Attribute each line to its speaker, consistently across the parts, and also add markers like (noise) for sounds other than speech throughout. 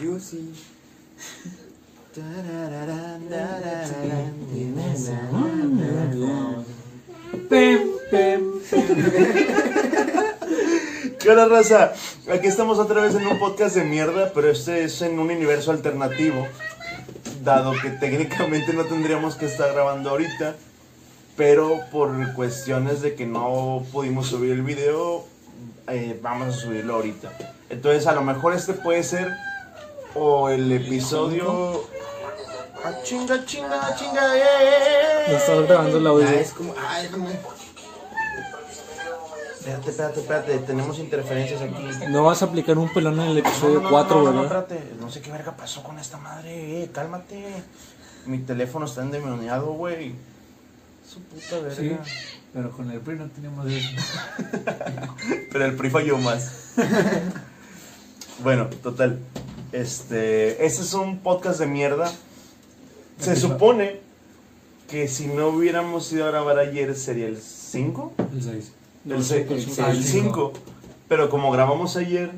Speaker 1: You see.
Speaker 2: Pem, pem,
Speaker 1: ¿Qué hora, raza? Aquí estamos otra vez en un podcast de mierda, pero este es en un universo alternativo, dado que técnicamente no tendríamos que estar grabando ahorita, pero por cuestiones de que no pudimos subir el video, eh, vamos a subirlo ahorita. Entonces, a lo mejor este puede ser o el episodio... Ah, chinga, chinga, chinga, eh, eh, eh.
Speaker 2: Ya estás grabando el audio.
Speaker 1: Ah, es como... Ah, es como... Espérate, espérate, espérate, tenemos interferencias aquí.
Speaker 2: No vas a aplicar un pelón en el
Speaker 1: No,
Speaker 2: episodio
Speaker 1: no, no,
Speaker 2: 4,
Speaker 1: no, no,
Speaker 2: ¿verdad?
Speaker 1: No, espérate. No sé qué verga pasó con esta madre, eh, cálmate. Mi teléfono está endemoniado, güey. Su puta verga.
Speaker 3: Sí, pero con el PRI no tenemos eso.
Speaker 1: Pero el PRI falló más. (laughs) bueno, total. Este, este es un podcast de mierda. Se supone que si no hubiéramos ido a grabar ayer sería el 5.
Speaker 3: El 6.
Speaker 2: No,
Speaker 1: El,
Speaker 2: cinco,
Speaker 4: pues,
Speaker 1: se-
Speaker 2: cinco.
Speaker 1: el
Speaker 3: el
Speaker 1: cinco. Pero como grabamos ayer,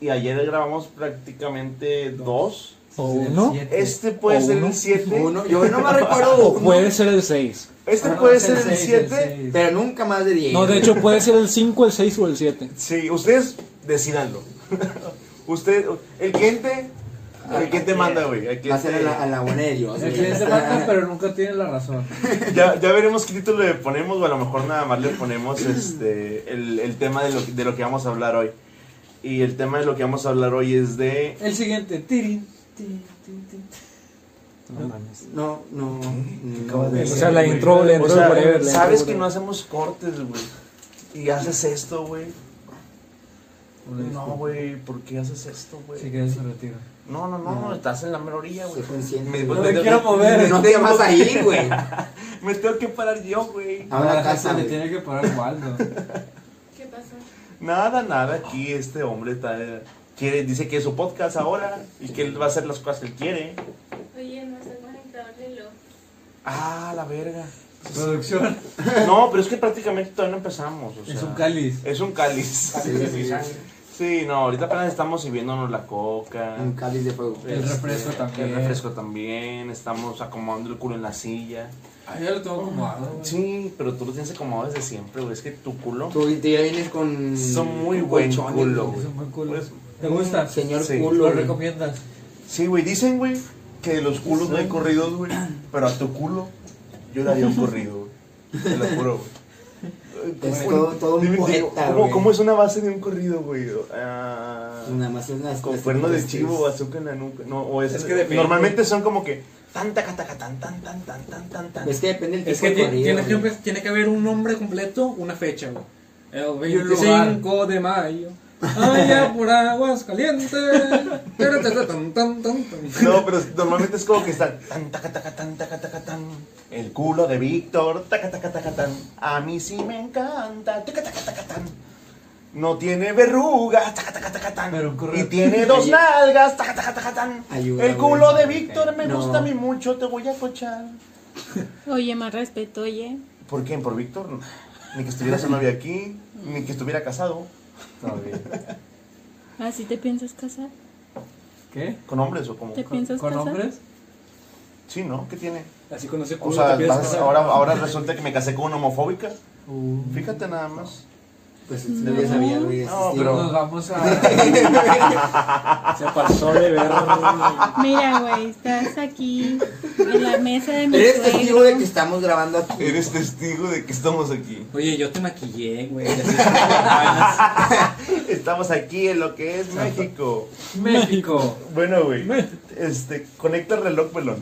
Speaker 1: y ayer grabamos prácticamente dos,
Speaker 2: O uno.
Speaker 1: este puede
Speaker 2: O
Speaker 1: ser
Speaker 2: uno.
Speaker 1: el 7.
Speaker 4: Uno, yo no me recuerdo
Speaker 2: O (laughs)
Speaker 4: uno,
Speaker 5: Pues,
Speaker 2: puede ser el 6.
Speaker 1: Este
Speaker 4: Ah, no,
Speaker 1: puede
Speaker 4: es el
Speaker 1: ser el
Speaker 4: seis,
Speaker 3: el
Speaker 1: 7.
Speaker 3: seis.
Speaker 4: pero nunca más de 10.
Speaker 2: No, de hecho puede ser el 5, el 6 o el 7.
Speaker 1: Sí, ustedes decidanlo. (laughs) Usted, el cliente, el cliente manda, güey. el
Speaker 4: Ah, va a ser a
Speaker 1: cliente-
Speaker 4: la, a la buena de Dios.
Speaker 3: El
Speaker 4: güey.
Speaker 3: cliente manda, este pero nunca tiene la razón.
Speaker 1: Ya, ya veremos qué título le ponemos, o a lo mejor nada más le ponemos este, el, el tema de lo, de lo que vamos a hablar hoy. Y el tema de lo que vamos a hablar hoy es de.
Speaker 3: El siguiente. Tirin, tin, tin, tin.
Speaker 2: No mames.
Speaker 4: No, no.
Speaker 1: acabas
Speaker 4: no
Speaker 1: de
Speaker 4: güey.
Speaker 2: O sea, la intro, la
Speaker 1: O
Speaker 2: intro,
Speaker 1: sea,
Speaker 2: whatever, la
Speaker 1: sabes
Speaker 2: intro,
Speaker 1: que no
Speaker 2: whatever.
Speaker 1: hacemos cortes, güey. Y haces esto, güey.
Speaker 3: Una
Speaker 1: No,
Speaker 3: disculpa. Pues
Speaker 1: güey, ¿por qué haces esto, güey?
Speaker 3: Si quieres, se retira.
Speaker 1: No, no, no,
Speaker 4: No.
Speaker 1: estás en la minoría, güey.
Speaker 4: Soy consciente.
Speaker 1: Me,
Speaker 4: No
Speaker 3: No
Speaker 1: me-
Speaker 3: me
Speaker 1: me-
Speaker 3: quiero mover. este.
Speaker 4: No te vas a ir, güey.
Speaker 1: me tengo que parar yo, güey.
Speaker 4: Ahora
Speaker 3: La
Speaker 4: casa,
Speaker 3: casa le
Speaker 4: güey.
Speaker 3: tiene que parar Waldo. (laughs)
Speaker 6: ¿Qué pasó?
Speaker 1: Nada, nada, aquí este hombre está, quiere, dice que es su podcast ahora y que él va a hacer las cosas que él quiere.
Speaker 6: Oye, no está conectado el reloj.
Speaker 1: Ah, la verga.
Speaker 3: Producción.
Speaker 1: (laughs) No, pero es que prácticamente todavía no empezamos. o
Speaker 3: Es
Speaker 1: sea,
Speaker 3: un cáliz.
Speaker 1: Es un cáliz.
Speaker 4: Sí, sí, sí.
Speaker 1: Sí, no, ahorita apenas estamos sirviéndonos la coca.
Speaker 4: Un cáliz de fuego.
Speaker 3: El refresco también.
Speaker 1: Este, El refresco también, estamos acomodando el culo en la silla.
Speaker 3: Ah, ya lo tengo acomodado. güey.
Speaker 1: Sí, pero tú lo tienes acomodado desde siempre, güey. Es que tu culo.
Speaker 4: Tú tú ya vienes con.
Speaker 1: Son muy
Speaker 4: con
Speaker 1: buen
Speaker 4: colchones,
Speaker 1: culo,
Speaker 4: güey.
Speaker 3: Es un buen culo.
Speaker 1: Pues,
Speaker 3: ¿Te gusta?
Speaker 4: Señor
Speaker 1: Sí.
Speaker 4: culo.
Speaker 3: ¿Lo
Speaker 4: güey.
Speaker 3: recomiendas?
Speaker 1: Sí, güey, dicen, güey, que de los culos no hay corridos, güey. Pero a tu culo yo le haría un corrido, güey. Te lo juro, güey.
Speaker 4: Es todo- todo un
Speaker 1: Dime,
Speaker 4: poeta,
Speaker 1: ¿cómo,
Speaker 4: güey.
Speaker 1: ¿Cómo es una base de un corrido, güey? Ah,
Speaker 4: Nada más es una.
Speaker 1: con cuerno de chivo, azúcar en la nuca. No, o es,
Speaker 3: Es que depende.
Speaker 1: normalmente son como que tan taca taca tan tan tan tan tan tan tan.
Speaker 4: Es que depende del tipo
Speaker 7: Es que
Speaker 4: de
Speaker 7: ti-
Speaker 4: corrido,
Speaker 7: tiene, que,
Speaker 4: güey.
Speaker 7: empe- tiene que haber un nombre completo, una fecha, güey. El
Speaker 3: Y un lugar.
Speaker 7: 25 de mayo. Allá por aguas calientes. Pero te- te- tan, tan, tan, tan.
Speaker 1: No, pero normalmente es como que están tan taca taca tan taca taca tan. El culo de Víctor, taca taca taca tan. A mí sí me encanta, taca taca taca tan. No tiene verrugas, taca taca taca tan.
Speaker 3: Pero un correo.
Speaker 1: y tiene dos
Speaker 4: Ay-
Speaker 1: nalgas, taca taca taca tan.
Speaker 4: Ayuda,
Speaker 1: el culo
Speaker 4: güey.
Speaker 1: de Víctor me
Speaker 4: No.
Speaker 1: gusta a mí mucho, te voy a cochar.
Speaker 6: Oye, más respeto, oye.
Speaker 1: ¿Por quién? ¿Por Víctor? Ni que estuviera su novia aquí, ni que estuviera casado.
Speaker 6: ¿Así te piensas casar?
Speaker 3: ¿Qué?
Speaker 1: ¿Con hombres o como?
Speaker 6: ¿Te piensas
Speaker 3: ¿Con
Speaker 6: casar?
Speaker 3: hombres?
Speaker 1: Sí, ¿no? ¿Qué tiene?
Speaker 7: Así conoce
Speaker 1: O
Speaker 7: culo,
Speaker 1: sea,
Speaker 7: te pides
Speaker 1: vas-
Speaker 7: pasar.
Speaker 1: ahora, ahora resulta que me casé con una homofóbica.
Speaker 3: Uh,
Speaker 1: Fíjate nada más.
Speaker 4: Pues no lo sabía, güey.
Speaker 1: No,
Speaker 4: existía.
Speaker 1: pero-
Speaker 3: Nos vamos a.
Speaker 4: (laughs)
Speaker 2: Se pasó de ver.
Speaker 6: (laughs) Mira, güey, estás aquí en la mesa de mi
Speaker 4: Eres testigo de que
Speaker 6: suegro.
Speaker 4: estamos grabando aquí.
Speaker 1: Eres testigo de que estamos aquí.
Speaker 7: Oye, yo te maquillé, güey.
Speaker 2: (laughs)
Speaker 7: así es como
Speaker 2: Ah,
Speaker 7: ganas.
Speaker 1: (laughs) Estamos aquí en lo que es México.
Speaker 3: México.
Speaker 1: Bueno, güey. Este, conecta el reloj pelón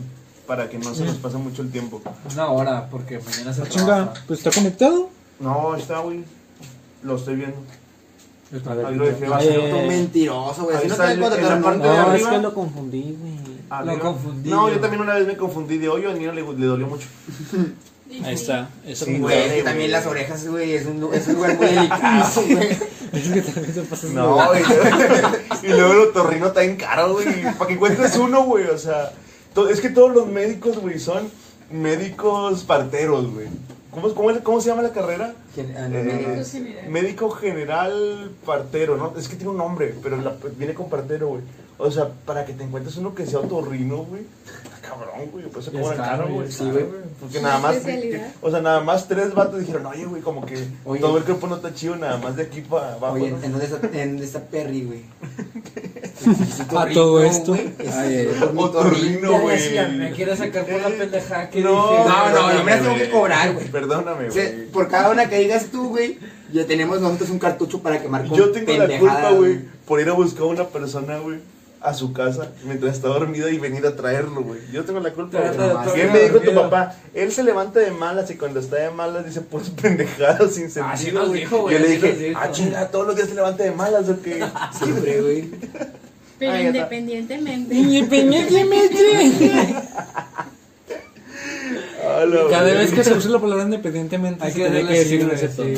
Speaker 1: para que no se nos pase mucho el tiempo.
Speaker 3: Una hora, porque mañana
Speaker 4: Ah,
Speaker 3: se
Speaker 2: Chinga,
Speaker 3: trabaja.
Speaker 2: pues está conectado.
Speaker 1: No, está, güey. Lo estoy viendo.
Speaker 2: A
Speaker 1: Ahí lo dejé
Speaker 2: Eh,
Speaker 1: vacío.
Speaker 4: Tú mentiroso, güey.
Speaker 1: Ahí
Speaker 4: Si no
Speaker 1: está
Speaker 4: te voy a
Speaker 1: el-
Speaker 4: contratar
Speaker 1: en la parte
Speaker 4: nunca.
Speaker 2: No, Ah,
Speaker 1: de
Speaker 2: es
Speaker 1: arriba.
Speaker 2: que lo confundí, güey.
Speaker 1: Arriba.
Speaker 3: Lo confundí,
Speaker 1: Ah, No, yo
Speaker 3: güey.
Speaker 1: también una vez me confundí de hoyo. A Nino le, le dolió mucho.
Speaker 7: Ahí está. Eso
Speaker 1: Sí,
Speaker 4: Güey, es
Speaker 1: Güey,
Speaker 4: que también
Speaker 1: güey.
Speaker 4: las orejas, güey, es un, lu- es un lugar muy delicado, (laughs) güey.
Speaker 2: (laughs) Es que también se pasa
Speaker 1: No, y, (laughs) y luego el otorrino está en caro, güey. Para que encuentres uno, güey. O sea, to- es que todos los médicos, güey, son médicos parteros, güey. ¿Cómo, cómo, es- cómo se llama la carrera?
Speaker 4: Gen- ah, no,
Speaker 1: Eh,
Speaker 4: no, no.
Speaker 1: médico general partero, ¿no? Es que tiene un nombre, pero la- viene con partero, güey. O sea, para que te encuentres uno que sea otorrino, güey. Está cabrón, güey. Pues se
Speaker 3: Ya
Speaker 1: cobran
Speaker 3: es
Speaker 1: caro,
Speaker 3: caro,
Speaker 1: güey.
Speaker 3: ya es
Speaker 1: sí,
Speaker 3: caro,
Speaker 1: güey.
Speaker 3: güey.
Speaker 1: Porque
Speaker 6: ¿Es
Speaker 1: nada
Speaker 6: una
Speaker 1: más.
Speaker 6: especialidad?
Speaker 1: O sea, nada más tres vatos dijeron, oye, güey, como que
Speaker 4: Oye.
Speaker 1: todo el cuerpo no está chido, nada más de aquí para abajo.
Speaker 4: Oye,
Speaker 1: ¿no?
Speaker 4: ¿en dónde está, en dónde está Perry, (laughs) güey?
Speaker 2: A todo esto.
Speaker 1: eh.
Speaker 4: Ay,
Speaker 1: Otorrino, güey.
Speaker 3: Me quiero sacar por la pendejada que
Speaker 1: No,
Speaker 3: dije.
Speaker 4: Eh, No, no, yo me las
Speaker 1: perdóname,
Speaker 4: tengo que
Speaker 1: güey.
Speaker 4: cobrar, güey.
Speaker 1: Perdóname, güey.
Speaker 4: O sea, por cada una que digas tú, güey, ya tenemos nosotros un cartucho para quemar con
Speaker 1: Yo tengo la culpa,
Speaker 4: pendejadas,
Speaker 1: güey, por ir a buscar a una persona, güey, a su casa mientras está dormida y venir a traerlo, güey. Yo tengo la culpa,
Speaker 3: Trata
Speaker 1: güey.
Speaker 3: de
Speaker 4: nomás.
Speaker 3: todo
Speaker 1: ¿Quién me dijo tu
Speaker 3: dormido.
Speaker 1: papá? Él se levanta de malas y cuando está de malas dice puras (laughs) pendejadas sin sentido.
Speaker 3: Ah, sí nos
Speaker 1: güey.
Speaker 3: dijo, güey,
Speaker 1: Yo le
Speaker 3: sí nos
Speaker 1: dije,
Speaker 3: dijo.
Speaker 1: ah, chinga, todos los días se levanta de malas, ¿o
Speaker 3: (laughs)
Speaker 1: qué?
Speaker 4: Siempre, güey.
Speaker 6: Pero
Speaker 1: Ahí está.
Speaker 6: (laughs) independientemente.
Speaker 2: Independientemente.
Speaker 1: A la
Speaker 2: Cada
Speaker 1: verga.
Speaker 2: vez que se usa la palabra independientemente,
Speaker 3: Hay
Speaker 2: se
Speaker 3: que
Speaker 2: tiene
Speaker 3: darle
Speaker 2: que decir
Speaker 3: signo,
Speaker 2: un excepto.
Speaker 3: sí.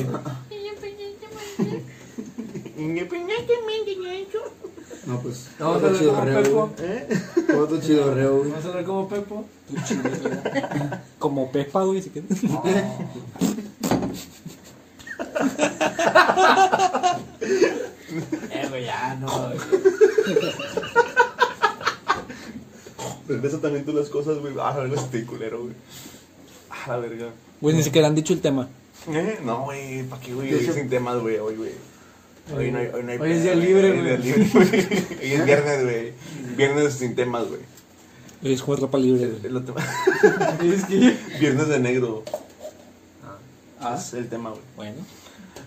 Speaker 6: Independientemente.
Speaker 1: Independientemente, ñacho.
Speaker 4: No, pues.
Speaker 3: No,
Speaker 4: todo
Speaker 3: no,
Speaker 4: chido,
Speaker 3: no,
Speaker 4: reo,
Speaker 3: Pepo.
Speaker 4: güey.
Speaker 1: ¿Eh?
Speaker 4: Todo chido, reo, güey.
Speaker 3: Vamos a hablar como Pepo.
Speaker 2: Como Pepa, güey, si quieres.
Speaker 3: Eh, güey, ya, no. güey.
Speaker 1: Regresa Pues, también tú las cosas, güey. Ah, la verga, este culero, güey. Ah, la verga.
Speaker 2: Güey, ni siquiera han dicho el tema.
Speaker 1: ¿Eh? No, güey, ¿pa' qué, güey?
Speaker 4: De
Speaker 1: Hoy
Speaker 4: hecho-
Speaker 1: sin temas, güey, hoy, güey. Hoy no hay, hoy no hay
Speaker 3: Hoy es
Speaker 1: pedo,
Speaker 3: día libre,
Speaker 1: Hoy es día libre,
Speaker 3: (laughs)
Speaker 1: güey. Hoy es viernes, güey. Viernes sin temas, güey.
Speaker 2: Hoy Es jugar ropa libre,
Speaker 1: El-
Speaker 2: güey.
Speaker 1: el tema-
Speaker 3: (laughs) Es que. Ah.
Speaker 1: Viernes de negro. Es el tema, güey.
Speaker 2: Bueno.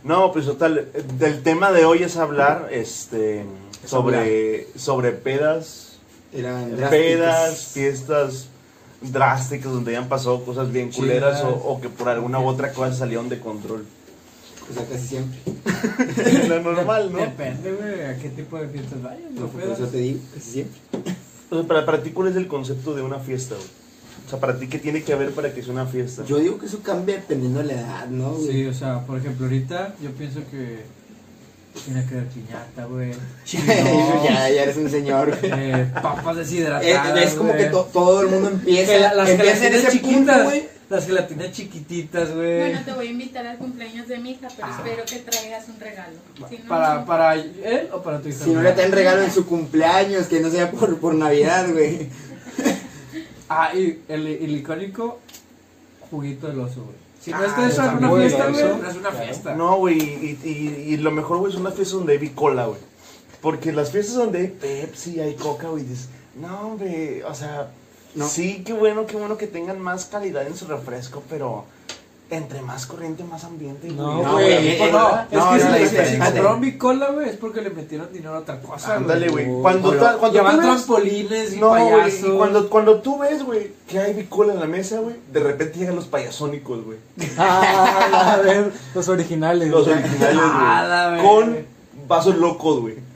Speaker 1: No, pues total, eh, del tema de hoy es hablar, este, sobre, sobre pedas,
Speaker 4: Eran
Speaker 1: pedas,
Speaker 4: drásticas.
Speaker 1: fiestas drásticas donde hayan pasado cosas bien culeras o,
Speaker 3: Chidas.
Speaker 1: o que por alguna u otra cosa salieron de
Speaker 3: (laughs)
Speaker 1: control.
Speaker 4: O sea, casi siempre.
Speaker 1: Lo normal, ¿no?
Speaker 3: Depende, güey, a qué tipo de fiestas vayas.
Speaker 4: No, pues,
Speaker 3: No,
Speaker 4: por eso te digo, casi siempre.
Speaker 1: O sea, para, para ti, ¿cuál es el concepto de una fiesta, güey? O sea, para ti, ¿qué tiene que haber para que sea una fiesta?
Speaker 4: Yo digo que eso cambia dependiendo de la edad, ¿no, güey?
Speaker 3: Sí, o sea, por ejemplo, ahorita yo pienso que tiene que haber piñata, güey.
Speaker 4: Eso (laughs) ya, ya eres un señor, güey.
Speaker 3: eh, papas
Speaker 4: Eh,
Speaker 3: deshidratadas.
Speaker 4: es como
Speaker 3: güey.
Speaker 4: que to- todo el mundo empieza,
Speaker 3: Que la- las
Speaker 4: empieza en
Speaker 3: gelatinas
Speaker 4: ese punto,
Speaker 3: chiquitas,
Speaker 4: güey.
Speaker 3: las gelatinas chiquititas, güey.
Speaker 6: Bueno, te voy a invitar al cumpleaños de mi hija, pero espero que traigas un regalo. Si no,
Speaker 3: para,
Speaker 6: no.
Speaker 3: para él o para tu hija.
Speaker 4: Si no le traen regalo en su cumpleaños, que no sea por, por Navidad, güey.
Speaker 3: Ah, y el, el icónico juguito del oso, güey. Si no
Speaker 1: Ah,
Speaker 3: está eso en una
Speaker 2: también,
Speaker 3: fiesta,
Speaker 2: el
Speaker 3: güey,
Speaker 2: oso.
Speaker 3: no es una fiesta.
Speaker 1: No, güey, y, y- y lo mejor, güey, es una fiesta donde hay bicola, güey. Porque las fiestas donde hay Pepsi, hay Coca, güey, dices, no, hombre, o sea,
Speaker 4: No.
Speaker 1: sí, qué bueno, qué bueno que tengan más calidad en su refresco, pero entre más corriente, más ambiente, güey.
Speaker 2: No,
Speaker 4: No,
Speaker 3: güey,
Speaker 4: güey, eh,
Speaker 3: pues
Speaker 4: eh,
Speaker 3: no, es
Speaker 4: no,
Speaker 3: que
Speaker 4: no,
Speaker 3: si-
Speaker 4: no,
Speaker 3: si,
Speaker 4: no,
Speaker 3: si
Speaker 4: no, no.
Speaker 3: compraron mi cola, güey, es porque le metieron dinero a otra cosa,
Speaker 1: Ándale,
Speaker 3: güey.
Speaker 1: güey. Cuando,
Speaker 4: no,
Speaker 1: ta- cuando
Speaker 3: Llevan
Speaker 1: tú ves-
Speaker 3: trampolines y
Speaker 1: No, güey,
Speaker 3: payasos.
Speaker 1: y cuando, cuando tú ves, güey, que hay bicola en la mesa, güey, de repente llegan los payasónicos, güey.
Speaker 2: Ah, a ver, los originales.
Speaker 1: Los
Speaker 2: güey.
Speaker 1: originales,
Speaker 3: Ah, la
Speaker 1: güey.
Speaker 3: verga.
Speaker 1: Con vasos locos, güey.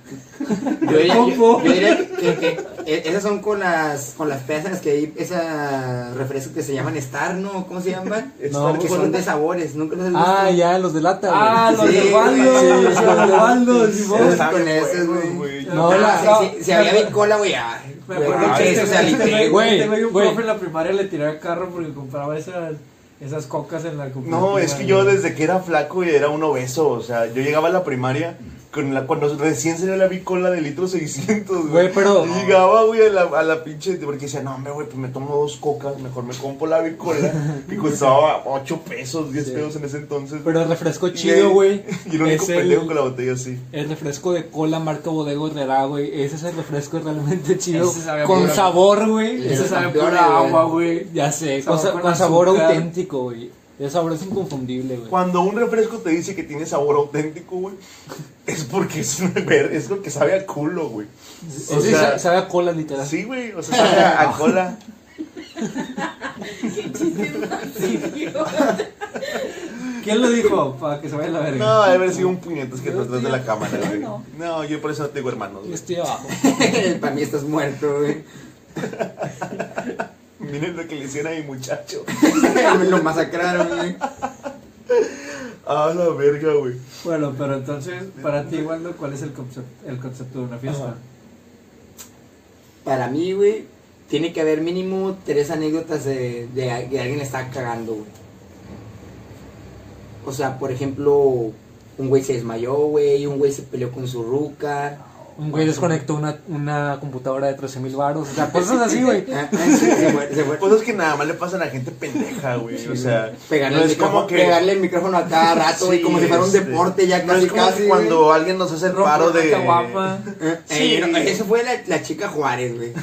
Speaker 4: Yo diría, yo,
Speaker 3: Ojo.
Speaker 4: yo diría que, que- que esas son con las, con las pesas que hay, esas refrescos que se llaman Star, ¿no? ¿Cómo se llaman?
Speaker 1: Estar
Speaker 4: que
Speaker 1: con-
Speaker 4: son de sabores, nunca los has visto.
Speaker 2: Ah, ya, los de lata, güey.
Speaker 3: Ah, los
Speaker 4: Sí,
Speaker 3: de Waldo,
Speaker 4: güey.
Speaker 3: los de Waldo,
Speaker 4: Sí,
Speaker 3: Simón.
Speaker 4: sí,
Speaker 1: Están
Speaker 4: con
Speaker 1: bien
Speaker 4: esos,
Speaker 1: buenos,
Speaker 4: güey.
Speaker 2: No,
Speaker 4: Ah,
Speaker 2: la-
Speaker 4: si-
Speaker 3: no,
Speaker 4: si, si había
Speaker 3: me-
Speaker 4: bicola, güey, ah,
Speaker 3: Me
Speaker 4: güey,
Speaker 3: acuerdo que
Speaker 4: que
Speaker 1: este
Speaker 4: eso
Speaker 3: este
Speaker 4: se
Speaker 3: güey- este
Speaker 4: alité,
Speaker 3: güey-
Speaker 2: güey,
Speaker 3: este güey, un
Speaker 2: güey.
Speaker 3: profe en la primaria le tiraba el carro porque compraba esas, esas cocas en la cooperativa.
Speaker 1: No, es que yo
Speaker 3: güey.
Speaker 1: desde que era flaco y era un obeso, o sea, yo llegaba a la primaria con la, cuando recién salió la bicola de litro 600, güey.
Speaker 2: Güey, pero-
Speaker 1: Yo llegaba, güey, a la, a la pinche, porque decía, no, hombre, güey, pues me tomo dos cocas, mejor me compro la bicola,
Speaker 2: (laughs)
Speaker 1: que costaba 8 pesos, 10
Speaker 2: Sí.
Speaker 1: pesos en ese entonces.
Speaker 2: Pero el refresco
Speaker 1: Y-
Speaker 2: chido, güey.
Speaker 1: (laughs) Y el único
Speaker 2: es el-
Speaker 1: pendejo con la botella así.
Speaker 2: El refresco de cola marca Bodego Herrera, güey. Ese es el refresco realmente chido.
Speaker 3: Ese sabe a
Speaker 2: Con
Speaker 3: pura-
Speaker 2: sabor, güey.
Speaker 3: Ese
Speaker 4: Los
Speaker 3: sabe
Speaker 4: campeones,
Speaker 3: pura
Speaker 4: güey.
Speaker 3: agua, güey.
Speaker 2: Ya sé,
Speaker 3: Sabor
Speaker 2: con, sa-
Speaker 3: con
Speaker 2: con sabor
Speaker 3: azúcar.
Speaker 2: auténtico, güey. Ese sabor es inconfundible, güey.
Speaker 1: Cuando un refresco te dice que tiene sabor auténtico, güey, es porque es, una ver- es lo que sabe a culo, güey.
Speaker 2: Ese
Speaker 1: sea-
Speaker 2: sa- sabe a cola, literal.
Speaker 1: Sí, güey, o sea, sabe (laughs) a- a cola.
Speaker 6: (laughs) Qué chiste más idiota.
Speaker 3: ¿Quién lo dijo? Para que se vaya a la verga.
Speaker 1: No, debe haber sido un puñetazo que
Speaker 3: Yo
Speaker 1: detrás de
Speaker 3: estoy-
Speaker 1: la cámara, güey.
Speaker 6: no.
Speaker 1: No, yo por eso no tengo hermanos, güey.
Speaker 2: Estoy abajo.
Speaker 4: (laughs) Para mí estás muerto, güey. (laughs)
Speaker 1: Miren lo que le hicieron a mi muchacho.
Speaker 4: Me lo masacraron, güey.
Speaker 1: A la verga, güey.
Speaker 3: Bueno, pero entonces, para ti, Waldo, ¿cuál es el concepto, el concepto de una fiesta?
Speaker 2: Ajá.
Speaker 4: Para mí, güey, tiene que haber mínimo tres anécdotas de, de, que alguien la estaba cagando, güey. O sea, por ejemplo, un güey se desmayó, güey, un güey se peleó con su ruca.
Speaker 2: Un güey desconectó una, una computadora de 13 mil baros. O sea, cosas así, güey.
Speaker 4: Ah, ah, sí, se fue- se fue.
Speaker 1: Cosas que nada más le pasan a gente pendeja, güey. O sea,
Speaker 4: Pegarle,
Speaker 1: no
Speaker 4: el
Speaker 1: es como
Speaker 4: micrófono,
Speaker 1: que.
Speaker 4: pegarle el micrófono a cada rato, güey,
Speaker 1: Sí,
Speaker 4: como si fuera un
Speaker 1: este,
Speaker 4: deporte ya
Speaker 1: no
Speaker 4: casi
Speaker 1: es como
Speaker 4: casi.
Speaker 1: cuando alguien nos hace (laughs) el paro de.
Speaker 3: guapa.
Speaker 4: güey. Eh, no, eso fue la, la chica Juárez, güey.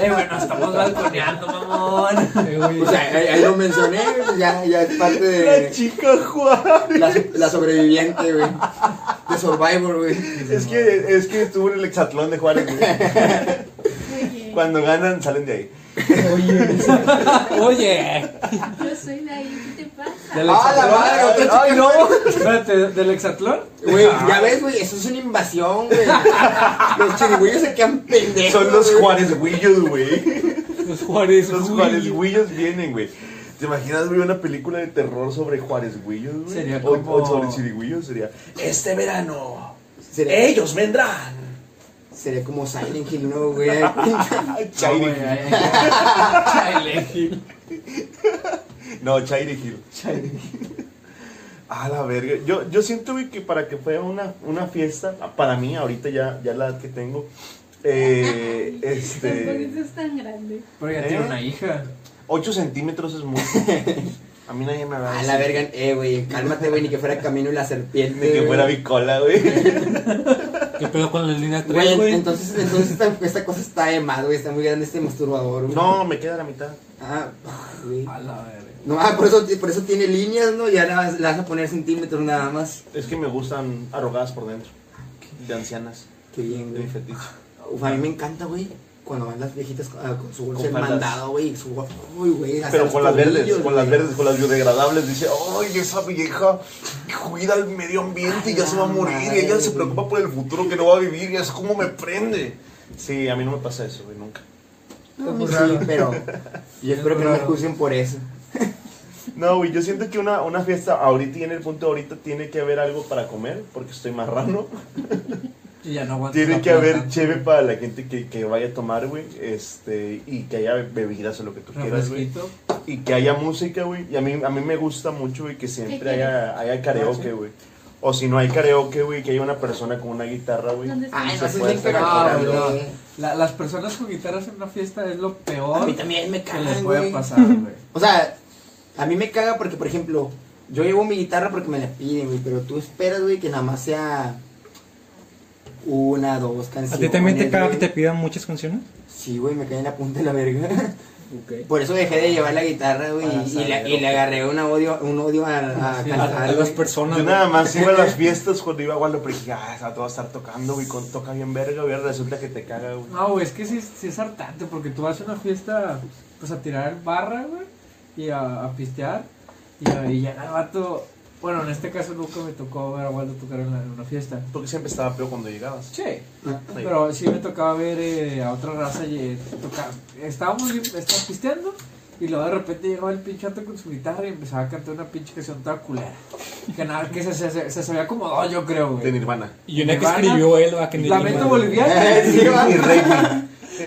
Speaker 3: Eh, bueno, estamos balconeando, mamón.
Speaker 7: Eh, güey.
Speaker 4: O sea, ahí, ahí lo mencioné, ya, ya es
Speaker 1: (laughs)
Speaker 4: parte
Speaker 1: La
Speaker 4: de
Speaker 1: chica Juan.
Speaker 4: la, la sobreviviente, güey. De Survivor, güey.
Speaker 1: Es que, es que estuvo en el hexatlón de Juárez,
Speaker 4: (laughs)
Speaker 1: güey.
Speaker 6: Oye,
Speaker 1: Cuando ganan, salen de ahí.
Speaker 2: Oye.
Speaker 6: yo soy de ahí, ¿qué te pasa?
Speaker 3: Del
Speaker 4: ¡Ah, la madre! Otra chica
Speaker 1: ¡Ay, no!
Speaker 3: Espérate, ¿del hexatlón?
Speaker 4: Güey,
Speaker 1: Ah.
Speaker 4: ya ves, güey, eso es una
Speaker 1: (laughs)
Speaker 4: invasión, güey. Los chirigüillos se quedan pendejos.
Speaker 1: Son los
Speaker 4: güey.
Speaker 1: Juárez Willos, güey.
Speaker 2: Los Juárez.
Speaker 1: Los Juárez Willos vienen, güey. ¿Te imaginas, güey, una película de terror sobre Juárez Willos, güey?
Speaker 3: Sería
Speaker 1: O-
Speaker 3: como-
Speaker 1: O sobre Chirigüillos,
Speaker 3: (laughs)
Speaker 1: sería. (laughs) Este verano,
Speaker 4: Sería,
Speaker 1: ellos vendrán.
Speaker 4: sería como Silent Hill, ¿no, güey?
Speaker 1: (laughs) Chairi
Speaker 3: No,
Speaker 1: Hill.
Speaker 3: güey, ahí- Chile Gil.
Speaker 1: (laughs) No, Chairi Hill. A la verga. Yo, yo siento, güey, que para que fuera una, una fiesta, para mí, ahorita ya, ya la edad que tengo, eh,
Speaker 6: ¿Por qué
Speaker 1: este.
Speaker 6: estás tan grande?
Speaker 3: Pero ya
Speaker 1: ¿Eh?
Speaker 3: tiene una hija.
Speaker 1: 8 centímetros es
Speaker 3: (laughs)
Speaker 1: mucho. A mí nadie me va a
Speaker 4: A
Speaker 1: decir
Speaker 4: la verga, eh, güey, cálmate, güey, ni que fuera Camino y la Serpiente.
Speaker 1: De que
Speaker 4: güey.
Speaker 1: fuera bicola, güey.
Speaker 3: (laughs)
Speaker 2: ¿Qué pedo con la línea 3,
Speaker 4: Güey,
Speaker 2: güey?
Speaker 4: entonces, entonces esta, esta cosa está de más, güey, está muy grande este masturbador, güey.
Speaker 1: No, me queda la mitad.
Speaker 4: Ah, güey.
Speaker 3: A la verga.
Speaker 4: No, ah, por eso, por eso tiene líneas, ¿no? Ya la, la vas a poner centímetros nada más.
Speaker 1: Es que me gustan arrogadas por dentro. De ancianas.
Speaker 4: Qué bien,
Speaker 1: De mi
Speaker 4: güey.
Speaker 1: fetiche.
Speaker 4: Uf, a mí me encanta, güey. Cuando van las viejitas ah, con su bolsa
Speaker 1: Con
Speaker 4: de
Speaker 1: faldas.
Speaker 4: mandado, güey. Su uy, güey. hasta
Speaker 1: Pero
Speaker 4: los
Speaker 1: con las verdes,
Speaker 4: tobillos,
Speaker 1: con las
Speaker 4: güey.
Speaker 1: verdes, con las biodegradables. Dice, ay, esa vieja cuida el medio ambiente y ya se va a morir. Y ella se preocupa por el futuro que no va a vivir. Y es como me prende. Sí, a mí no me pasa eso, güey, nunca.
Speaker 4: No, a mí sí, pero yo espero que no me
Speaker 3: raro.
Speaker 4: juzguen por eso.
Speaker 1: No, güey, yo siento que una, una fiesta ahorita y en el punto de ahorita tiene que haber algo para comer, porque estoy marrano.
Speaker 3: Y ya no aguanta.
Speaker 1: Tiene
Speaker 3: la
Speaker 1: que haber
Speaker 3: plata.
Speaker 1: cheve para la gente que, que vaya a tomar, güey. Este, y que haya bebidas o lo que tú quieras, güey.
Speaker 3: Refresquito.
Speaker 1: Y que haya música, güey. Y a mí, a mí me gusta mucho, güey, que siempre
Speaker 6: quieres?
Speaker 1: haya, haya karaoke, güey. O si no hay karaoke, güey, que haya una persona con una guitarra, güey.
Speaker 6: ¿Dónde está?
Speaker 4: Ay,
Speaker 1: se
Speaker 4: no, eso es
Speaker 1: puede
Speaker 4: bien
Speaker 1: pegar con
Speaker 4: pegado,
Speaker 1: algo.
Speaker 4: güey.
Speaker 3: Ah, La- las personas con guitarras en una fiesta es lo peor
Speaker 4: A mí también me
Speaker 3: que les
Speaker 4: cagan,
Speaker 3: puede
Speaker 4: güey.
Speaker 3: pasar, (laughs) güey.
Speaker 4: O sea, a mí me caga porque, por ejemplo, yo llevo mi guitarra porque me la piden, güey, pero tú esperas, güey, que nada más sea una, dos canciones.
Speaker 5: ¿A ti también te caga que
Speaker 4: güey.
Speaker 5: te pidan muchas canciones?
Speaker 4: Sí, güey, me cae en la punta de la verga.
Speaker 2: Ok.
Speaker 4: Por eso dejé de llevar la guitarra, güey,
Speaker 1: Para
Speaker 4: y- y,
Speaker 1: saber,
Speaker 4: la- y le
Speaker 1: ok.
Speaker 4: agarré un odio, un odio a, a
Speaker 3: Sí, a-
Speaker 5: (laughs)
Speaker 4: cantar.
Speaker 5: A las
Speaker 4: güey.
Speaker 5: personas.
Speaker 1: Yo
Speaker 5: güey.
Speaker 1: nada más iba a
Speaker 4: (laughs)
Speaker 1: las fiestas cuando iba a Waldo, pero dije, ah, esa te va a estar tocando, güey, con toca bien verga, güey, resulta que te caga, güey.
Speaker 3: No, güey, es que sí, es- sí es hartante porque tú vas a una fiesta pues a tirar barra, güey, y a, a pistear y, a, y ya el vato, bueno, en este caso nunca me tocó ver a Waldo tocar en, la- en una fiesta.
Speaker 1: Porque siempre estaba peor cuando llegabas.
Speaker 3: Sí, pero sí me tocaba ver eh, a otra raza y, eh, tocar. Estábamos bien- estábamos pisteando y luego de repente llegaba el pinche vato con su guitarra y empezaba a cantar una pinche canción toda culera. Que nada, que se, se, se, se sabía acomodado, yo creo,
Speaker 1: De
Speaker 3: güey.
Speaker 1: Nirvana.
Speaker 5: Y una que
Speaker 3: Nirvana,
Speaker 5: escribió él, va que ni
Speaker 3: (laughs) Lamento
Speaker 5: madre.
Speaker 3: boliviano.
Speaker 4: Sí, va.
Speaker 1: Y Rey,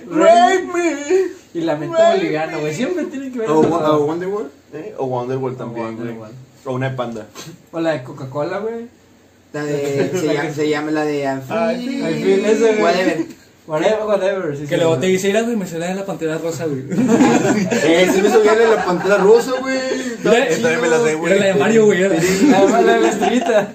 Speaker 3: Rape Y lamento boliviano, güey. Siempre tiene que ver
Speaker 4: O,
Speaker 3: esas
Speaker 4: Wo-
Speaker 3: dos.
Speaker 4: o Wonderwall.
Speaker 1: ¿eh? O Wonderwall también, güey.
Speaker 3: Wonderwall.
Speaker 1: O una de Panda.
Speaker 3: O la de Coca-Cola, güey.
Speaker 4: (laughs) La de, se, llama, se llama la de I
Speaker 1: Ay,
Speaker 4: Feel-
Speaker 3: I Feel ese, güey.
Speaker 4: Whatever.
Speaker 3: Whatever, whatever. Sí,
Speaker 5: Que
Speaker 3: sí,
Speaker 5: luego
Speaker 3: güey.
Speaker 5: te dice, "Mira, güey, me sale de la pantera
Speaker 2: (laughs)
Speaker 5: rosa, güey.
Speaker 4: Eh, sí me subí a la pantalla rusa, güey.
Speaker 5: Mira,
Speaker 1: Esta también me la sé,
Speaker 5: Era la de
Speaker 1: güey.
Speaker 5: Mario, güey. era-
Speaker 3: La de la, de la estrellita.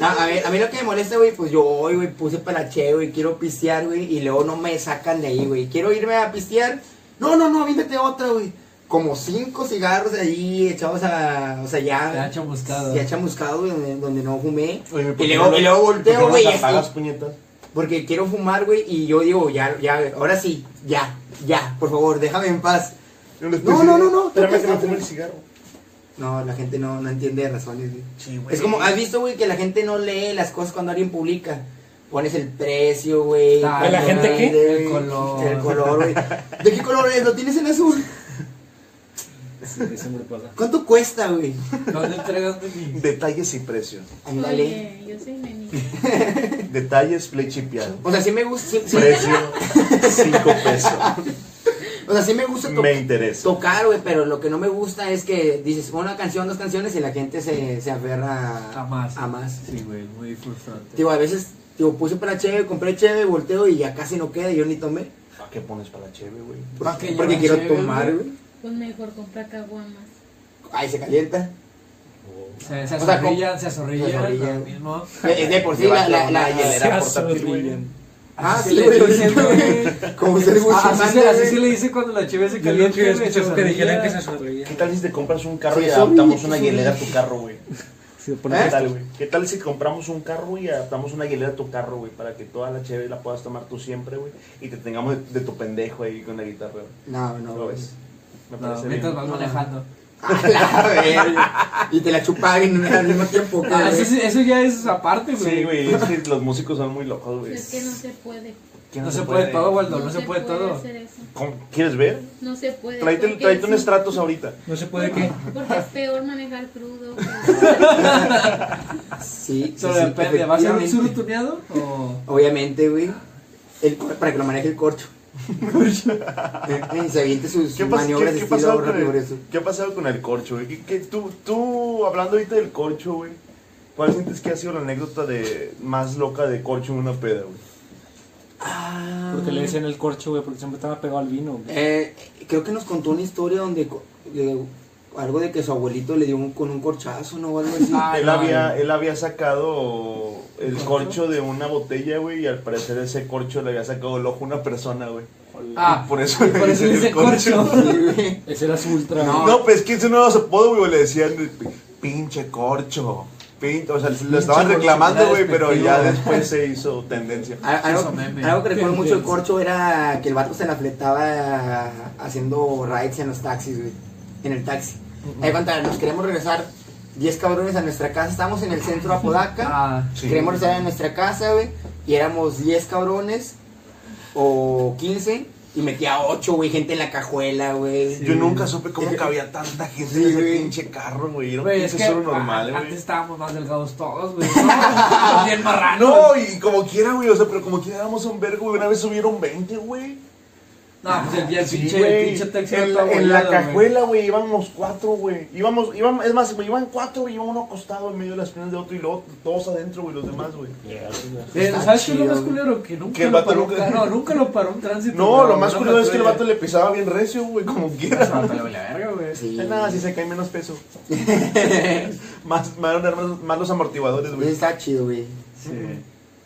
Speaker 4: A, a, mí, a mí lo que me molesta, güey, pues yo hoy, güey, puse para che, güey, quiero pistear, güey, y luego no me sacan de ahí, güey. Quiero irme a pistear. No, no, no, avíndate otra, güey. Como cinco cigarros ahí echados a. O sea, ya.
Speaker 3: Ya chamuscado.
Speaker 4: Ya chamuscado, güey, donde, donde no fumé.
Speaker 1: Oye, ¿por
Speaker 4: y,
Speaker 1: qué
Speaker 4: luego,
Speaker 1: no-
Speaker 4: y luego
Speaker 1: por qué no
Speaker 4: volteo, güey,
Speaker 1: las
Speaker 4: así,
Speaker 1: apagas, puñetas?
Speaker 4: Porque quiero fumar, güey, y yo digo, ya, ya, ahora sí, ya, ya, por favor, déjame en paz. No, no, no, no,
Speaker 1: Espérame que me
Speaker 4: no.
Speaker 1: fume el cigarro.
Speaker 4: No, la gente no, no entiende razones, güey.
Speaker 1: Sí,
Speaker 4: Es como, ¿has visto, güey, que la gente no lee las cosas cuando alguien publica? Pones el precio, güey.
Speaker 3: Ah,
Speaker 4: pones
Speaker 5: ¿la gente qué?
Speaker 4: dónde,
Speaker 3: El
Speaker 4: güey,
Speaker 3: color.
Speaker 4: El color, güey. ¿De qué color es? ¿Lo tienes en azul?
Speaker 5: Eso me pasa.
Speaker 4: ¿Cuánto cuesta, güey?
Speaker 3: ¿Dónde entregas de mí?
Speaker 1: Detalles y precios.
Speaker 4: Ándale.
Speaker 6: Oye, yo soy nenita.
Speaker 1: Detalles, flechipiado.
Speaker 4: O sea, (laughs) sí me gusta, sí, sí-
Speaker 1: Precio, 5 pesos.
Speaker 4: O sea, sí me gusta to-
Speaker 1: Me interesa.
Speaker 4: tocar, güey, pero lo que no me gusta es que dices una canción, dos canciones y la gente se, se aferra
Speaker 3: A más.
Speaker 4: A más.
Speaker 3: Sí, güey, muy frustrante.
Speaker 4: Digo, a veces, digo, puse para cheve, compré cheve, volteo y ya casi no queda, yo ni tomé.
Speaker 1: ¿Para qué pones para la cheve, güey?
Speaker 3: ¿Pa' qué
Speaker 4: porque
Speaker 3: llevan
Speaker 4: quiero
Speaker 3: cheve,
Speaker 4: tomar,
Speaker 3: güey?
Speaker 4: güey.
Speaker 6: Pues mejor compra caguamas.
Speaker 4: Ay,
Speaker 3: (laughs)
Speaker 4: se calienta.
Speaker 3: Se, se
Speaker 4: O sea,
Speaker 3: azorrillan, se
Speaker 4: se
Speaker 3: azorrillan.
Speaker 4: azorrillan.
Speaker 3: lo mismo.
Speaker 4: Eh, eh, De por (laughs) sí, la, la, la
Speaker 5: Se
Speaker 1: hielera portátil, güey.
Speaker 5: azorrillan.
Speaker 4: Ah,
Speaker 3: Así
Speaker 4: sí,
Speaker 3: le
Speaker 4: güey,
Speaker 3: dicen,
Speaker 4: ahorita,
Speaker 3: güey.
Speaker 4: (laughs) Como ser
Speaker 3: Ah, Así
Speaker 4: musulmán,
Speaker 3: se- así
Speaker 4: güey.
Speaker 3: se le dice cuando la cheve se
Speaker 5: Yo no
Speaker 3: calienta.
Speaker 5: quiero
Speaker 3: güey, se
Speaker 5: escuchar que dijeran que se
Speaker 3: azorrilla.
Speaker 1: ¿Qué
Speaker 5: azorrillan.
Speaker 1: tal si te compras un carro
Speaker 4: Sí,
Speaker 1: y
Speaker 4: son ¿Eh?
Speaker 1: adaptamos
Speaker 4: bien,
Speaker 1: una
Speaker 4: son
Speaker 1: hielera a
Speaker 4: bien.
Speaker 1: tu carro, güey?
Speaker 5: Si lo
Speaker 1: ¿Qué
Speaker 5: pones-
Speaker 1: tal, güey? ¿Qué tal si compramos un carro y adaptamos una hielera a tu carro, güey? Para que toda la cheve la puedas tomar tú siempre, güey. Y te tengamos de, de tu pendejo ahí con la guitarra, güey.
Speaker 4: No, no,
Speaker 1: ¿Lo
Speaker 4: güey.
Speaker 1: ves? Me
Speaker 3: No,
Speaker 1: parece
Speaker 3: mientras
Speaker 1: bien.
Speaker 3: vas
Speaker 4: No.
Speaker 3: manejando. (laughs)
Speaker 4: A la verga. Y te la chupaban al mismo tiempo, güey.
Speaker 3: Ah, eso, eso ya es aparte, güey.
Speaker 1: Sí, güey, es que los músicos son muy locos, güey.
Speaker 6: Es que no se puede.
Speaker 1: ¿Qué
Speaker 3: No se puede todo, Waldo, no se puede todo.
Speaker 6: hacer eso.
Speaker 1: ¿Cómo? ¿Quieres ver?
Speaker 6: No se puede.
Speaker 1: Tráete,
Speaker 6: porque
Speaker 1: tráete un
Speaker 6: sí-
Speaker 1: estratos ahorita.
Speaker 5: No se puede que.
Speaker 6: Porque es peor manejar
Speaker 1: (laughs)
Speaker 6: crudo.
Speaker 4: Sí, sí,
Speaker 3: Solo
Speaker 4: sí,
Speaker 3: depende, ¿va a ser un
Speaker 4: efectivamente.
Speaker 3: surutuneado o...?
Speaker 4: Obviamente, güey. El cor- para que lo maneje
Speaker 1: (laughs)
Speaker 4: el corcho. Eh, eh, se aviente sus
Speaker 1: ¿Qué,
Speaker 4: sus
Speaker 1: pas-
Speaker 4: maniobras
Speaker 1: qué-
Speaker 4: de
Speaker 1: qué
Speaker 4: estilo
Speaker 1: pasado con
Speaker 4: rápido
Speaker 1: el,
Speaker 4: eso.
Speaker 1: ¿Qué ha pasado con el corcho, güey? ¿Qué- qué- tú, tú, hablando ahorita del corcho, güey, ¿cuál sientes que ha sido la anécdota de más loca de corcho en una peda, güey? Ah.
Speaker 5: Porque le decían el corcho, güey, porque siempre estaba pegado al vino, (laughs) güey.
Speaker 4: Eh, creo que nos contó una historia donde co- le- algo de que su abuelito le dio un- con un corchazo, ¿no? O algo así.
Speaker 3: Ah,
Speaker 1: él,
Speaker 3: no,
Speaker 1: había,
Speaker 3: no.
Speaker 1: él había sacado el corcho de una botella, güey, y al parecer ese corcho le había sacado el ojo a una persona, güey.
Speaker 3: Ah,
Speaker 1: Y por eso, le
Speaker 3: por eso
Speaker 1: decían
Speaker 3: dice
Speaker 1: el
Speaker 3: corcho.
Speaker 4: Sí, güey.
Speaker 5: (laughs)
Speaker 2: Ese era su ultra.
Speaker 1: (laughs)
Speaker 4: No.
Speaker 1: No, pues es que ese no era su apodo, güey, le decían pinche corcho. Pin- o sea, lo estaban
Speaker 3: corcho,
Speaker 1: reclamando,
Speaker 3: era
Speaker 1: güey, pero ya
Speaker 3: despectivo.
Speaker 1: después se hizo tendencia.
Speaker 4: A- Algo,
Speaker 3: Eso meme.
Speaker 4: algo que recuerdo mucho de Corcho era que el vato se la fletaba haciendo rides en los taxis, güey. En el taxi. Ahí cuenta, nos queremos regresar 10 cabrones a nuestra casa. Estábamos en el centro de Apodaca.
Speaker 3: Ah,
Speaker 1: sí.
Speaker 4: Queremos regresar a nuestra casa, güey. Y éramos 10 cabrones o 15. Y metía 8, güey, gente en la cajuela, güey.
Speaker 1: Yo nunca supe cómo cabía tanta gente en
Speaker 4: Sí,
Speaker 1: ese
Speaker 4: güey.
Speaker 1: pinche carro, güey. Era un
Speaker 3: Güey,
Speaker 1: pinche
Speaker 3: es que
Speaker 1: solo
Speaker 3: a-
Speaker 1: normal,
Speaker 3: antes
Speaker 1: güey.
Speaker 3: estábamos más delgados todos, güey. ¿no? Bien marranos.
Speaker 1: No, y como quiera, güey. O sea, pero como quiera éramos un vergo, güey. Una vez subieron 20, güey.
Speaker 3: No, pues el, el
Speaker 1: Sí,
Speaker 3: pinche,
Speaker 1: güey.
Speaker 3: el pinche taxi
Speaker 1: En,
Speaker 3: está
Speaker 1: la- en la
Speaker 3: abollado, güey.
Speaker 1: cajuela, güey, íbamos cuatro, güey. Íbamos, íbamos, es más, güey, iban cuatro, güey. Iba uno acostado en medio de las piernas de otro y luego todos adentro, güey, los demás, güey.
Speaker 3: Eh,
Speaker 4: Está
Speaker 3: ¿Sabes qué es lo
Speaker 4: chido,
Speaker 3: más
Speaker 4: güey.
Speaker 3: culero? Que nunca,
Speaker 1: Que el
Speaker 3: lo
Speaker 1: vato
Speaker 3: paró, un
Speaker 1: nunca-
Speaker 3: ca- no, nunca lo paró un tránsito.
Speaker 1: No,
Speaker 3: güey,
Speaker 1: lo más
Speaker 3: una
Speaker 1: curioso es que el vato
Speaker 3: patrulla.
Speaker 1: le pisaba bien recio, güey, como
Speaker 3: (laughs) Ese
Speaker 1: quiera.
Speaker 3: vato le vale verga, güey.
Speaker 4: Sí.
Speaker 1: (laughs) Es nada, si se cae menos
Speaker 3: (laughs)
Speaker 1: peso. más, más, más los amortiguadores,
Speaker 4: Eso
Speaker 1: güey.
Speaker 4: está chido, güey.
Speaker 3: Sí.
Speaker 4: Eh,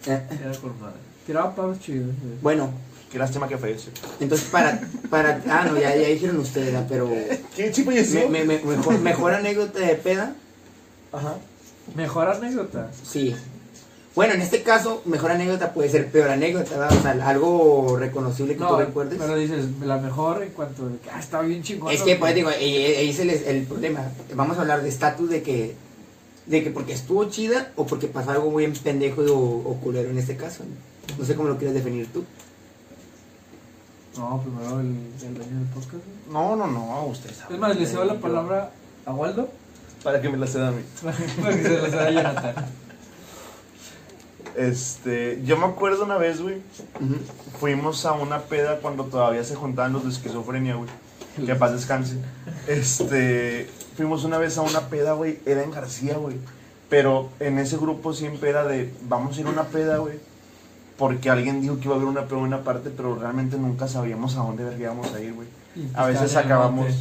Speaker 3: Era con madre. Tiraba pavos chidos, güey.
Speaker 4: Bueno,
Speaker 1: Qué lástima que falleció.
Speaker 4: entonces para. para ah, no, ya, ya dijeron ustedes, ¿verdad? pero.
Speaker 1: ¿Qué chico y
Speaker 4: Me- me- me- mejor, mejor anécdota de peda,
Speaker 1: Ajá.
Speaker 3: Mejor anécdota.
Speaker 4: sí. Bueno, en este caso, mejor anécdota puede ser peor anécdota, ¿verdad? o sea, algo reconocible que tú
Speaker 3: No,
Speaker 4: recuerdes.
Speaker 3: pero dices, la mejor en cuanto de que, ah, está bien chingón.
Speaker 4: es que, pues, digo, ahí ahí es el, el problema. Vamos a hablar de estatus de que, de que porque estuvo chida o porque pasó algo muy pendejo o, o culero en este caso. ¿no? No sé cómo lo quieres definir tú.
Speaker 3: No, primero el, el dueño del podcast. güey.
Speaker 1: No, no, no, usted sabe.
Speaker 3: Es más, le cedo la palabra a Waldo (laughs)
Speaker 1: Para que me la ceda a mí.
Speaker 3: para que se la sea Jonathan.
Speaker 1: Este, yo me acuerdo una vez, güey, fuimos a una peda cuando todavía se juntaban los de esquizofrenia, güey. Que paz descanse. Este, fuimos una vez a una peda, güey, era en García, güey. Pero en ese grupo siempre era de, vamos a ir a una peda, güey. Porque alguien dijo que iba a haber una peda en una parte, pero realmente nunca sabíamos a dónde verga íbamos a ir, güey.
Speaker 3: Y
Speaker 1: A veces
Speaker 3: está en el
Speaker 1: acabamos.
Speaker 3: monte.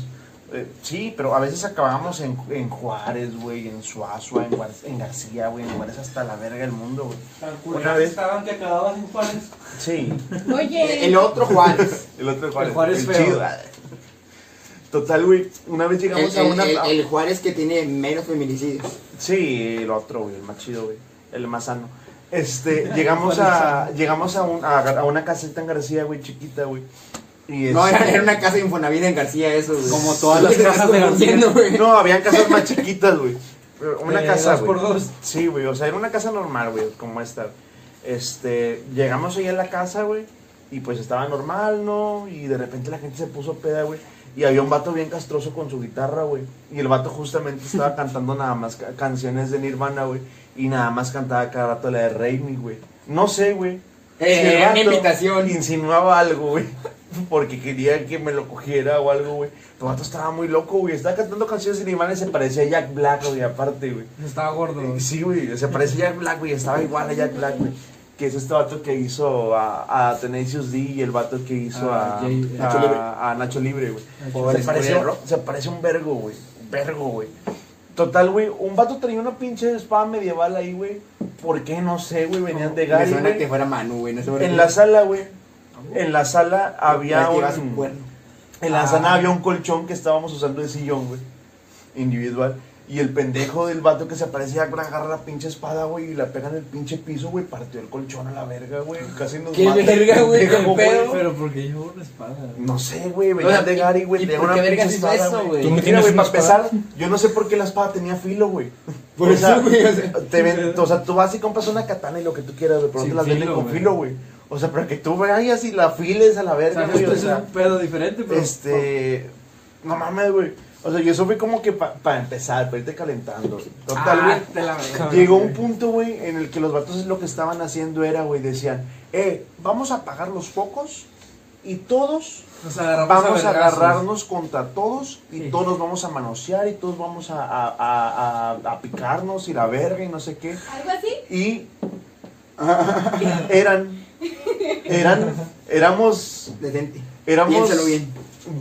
Speaker 1: eh, sí, pero a veces acabamos en, en Juárez, güey, en Suazua, en, Guar- en García, güey, en lugares hasta la verga del mundo, güey. Una vez.
Speaker 7: Estaban que acababan en Juárez.
Speaker 1: Sí,
Speaker 6: Oye,
Speaker 4: El otro
Speaker 1: (laughs)
Speaker 4: Juárez.
Speaker 1: el otro de Juárez.
Speaker 3: El Juárez feo.
Speaker 1: chido. Total, güey, una vez
Speaker 4: El,
Speaker 1: llegamos a
Speaker 4: el-
Speaker 1: una.
Speaker 4: el-
Speaker 1: a-
Speaker 4: el Juárez que tiene menos feminicidios.
Speaker 1: Sí, el otro, güey, el más chido, güey. El más sano.
Speaker 3: (laughs)
Speaker 1: Este, llegamos a. Llegamos a, un- a, a una caseta en García, güey, chiquita, güey. Y
Speaker 4: No,
Speaker 1: este-
Speaker 4: era, era una casa de Infonavit en García, eso,
Speaker 5: pues,
Speaker 4: güey.
Speaker 2: Como todas
Speaker 5: (laughs)
Speaker 2: las
Speaker 4: Te estás
Speaker 2: casas de García.
Speaker 4: confundiendo, güey.
Speaker 1: No, habían casas más chiquitas, güey. Pero Una
Speaker 3: Eh,
Speaker 1: casa,
Speaker 3: dos
Speaker 1: güey.
Speaker 3: por dos.
Speaker 1: Sí, güey, o sea, era una casa normal, güey, como esta. Este, llegamos allá a la casa, güey, y pues estaba normal, ¿no? Y de repente la gente se puso peda, güey. Y había un vato bien castroso con su guitarra, güey. Y el vato justamente
Speaker 4: (laughs)
Speaker 1: estaba cantando nada más ca- canciones de Nirvana, güey. Y nada más cantaba cada rato la de Raimi, güey. No sé, güey.
Speaker 4: Eh,
Speaker 1: el
Speaker 4: era
Speaker 1: vato
Speaker 4: una invitación.
Speaker 1: Insinuaba algo, güey. (laughs) porque quería que me lo cogiera o algo, güey. Pero vato estaba muy loco, güey. Estaba cantando canciones en animales, se parecía a Jack Black, güey, aparte, güey.
Speaker 3: Estaba
Speaker 5: (laughs)
Speaker 3: gordo. güey.
Speaker 1: Sí, güey, se parece a Jack Black, güey, estaba igual a Jack Black, güey. Que es este vato que hizo a, a Tenacious D y el vato que hizo
Speaker 3: Ah,
Speaker 1: a,
Speaker 3: Jay-
Speaker 1: a-
Speaker 4: Nacho Libre.
Speaker 1: a Nacho Libre, güey.
Speaker 4: Nacho
Speaker 1: Se
Speaker 4: Libre.
Speaker 1: parece, se parece un vergo, güey. Un vergo, güey. Total, güey, un vato traía una pinche espada medieval ahí, güey. ¿Por qué? No sé, güey, venían de
Speaker 4: Me
Speaker 1: Gary,
Speaker 4: suena que
Speaker 1: güey.
Speaker 4: fuera Manu, güey. No sé por qué.
Speaker 1: En la sala, güey. En la sala había
Speaker 4: Ya
Speaker 1: un...
Speaker 4: lleva su cuerno.
Speaker 1: En la sana había un colchón que estábamos usando de sillón, güey. Individual. Y el pendejo del vato que se aparecía agarra la pinche espada, güey, y la pega en el pinche piso, güey, partió el colchón a la verga, güey. Casi nos
Speaker 5: Qué
Speaker 1: mata el (laughs)
Speaker 5: verga, güey, qué
Speaker 1: pendejo, güey.
Speaker 5: pedo.
Speaker 3: Pero porque llevó una espada.
Speaker 1: No sé, güey, venía de Gary, güey.
Speaker 4: ¿y
Speaker 1: tenía
Speaker 4: por
Speaker 1: una
Speaker 4: qué
Speaker 1: pinche
Speaker 4: vergas hizo
Speaker 1: espada,
Speaker 4: eso, güey?
Speaker 5: Tú no
Speaker 1: Mira,
Speaker 5: tienes
Speaker 1: güey,
Speaker 5: una
Speaker 1: para empezar, yo no sé por qué la espada tenía filo, güey.
Speaker 4: (laughs) Por
Speaker 1: O sea,
Speaker 4: eso, güey, o sea.
Speaker 1: te ven- o sea, tú vas y compras una katana y lo que tú quieras, güey, pero no
Speaker 3: Sin
Speaker 1: te las venden
Speaker 3: filo,
Speaker 1: con
Speaker 3: güey.
Speaker 1: filo, güey. O sea, pero que tú vayas y la files a la
Speaker 3: O sea,
Speaker 1: verga, güey.
Speaker 3: esto
Speaker 1: o
Speaker 3: es
Speaker 1: sea.
Speaker 3: un pedo diferente, pero.
Speaker 1: Este. No mames, güey. O sea, yo eso fue como que para empezar, para irte calentando. Total,
Speaker 3: Ah,
Speaker 1: güey.
Speaker 3: te la verga.
Speaker 1: Llegó un punto, güey, en el que los vatos lo que estaban haciendo era, güey, decían, eh, vamos a apagar los focos y todos
Speaker 3: Nos agarramos
Speaker 1: vamos a
Speaker 3: vergazos.
Speaker 1: agarrarnos contra todos y
Speaker 3: Sí.
Speaker 1: todos nos vamos a manosear y todos vamos a, a- a- a- a picarnos y la verga y no sé qué.
Speaker 6: ¿Algo así?
Speaker 1: Y (laughs) eran, eran, éramos,
Speaker 4: Detente.
Speaker 1: éramos
Speaker 4: Piénsalo bien.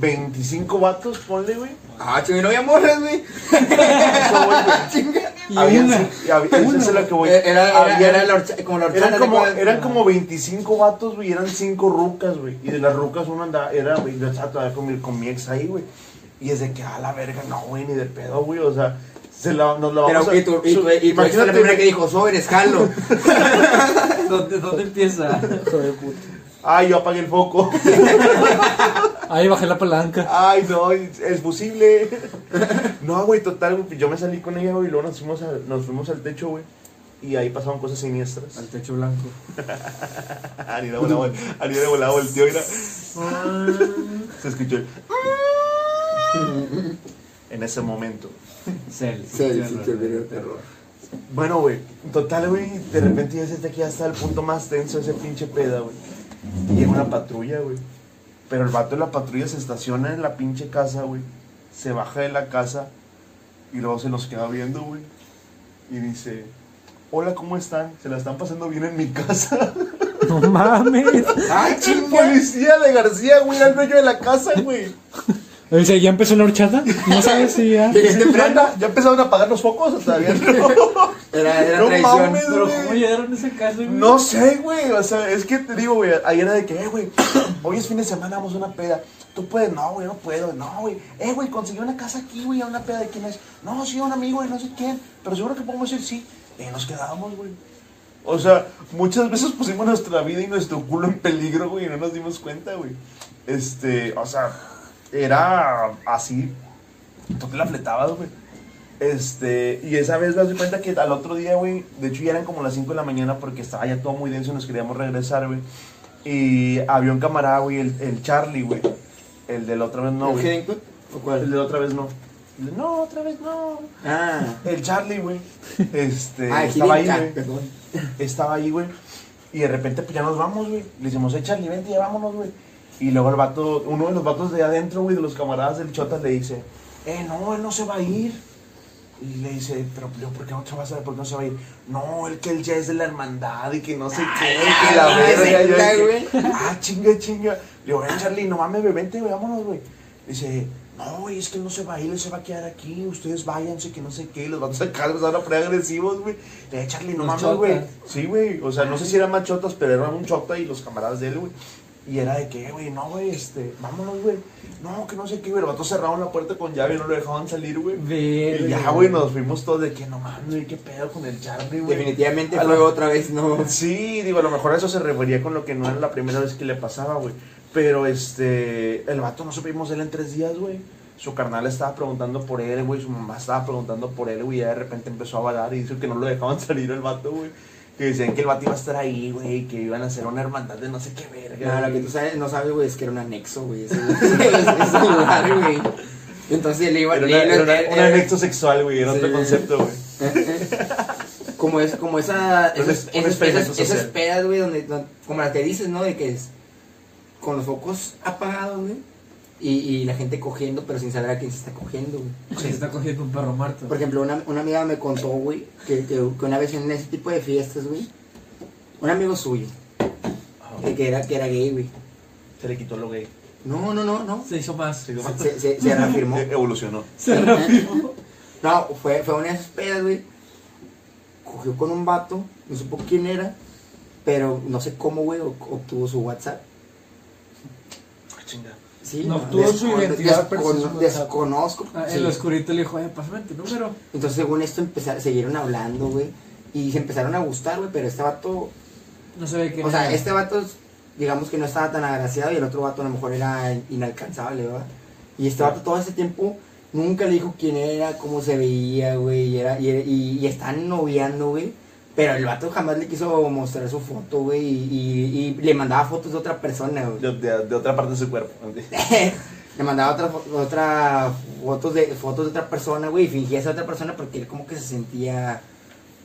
Speaker 1: 25 vatos, ponle, güey.
Speaker 4: Ah, chingue, no había morras, güey.
Speaker 1: Eso, güey, güey.
Speaker 4: (laughs) Chinga.
Speaker 1: Habían sí- hab- eso es a lo que voy.
Speaker 4: Eh, Era, era,
Speaker 1: Habían-
Speaker 4: era la horcha- como la horchata.
Speaker 1: eran,
Speaker 4: ¿te
Speaker 1: como,
Speaker 4: acuerdas?
Speaker 1: eran como 25 vatos, güey, y eran 5 rucas, güey. Y de las rucas uno andaba, era, güey, yo estaba todavía con mi, con mi ex ahí, güey. Y es de que, ah, la verga, no, güey, ni de pedo, güey, o sea, se la, nos la
Speaker 4: Pero,
Speaker 1: vamos
Speaker 4: y tú, y tú, y tú, esa es la
Speaker 1: imagínate,
Speaker 4: primera que dijo,
Speaker 1: (laughs)
Speaker 4: sobres, jalo.
Speaker 3: (laughs) ¿Dónde, dónde empieza?
Speaker 5: Hijo de puta.
Speaker 1: ay, yo apagué el foco, (laughs)
Speaker 5: Ahí bajé la palanca. (laughs)
Speaker 1: ay, no, es fusible. no, güey, total, güey, pues yo me salí con ella, güey, y luego nos fuimos, a- nos fuimos al techo, güey. Y ahí pasaban cosas (laughs) siniestras.
Speaker 3: Al techo blanco.
Speaker 1: Ari de volado, Ari de volado volteó y era- Se escuchó (laughs) el- En ese momento.
Speaker 3: Cel.
Speaker 1: Bueno, güey, total, güey, de repente ya se está aquí hasta el punto más tenso ese pinche peda, güey. Y Llega una patrulla, güey. Pero el vato de la patrulla se estaciona en la pinche casa, güey. Se baja de la casa y luego se nos queda viendo, güey. Y dice, hola, ¿cómo están? Se la están pasando bien en mi casa.
Speaker 5: No mames.
Speaker 4: Ay,
Speaker 1: El
Speaker 4: chinga.
Speaker 1: policía de García, güey, era el dueño de la casa, güey.
Speaker 5: O sea, ya empezó la horchata. No sabes si ya.
Speaker 4: Llegué temprano.
Speaker 1: ¿Ya empezaron a apagar los focos o todavía no?
Speaker 4: Era, era
Speaker 1: No
Speaker 4: traición.
Speaker 1: mames.
Speaker 3: Pero ¿cómo llegaron a ese caso? güey?
Speaker 1: No sé, güey. O sea, es que te digo, güey, ayer era de que, eh, güey, hoy es fin de semana, vamos a una peda. Tú puedes, no, güey, no puedo, no, güey. Eh, güey, conseguí una casa aquí, güey, a una peda de quién es. No, sí, a un amigo de no sé quién, pero seguro que podemos ir, sí. Y nos quedábamos, güey. O sea, muchas veces pusimos nuestra vida y nuestro culo en peligro, güey, y no nos dimos cuenta, güey. Este, o sea, era así. Tú te la fletabas, güey. Este, y esa vez me doy cuenta que al otro día, güey, de hecho ya eran como las 5 de la mañana porque estaba ya todo muy denso y nos queríamos regresar, güey. Y había un camarada, güey, el, el Charlie, güey. El de la otra vez no,
Speaker 4: ¿El
Speaker 1: güey.
Speaker 4: Hencut? ¿O
Speaker 1: El
Speaker 4: cuál?
Speaker 1: de la otra vez no. El de, No, otra vez no.
Speaker 4: Ah.
Speaker 1: El Charlie,
Speaker 4: (laughs)
Speaker 1: güey. Este,
Speaker 4: Ah, el
Speaker 1: estaba ahí,
Speaker 4: Jirinka,
Speaker 1: güey
Speaker 4: perdón.
Speaker 1: estaba ahí, güey. Y de repente, pues ya nos vamos, güey. Le decimos, eh, Charlie, vente, ya vámonos, güey. Y luego el vato, uno de los vatos de adentro, güey, de los camaradas del Chota, le dice, eh, no, él no se va a ir. Y le dice, pero, pero, ¿por qué no te vas a ir? ¿Por qué no se va a ir? No, el que él ya es de la hermandad y que no sé qué, y que la
Speaker 4: ay,
Speaker 1: verga.
Speaker 4: ay,
Speaker 1: Y yo
Speaker 4: ay,
Speaker 1: dije, Ah, chinga, chinga. Le digo, eh, Charlie, no mames, güey, vente, güey, vámonos, güey. Dice, no, güey, es que no se va a ir, él se va a quedar aquí, ustedes váyanse, que no sé qué, y los vatos acá empezaron a poner agresivos, güey. Le digo, Charlie, no
Speaker 3: Los
Speaker 1: mames,
Speaker 3: chotas.
Speaker 1: güey. Sí, güey, o sea, no sé si eran machotas, pero eran un chota y los camaradas de él, güey. Y era de que, güey, no, güey, este, vámonos, güey. No, que no sé qué, güey. Los vatos cerraron la puerta con llave, no lo dejaban salir, güey.
Speaker 3: Verga.
Speaker 1: Y ya, güey, nos fuimos todos de que no mames, güey, qué pedo con el Charlie, güey.
Speaker 4: Definitivamente
Speaker 1: A
Speaker 4: fue
Speaker 1: lo-
Speaker 4: otra vez, no.
Speaker 1: (laughs) Sí, digo, a lo mejor a eso se refería con lo que no era la primera vez que le pasaba, güey. Pero este, el vato no supimos de él en tres días, güey. Su carnal estaba preguntando por él, güey. Su mamá estaba preguntando por él, güey. Y de repente empezó a varar y dijo que no lo dejaban (laughs) salir el vato, güey. Que decían que el vato iba a estar ahí, güey. Que iban a hacer una hermandad de no sé qué verga.
Speaker 4: No, lo que
Speaker 1: güey.
Speaker 4: tú sabes, no sabes, güey, es (laughs) que era un anexo, güey. Ese, ese lugar, güey. Entonces le iba
Speaker 1: Era, una-
Speaker 4: le-
Speaker 1: era una-
Speaker 4: le-
Speaker 1: un anexo sexual, güey. Era
Speaker 4: Sí.
Speaker 1: otro concepto, güey.
Speaker 4: Como es, como esa,
Speaker 1: Un
Speaker 4: esas,
Speaker 1: es- un
Speaker 4: esas,
Speaker 1: experimento
Speaker 4: esas- esas
Speaker 1: social.
Speaker 4: pedas, güey, donde, donde- como las que dices, ¿no? De que es, con los focos apagados, güey. Y, y la gente cogiendo, pero sin saber a quién se está cogiendo, güey.
Speaker 3: Se está cogiendo un perro muerto.
Speaker 1: Pues,
Speaker 4: Por ejemplo, una, una amiga me contó, güey, que, que, que una vez en ese tipo de fiestas, güey, un amigo suyo, que, que era, que era gay, güey.
Speaker 1: Se le quitó lo gay.
Speaker 4: No, no, no, no.
Speaker 3: Se hizo más.
Speaker 1: Se dio
Speaker 4: Se,
Speaker 1: más-
Speaker 4: se- se- se reafirmó.
Speaker 1: Eh, Evolucionó.
Speaker 3: Se reafirmó.
Speaker 4: No, fue, fue una de esas pedas, güey. Cogió con un vato, no supo quién era, pero no sé cómo, güey, o- obtuvo su WhatsApp.
Speaker 1: Ah, chinga.
Speaker 4: Sí,
Speaker 2: No, obtuvo su
Speaker 4: descono-
Speaker 2: identidad, pero sí su
Speaker 4: descono-
Speaker 2: WhatsApp.
Speaker 4: Desconozco.
Speaker 3: Ah,
Speaker 4: Sí.
Speaker 3: En lo oscurito le dijo, oye, pásame tu número.
Speaker 4: Entonces, según esto, empezaron, siguieron hablando, güey. Y se empezaron a gustar, güey, pero este vato
Speaker 3: No se ve qué
Speaker 4: O sea,
Speaker 3: era.
Speaker 4: este vato, digamos que no estaba tan agraciado y el otro vato a lo mejor era inalcanzable, ¿verdad? Y este vato todo ese tiempo nunca le dijo quién era, cómo se veía, güey, y, era, y, y- y estaban noviando, güey. Pero el vato jamás le quiso mostrar su foto, güey, y, y- y le mandaba fotos de otra persona, güey. (laughs)
Speaker 1: De, de- de otra parte de su cuerpo.
Speaker 4: le mandaba otra, fo- otra fotos, de, fotos de otra persona, güey, y fingía ser otra persona porque él como que se sentía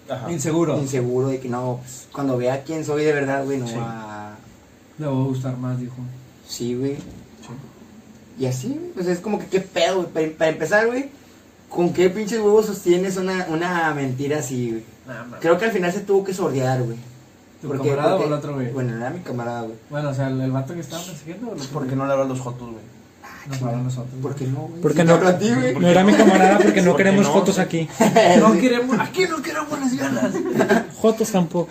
Speaker 1: Ajá.
Speaker 3: Inseguro.
Speaker 4: inseguro de que no, pues, cuando vea quién soy de verdad, güey, no
Speaker 1: Sí.
Speaker 4: va a...
Speaker 3: Le va a gustar más, dijo.
Speaker 4: Sí, güey. Y así, güey, pues es como que qué pedo, güey. Para, para empezar, güey, ¿con qué pinches huevos sostienes una, una mentira así, güey?
Speaker 3: Nada más.
Speaker 4: Creo que al final se tuvo que sordear, güey.
Speaker 3: ¿Tu
Speaker 4: Porque-
Speaker 3: camarada o
Speaker 4: porque-
Speaker 3: el otro, güey? Bueno.
Speaker 4: Bueno, era mi camarada, güey.
Speaker 3: o sea, el, el vato que estaba persiguiendo o el otro,
Speaker 1: ¿Por qué
Speaker 3: güey?
Speaker 1: no le hablan los jotos, güey?
Speaker 3: Nos hablan nosotros.
Speaker 4: ¿Por qué no, güey?
Speaker 5: ¿Por
Speaker 4: Sí
Speaker 5: qué
Speaker 4: te
Speaker 5: no?
Speaker 4: hablo a ti, güey. (laughs)
Speaker 5: No era mi camarada porque no
Speaker 1: ¿Por qué
Speaker 5: queremos
Speaker 1: no?
Speaker 5: fotos aquí.
Speaker 3: No queremos, aquí no queremos lesbianas.
Speaker 5: Jotos tampoco.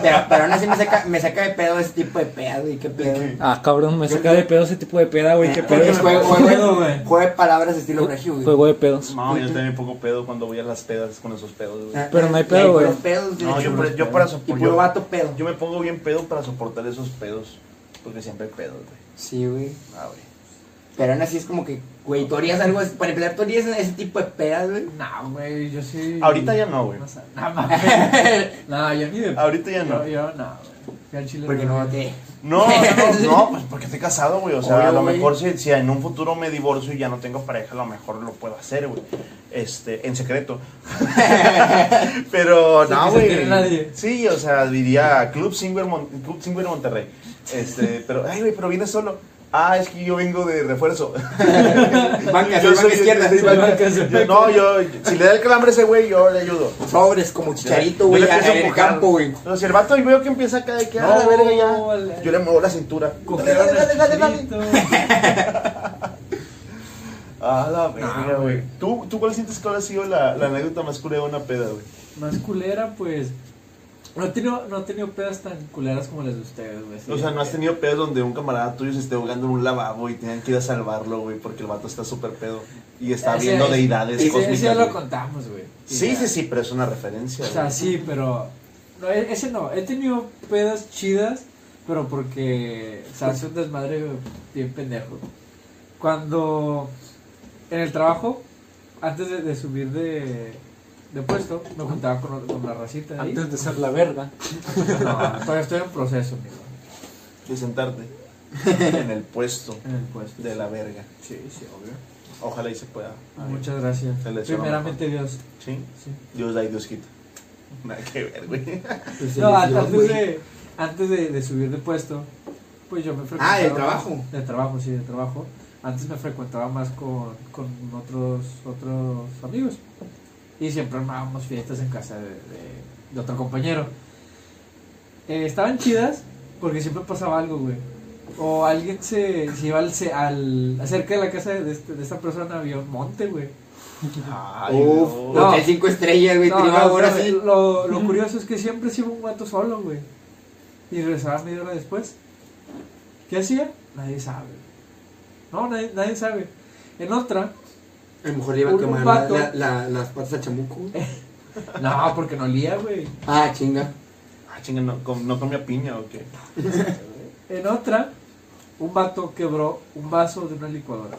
Speaker 4: Pero, pero aún así me saca, me saca de pedo ese tipo de pedo, güey. Qué pedo.
Speaker 5: Ah, cabrón, me saca de pedo ese tipo de peda, güey. Qué
Speaker 4: Porque
Speaker 5: pedo.
Speaker 4: es juego,
Speaker 3: Qué pedo,
Speaker 4: juego,
Speaker 3: güey.
Speaker 4: juego de palabras estilo regio, güey.
Speaker 5: Juego de pedos.
Speaker 1: No, yo también poco pedo cuando voy a las pedas con esos pedos, güey.
Speaker 4: Ah,
Speaker 5: Pero no hay
Speaker 4: y
Speaker 5: pedo, güey.
Speaker 4: puros pedos, de
Speaker 1: No,
Speaker 4: hecho,
Speaker 1: yo,
Speaker 4: güey.
Speaker 1: por- yo para
Speaker 4: Y
Speaker 1: soportar.
Speaker 4: puro
Speaker 1: Yo,
Speaker 4: vato pedo.
Speaker 1: yo me pongo bien pedo para soportar esos pedos. Porque siempre hay pedos, güey.
Speaker 4: Sí, güey.
Speaker 1: Ah, güey.
Speaker 4: Pero aún así es como que, güey, tú harías algo, así- para empezar, tú harías ese tipo de pedas, güey.
Speaker 3: No, güey, yo sí.
Speaker 1: Ahorita ya no, güey.
Speaker 3: No sé, nada más. (laughs) No, yo ni de.
Speaker 1: Ahorita ya no.
Speaker 3: Yo, yo no, güey. Fui al chile.
Speaker 4: Porque no, ¿qué?
Speaker 1: No, no,
Speaker 4: (laughs)
Speaker 1: no, no, pues porque estoy casado, güey. O sea, a
Speaker 4: Obvio,
Speaker 1: lo
Speaker 4: güey.
Speaker 1: mejor si, si en un futuro me divorcio y ya no tengo pareja, a lo mejor lo puedo hacer, güey. Este, en
Speaker 4: (laughs)
Speaker 1: secreto. Pero
Speaker 3: Sin
Speaker 1: no,
Speaker 3: que se entere nadie.
Speaker 1: güey. Sí, o sea, diría a Club Singer, Mon- Club Singer Monterrey. Este, pero, ay, güey, pero vienes solo. Ah, es que yo vengo de
Speaker 4: (laughs)
Speaker 1: refuerzo.
Speaker 4: Banca,
Speaker 1: Yo
Speaker 4: soy banca
Speaker 1: soy-
Speaker 4: izquierda.
Speaker 1: soy banca- yo- no, yo, si le da el calambre a ese güey, yo le ayudo.
Speaker 4: Sobres como chicharito, güey,
Speaker 1: Yo le
Speaker 4: a-
Speaker 1: empiezo a
Speaker 4: en el
Speaker 1: empujar.
Speaker 4: campo, güey.
Speaker 1: Pero si el vato y veo que empieza acá de que, ah,
Speaker 3: No,
Speaker 1: la verga ya.
Speaker 3: vale.
Speaker 1: Yo le muevo la cintura. Dale,
Speaker 3: Cogieron
Speaker 1: dale, dale, dale,
Speaker 3: el
Speaker 1: dale.
Speaker 3: grito.
Speaker 1: Ah, la verga,
Speaker 3: No,
Speaker 1: güey. ¿Tú, ¿Tú cuál sientes que ha sido la, la anécdota más culera de una peda, güey?
Speaker 3: Más culera, pues. No he, tenido, no he tenido pedas tan culeras como las de ustedes, güey. sí. eh,
Speaker 1: O sea, ¿no has tenido pedas donde un camarada tuyo se esté ahogando en un lavabo y tengan que ir a salvarlo, güey, porque el vato está súper pedo y está
Speaker 3: Ese-
Speaker 1: viendo deidades
Speaker 3: ese-
Speaker 1: cósmicas?
Speaker 3: Ese ya lo
Speaker 1: güey?
Speaker 3: contamos, güey.
Speaker 1: Sí,
Speaker 3: Ya.
Speaker 1: sí, sí, pero es una referencia,
Speaker 3: O
Speaker 1: güey.
Speaker 3: sea, sí, pero. No, e- ese no. He tenido pedas chidas, pero porque. O sea, hace un desmadre bien pendejo. Cuando. En el trabajo, antes de, de subir de, de puesto, me juntaba con, con la racita. Ahí.
Speaker 5: Antes de ser la verga.
Speaker 3: No, (laughs) todavía estoy en proceso, amigo.
Speaker 1: De
Speaker 3: (laughs)
Speaker 1: sentarte en el puesto
Speaker 3: En el puesto.
Speaker 1: de la verga.
Speaker 3: Sí, sí, obvio.
Speaker 1: Ojalá y se pueda.
Speaker 3: Muchas gracias.
Speaker 1: Se le deseo
Speaker 3: Primeramente, Dios.
Speaker 1: Sí,
Speaker 3: Sí.
Speaker 1: Dios da y Dios quita. Nada que ver, güey.
Speaker 5: Pues
Speaker 3: No, pues, eh, antes, de, antes de, de subir de puesto, pues yo me frecuentaba.
Speaker 4: Ah, ¿del
Speaker 3: más-
Speaker 4: trabajo?
Speaker 3: De trabajo, sí, de trabajo. Antes me frecuentaba más con, con otros, otros amigos. Y siempre armábamos fiestas en casa de, de- de otro compañero. Eh, estaban chidas porque siempre pasaba algo, güey. O alguien se, se iba al, ce- al. Cerca de la casa de, este- de esta persona había un monte, güey.
Speaker 1: Ay, no.
Speaker 4: Uf,
Speaker 3: no.
Speaker 4: hotel cinco estrellas, güey,
Speaker 3: No,
Speaker 4: te
Speaker 3: no,
Speaker 4: iba ahora
Speaker 3: pero
Speaker 4: sí.
Speaker 3: Lo, lo curioso es que siempre se iba un gato solo, güey. Y regresaba media hora después. ¿Qué hacía? Nadie sabe. No, nadie, nadie sabe. En otra,
Speaker 4: A lo mejor le iba a
Speaker 3: un
Speaker 4: quemar
Speaker 3: vato.
Speaker 4: la- la- la- las patas al chamuco.
Speaker 3: no, porque no olía, güey.
Speaker 4: Ah, chinga.
Speaker 1: Ah, chinga, no, com- no comía piña o qué.
Speaker 3: En otra, un vato quebró un vaso de una licuadora.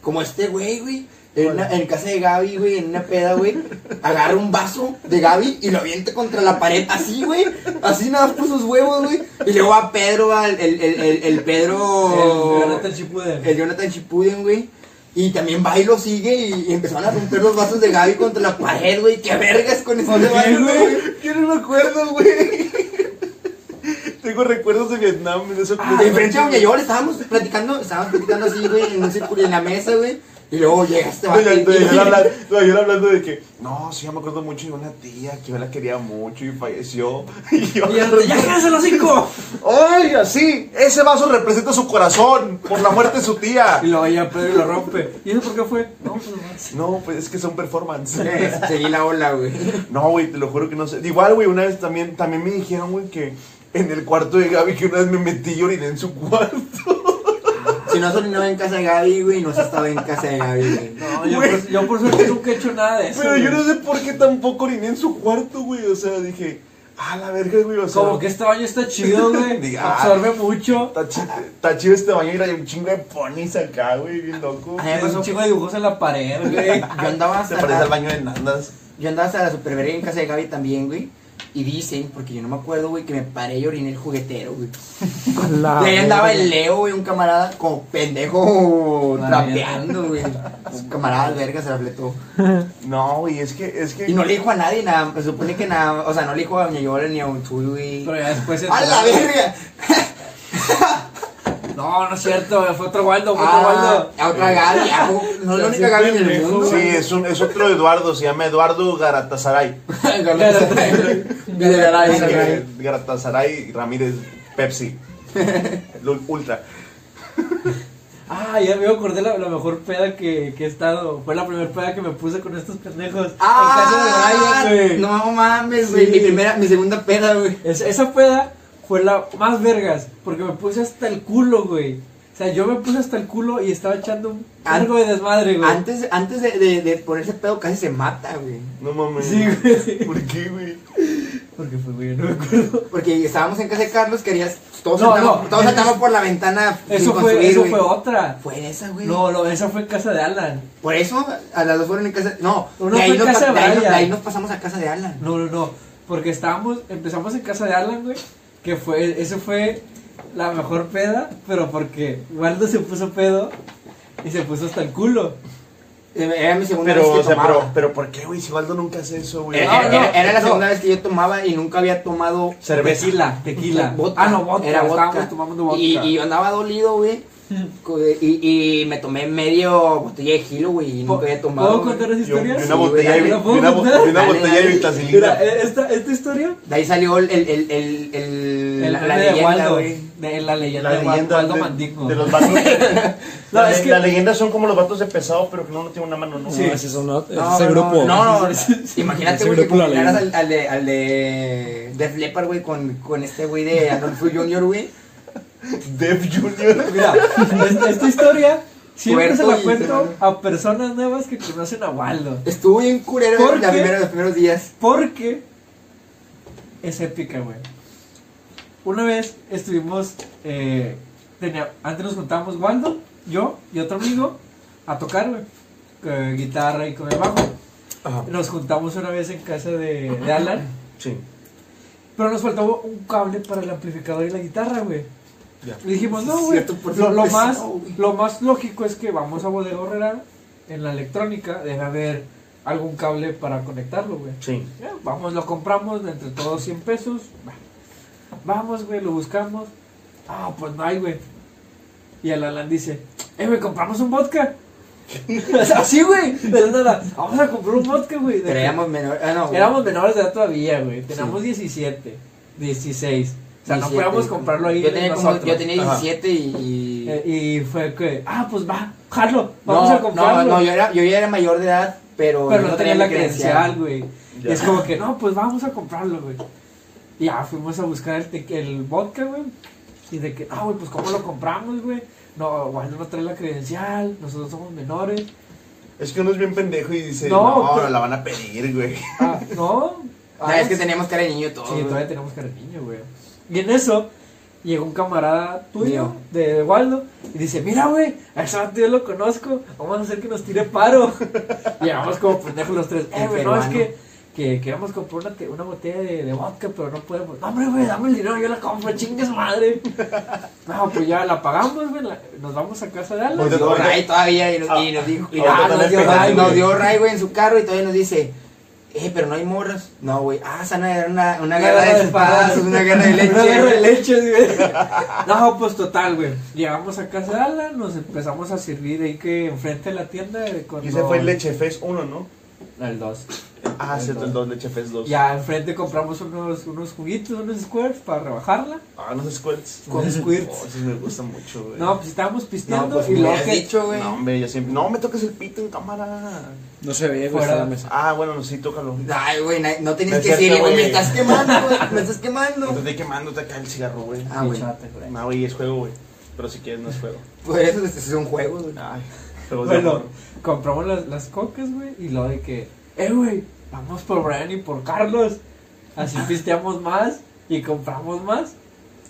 Speaker 4: Como este güey, güey. En, una- en casa de Gaby, güey, en una peda, güey, agarra un vaso de Gaby y lo avienta contra la pared, así, güey, así nada más por sus huevos, güey. Y luego va Pedro, va el, el, el, el- el Pedro.
Speaker 3: El Jonathan Chipuden.
Speaker 4: Oh. el Jonathan Chipuden, güey. Y también va y lo sigue y, y empezaron a romper los vasos de Gaby contra la pared, güey. ¿Qué vergas con ese
Speaker 3: ¿Por qué,
Speaker 4: vaso,
Speaker 3: güey?
Speaker 4: Yo no me acuerdo, güey.
Speaker 1: Tengo recuerdos de Vietnam, de eso.
Speaker 4: Ah, de enfrente donde yo le estábamos platicando, estábamos platicando así, güey, en un círculo en la mesa, güey. Y luego este llegaste,
Speaker 1: Doña-
Speaker 4: güey.
Speaker 1: doña Yola habla- doña Yola hablando de que, no, sí, yo me acuerdo mucho de una tía que yo la quería mucho y falleció. (laughs) Y yo,
Speaker 3: cállese los cinco!
Speaker 1: ¡Ay, así! Ese vaso representa su corazón por la muerte de su tía.
Speaker 3: Y luego ya Pedro lo rompe. ¿Y eso por qué fue? No, pues nomás.
Speaker 1: No, pues es que son performance.
Speaker 4: Seguí la ola, güey.
Speaker 1: No, güey, te lo juro que no sé. Igual, güey, una vez también, también me dijeron, güey, que en el cuarto de Gaby, que una vez me metí y oriné en su cuarto.
Speaker 4: Si no solinaba en casa de Gaby, güey, no se estaba en casa de Gaby, güey.
Speaker 3: No, yo por, yo por suerte nunca he hecho nada de eso.
Speaker 1: Pero yo no
Speaker 3: güey.
Speaker 1: sé por qué tampoco oriné en su cuarto, güey. O sea, dije, a la verga, güey. O sea,
Speaker 3: Como que este baño está chido, güey.
Speaker 1: Diga,
Speaker 3: Absorbe mucho.
Speaker 1: Está, chi- está chido este baño y hay un chingo de ponis acá, güey, bien loco.
Speaker 4: Ay,
Speaker 3: Hay un chico de dibujos en la pared,
Speaker 4: (laughs)
Speaker 3: güey.
Speaker 4: Yo andaba
Speaker 1: Se
Speaker 4: hasta
Speaker 1: parece
Speaker 4: la-
Speaker 1: al baño de Nandas.
Speaker 4: Yo andaba hasta la superverga en casa de Gaby también, güey. Y dicen, porque yo no me acuerdo, güey, que me paré y oriné el juguetero, güey. y ahí andaba el Leo, güey, un camarada como pendejo
Speaker 3: Vale.
Speaker 4: trapeando, güey. Su camarada verga se la fletó.
Speaker 1: No, güey, es que, es que.
Speaker 4: Y no le dijo a nadie nada, se supone que nada, o sea, no le dijo a Doña Yola ni a un tuy, güey.
Speaker 3: Pero ya después se
Speaker 4: ¡A la verga!
Speaker 3: No, no es cierto, güey. Fue otro Waldo, fue otro
Speaker 4: Ah,
Speaker 3: Waldo.
Speaker 4: a otra Gaby, ah, no es la única Gaby en el mundo. (laughs)
Speaker 1: Sí, es, un, es otro Eduardo, se llama Eduardo Garatasaray.
Speaker 4: Gaby.
Speaker 1: Garatasaray Ramírez
Speaker 4: (laughs)
Speaker 1: Pepsi. Lo- Ultra.
Speaker 3: Ah, ya me acordé la, la mejor peda que, que he estado. Fue la primera peda que me puse con estos pendejos.
Speaker 4: Ah,
Speaker 3: en casa de Brian, güey.
Speaker 4: no mames, güey,
Speaker 3: Sí.
Speaker 4: mi primera, mi segunda peda, güey.
Speaker 3: Es- esa peda fue la más vergas, porque me puse hasta el culo, güey. O sea, yo me puse hasta el culo y estaba echando un
Speaker 4: An-
Speaker 3: algo de desmadre, güey.
Speaker 4: Antes, antes de, de, de ponerse pedo casi se mata, güey.
Speaker 1: No mames.
Speaker 3: Sí, güey.
Speaker 1: ¿Por qué, güey?
Speaker 3: Porque fue, güey, no me acuerdo.
Speaker 4: Porque estábamos en casa de Carlos, querías. Todos
Speaker 3: No,
Speaker 4: saltamos,
Speaker 3: no. eh,
Speaker 4: todos saltamos por la ventana. sin
Speaker 3: Eso fue,
Speaker 4: construir,
Speaker 3: eso
Speaker 4: güey.
Speaker 3: fue otra.
Speaker 4: Fue en esa, güey.
Speaker 3: No, no, esa fue en casa de Alan.
Speaker 4: Por eso a las dos fueron en casa. No,
Speaker 3: Uno
Speaker 4: de, ahí
Speaker 3: fue en
Speaker 4: nos,
Speaker 3: casa
Speaker 4: pa-
Speaker 3: de
Speaker 4: de ahí nos-
Speaker 3: Brian.
Speaker 4: de ahí nos pasamos a casa de Alan.
Speaker 3: No, no, no. Porque estábamos, empezamos en casa de Alan, güey. Que fue, eso fue la mejor peda, pero porque Waldo se puso pedo y se puso hasta el culo.
Speaker 4: Eh, Era mi segunda
Speaker 1: Pero,
Speaker 4: vez que
Speaker 1: o sea,
Speaker 4: tomaba.
Speaker 1: pero, pero ¿por qué, güey? Si Waldo nunca hace eso, güey.
Speaker 4: Eh,
Speaker 3: No,
Speaker 4: era,
Speaker 3: no,
Speaker 4: era- era la
Speaker 3: no.
Speaker 4: segunda vez que yo tomaba y nunca había tomado
Speaker 1: Cerveza.
Speaker 3: Tequila, tequila.
Speaker 4: Vodka.
Speaker 3: Ah, no, (laughs) vodka.
Speaker 4: Era vodka.
Speaker 3: Estábamos tomando vodka.
Speaker 4: Y, y yo andaba dolido, güey. Co- Y, y me tomé medio botella de gilo, güey. Y
Speaker 3: Po-
Speaker 4: nunca había tomado.
Speaker 3: ¿Puedo
Speaker 4: güey.
Speaker 3: contar esa
Speaker 1: Yo-
Speaker 3: historia?
Speaker 1: y
Speaker 4: Sí,
Speaker 1: una botella,
Speaker 4: güey,
Speaker 1: de-
Speaker 3: ¿la
Speaker 1: y
Speaker 3: puedo
Speaker 1: una, bo-
Speaker 3: contar?
Speaker 1: y una
Speaker 4: Dale,
Speaker 1: botella de
Speaker 4: dale.
Speaker 1: vitacilina.
Speaker 3: Mira, eh, esta, esta historia.
Speaker 4: De ahí salió el, el, el, el, el-
Speaker 3: El
Speaker 4: la,
Speaker 3: meme de
Speaker 4: leyenda,
Speaker 3: Waldo.
Speaker 4: güey.
Speaker 3: De la leyenda
Speaker 1: La
Speaker 3: de Waldo,
Speaker 1: leyenda
Speaker 3: Waldo
Speaker 1: de,
Speaker 3: Mandingo.
Speaker 1: de los vatos.
Speaker 3: (laughs) No,
Speaker 1: la,
Speaker 3: es
Speaker 1: le-
Speaker 3: que-
Speaker 1: la leyenda son como los vatos de pesado, pero que no, no tiene una mano, ¿no?
Speaker 5: Sí, ese, es uno- ese
Speaker 4: No,
Speaker 5: grupo.
Speaker 4: No,
Speaker 3: (laughs)
Speaker 4: no, no. Imagínate,
Speaker 5: Ese
Speaker 4: güey, que
Speaker 5: grupo la
Speaker 4: combinaras al,
Speaker 5: leyenda.
Speaker 4: al de, al de Def Leppard, güey, con, con este güey de Adolfo Junior, güey.
Speaker 1: Dev Junior.
Speaker 3: Mira, esta, esta historia siempre
Speaker 4: Puerto
Speaker 3: se la
Speaker 4: y
Speaker 3: cuento
Speaker 4: Cerrado.
Speaker 3: a personas nuevas que conocen a Waldo.
Speaker 4: Estuvo bien culero
Speaker 3: ¿Por
Speaker 4: güey, la
Speaker 3: qué?
Speaker 4: primera, los primeros días.
Speaker 3: Porque es épica, güey. Una vez estuvimos. eh, tenía- antes nos juntábamos Waldo, yo y otro amigo a tocar, güey. con guitarra y con el bajo. Nos juntamos una vez en casa de, de Alan.
Speaker 1: Sí.
Speaker 3: Pero nos faltaba un cable para el amplificador y la guitarra, güey.
Speaker 1: Ya.
Speaker 3: Y dijimos,
Speaker 4: Sí,
Speaker 3: no,
Speaker 4: es
Speaker 3: güey.
Speaker 4: cierto, por
Speaker 3: Lo,
Speaker 4: fin
Speaker 3: lo
Speaker 4: empezó,
Speaker 3: más,
Speaker 4: güey.
Speaker 3: lo más lógico es que vamos a Bodega Herrera en la electrónica. Debe haber algún cable para conectarlo, güey.
Speaker 1: Sí.
Speaker 3: Ya, Eh, Vamos, lo compramos, entre todos 100 pesos. va. Vamos, güey, lo buscamos. Ah, pues no hay, güey. Y el Alan dice, eh, güey, compramos un vodka. (laughs) O sea, Así, güey. De la nada, vamos a comprar un vodka, güey. De
Speaker 4: Pero
Speaker 3: que-
Speaker 4: éramos menores. Ah, no, güey.
Speaker 3: Éramos menores de edad todavía, güey. Teníamos 17, 16. O sea, no
Speaker 4: 17,
Speaker 3: podíamos comprarlo ahí.
Speaker 4: Yo tenía, como-
Speaker 3: nosotros.
Speaker 4: yo tenía
Speaker 1: Ajá.
Speaker 4: 17 y.
Speaker 3: Eh, y fue que, ah, pues va, jalo,
Speaker 4: no,
Speaker 3: vamos a
Speaker 4: no,
Speaker 3: comprarlo.
Speaker 4: no, yo, era, yo ya era mayor de edad, pero,
Speaker 3: pero no tenía la
Speaker 4: mi
Speaker 3: credencial, güey. Y
Speaker 1: Ya.
Speaker 3: es como que, no, pues vamos a comprarlo, güey. Y ya fuimos a buscar el, te- el vodka, güey. Y de que, ah, güey, pues cómo lo compramos, güey. No, Waldo no trae la credencial, nosotros somos menores.
Speaker 1: Es que uno es bien pendejo y dice,
Speaker 3: No,
Speaker 1: no,
Speaker 3: pero-
Speaker 1: no la van a pedir, güey.
Speaker 3: Ah, (laughs) no.
Speaker 4: No,
Speaker 3: Ah,
Speaker 4: es que teníamos cara de niño y todo.
Speaker 3: Sí,
Speaker 4: güey.
Speaker 3: todavía tenemos cariño, güey. Y en eso llegó un camarada tuyo,
Speaker 4: Mío.
Speaker 3: de Waldo, y dice, mira, güey, a ese vato yo lo conozco, vamos a hacer que nos tire paro. (laughs) y llegamos como pendejos los tres, eh,
Speaker 4: El
Speaker 3: güey, no, es
Speaker 4: peruano.
Speaker 3: que, que queríamos comprar una, te- una botella de, de vodka, pero no podemos. No, hombre, güey, dame el dinero, yo la compro, chingue su madre. (laughs) no, pues ya la pagamos, güey, la- nos vamos a casa de
Speaker 4: Nos
Speaker 3: Alan.
Speaker 1: Pues,
Speaker 4: dio
Speaker 1: Ahorita-
Speaker 4: Ray todavía y nos, y nos dijo. y
Speaker 1: ahorita
Speaker 4: ah,
Speaker 1: están
Speaker 4: nos dio
Speaker 1: esperando,
Speaker 4: Ray, nos
Speaker 1: güey.
Speaker 4: dio Ray, güey, en su carro y todavía nos dice. Eh, pero no hay morras. No, güey. Ah, se van a dar una, una guerra de espadas, una guerra de leche.
Speaker 3: Una guerra de leche, güey. (laughs) No, pues total, güey. Llegamos a casa de Alan, nos empezamos a servir ahí que enfrente de la tienda. de
Speaker 1: Y
Speaker 3: cuando-
Speaker 1: ese fue el Leche Fest 1, ¿no?
Speaker 3: El 2.
Speaker 1: Ah, cierto, el 2, Leche Fest 2.
Speaker 3: Ya enfrente compramos unos, unos juguitos, unos squares para rebajarla.
Speaker 1: Ah, no sé
Speaker 3: (laughs)
Speaker 1: squirts.
Speaker 3: Con squirts.
Speaker 1: Oh, esos me gustan mucho, güey.
Speaker 3: No, pues estábamos
Speaker 4: No,
Speaker 3: pisteando
Speaker 4: pues
Speaker 3: y
Speaker 4: me
Speaker 3: luego
Speaker 4: has
Speaker 3: que
Speaker 4: dicho, güey.
Speaker 1: No, hombre, yo siempre. No me toques el pito en cámara.
Speaker 5: No se ve, güey,
Speaker 3: Fuera.
Speaker 5: está la mesa.
Speaker 1: Ah, bueno, no, sí, tócalo.
Speaker 4: Ay, güey, na- no
Speaker 1: No
Speaker 4: tenías
Speaker 1: es
Speaker 4: que
Speaker 1: cierto,
Speaker 4: decirle, güey, me
Speaker 1: güey.
Speaker 4: estás quemando, güey, me estás quemando.
Speaker 1: No te estoy quemando, te acá el cigarro, güey.
Speaker 4: Ah, güey,
Speaker 1: No, güey, es juego, güey. Pero si quieres, no es juego.
Speaker 4: por eso este es es un juego, güey.
Speaker 1: Ay, juegos de
Speaker 3: Bueno,
Speaker 1: amor.
Speaker 3: compramos las, las cocas, güey, y lo de que, eh, güey, vamos por Brian y por Carlos. Así pisteamos más y compramos más.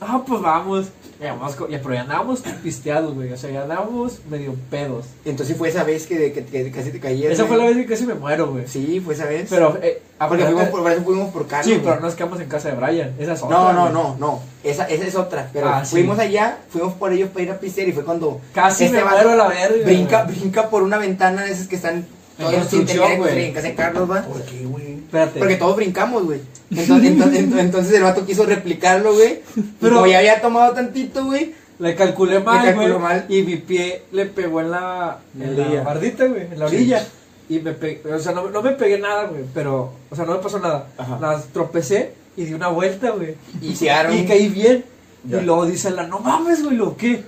Speaker 3: Ah, pues vamos. Y además co- y- pero ya andábamos pisteados, güey. O sea, ya andábamos medio pedos.
Speaker 4: Entonces fue esa vez que, que- que casi te caías.
Speaker 3: Esa fue
Speaker 4: güey.
Speaker 3: la vez que casi me muero, güey.
Speaker 4: Sí, fue esa vez.
Speaker 3: Pero, eh,
Speaker 4: Ah, porque fuimos
Speaker 3: aparte-
Speaker 4: por, por eso fuimos por Carlos.
Speaker 3: Sí,
Speaker 4: güey.
Speaker 3: pero no nos quedamos en casa de Brian. Esa es otra.
Speaker 4: No, no,
Speaker 3: güey.
Speaker 4: no, no. Esa, esa es otra. Pero
Speaker 3: Ah, sí.
Speaker 4: fuimos allá, fuimos por ellos para ir a pistear y fue cuando. este
Speaker 3: Casi me
Speaker 4: vato
Speaker 3: muero a la verga.
Speaker 4: Brinca,
Speaker 3: güey.
Speaker 4: brinca por una ventana de esas que están. Todos sin
Speaker 3: construcción,
Speaker 4: terminar de construir
Speaker 3: güey.
Speaker 4: en casa de Carlos, va.
Speaker 1: ¿Por qué, güey?
Speaker 3: Espérate.
Speaker 4: Porque todos brincamos, güey.
Speaker 3: (laughs)
Speaker 4: Entonces, entonces, ento- entonces el vato quiso replicarlo, güey. Pero
Speaker 3: Pero-
Speaker 4: como ya había tomado tantito, güey.
Speaker 3: Le calculé mal,
Speaker 4: calculó
Speaker 3: güey,
Speaker 4: mal.
Speaker 3: Y mi pie le pegó en la, en
Speaker 5: La
Speaker 3: la
Speaker 5: orilla.
Speaker 3: bardita, güey, en la orilla. Y me pegué, o sea, no, no me pegué nada, güey, pero, o sea, no me pasó nada.
Speaker 1: Ajá.
Speaker 3: Las tropecé y di una vuelta, güey.
Speaker 4: Y se arma.
Speaker 3: Y caí bien.
Speaker 1: Ya.
Speaker 3: Y luego dice la, no mames, güey, lo que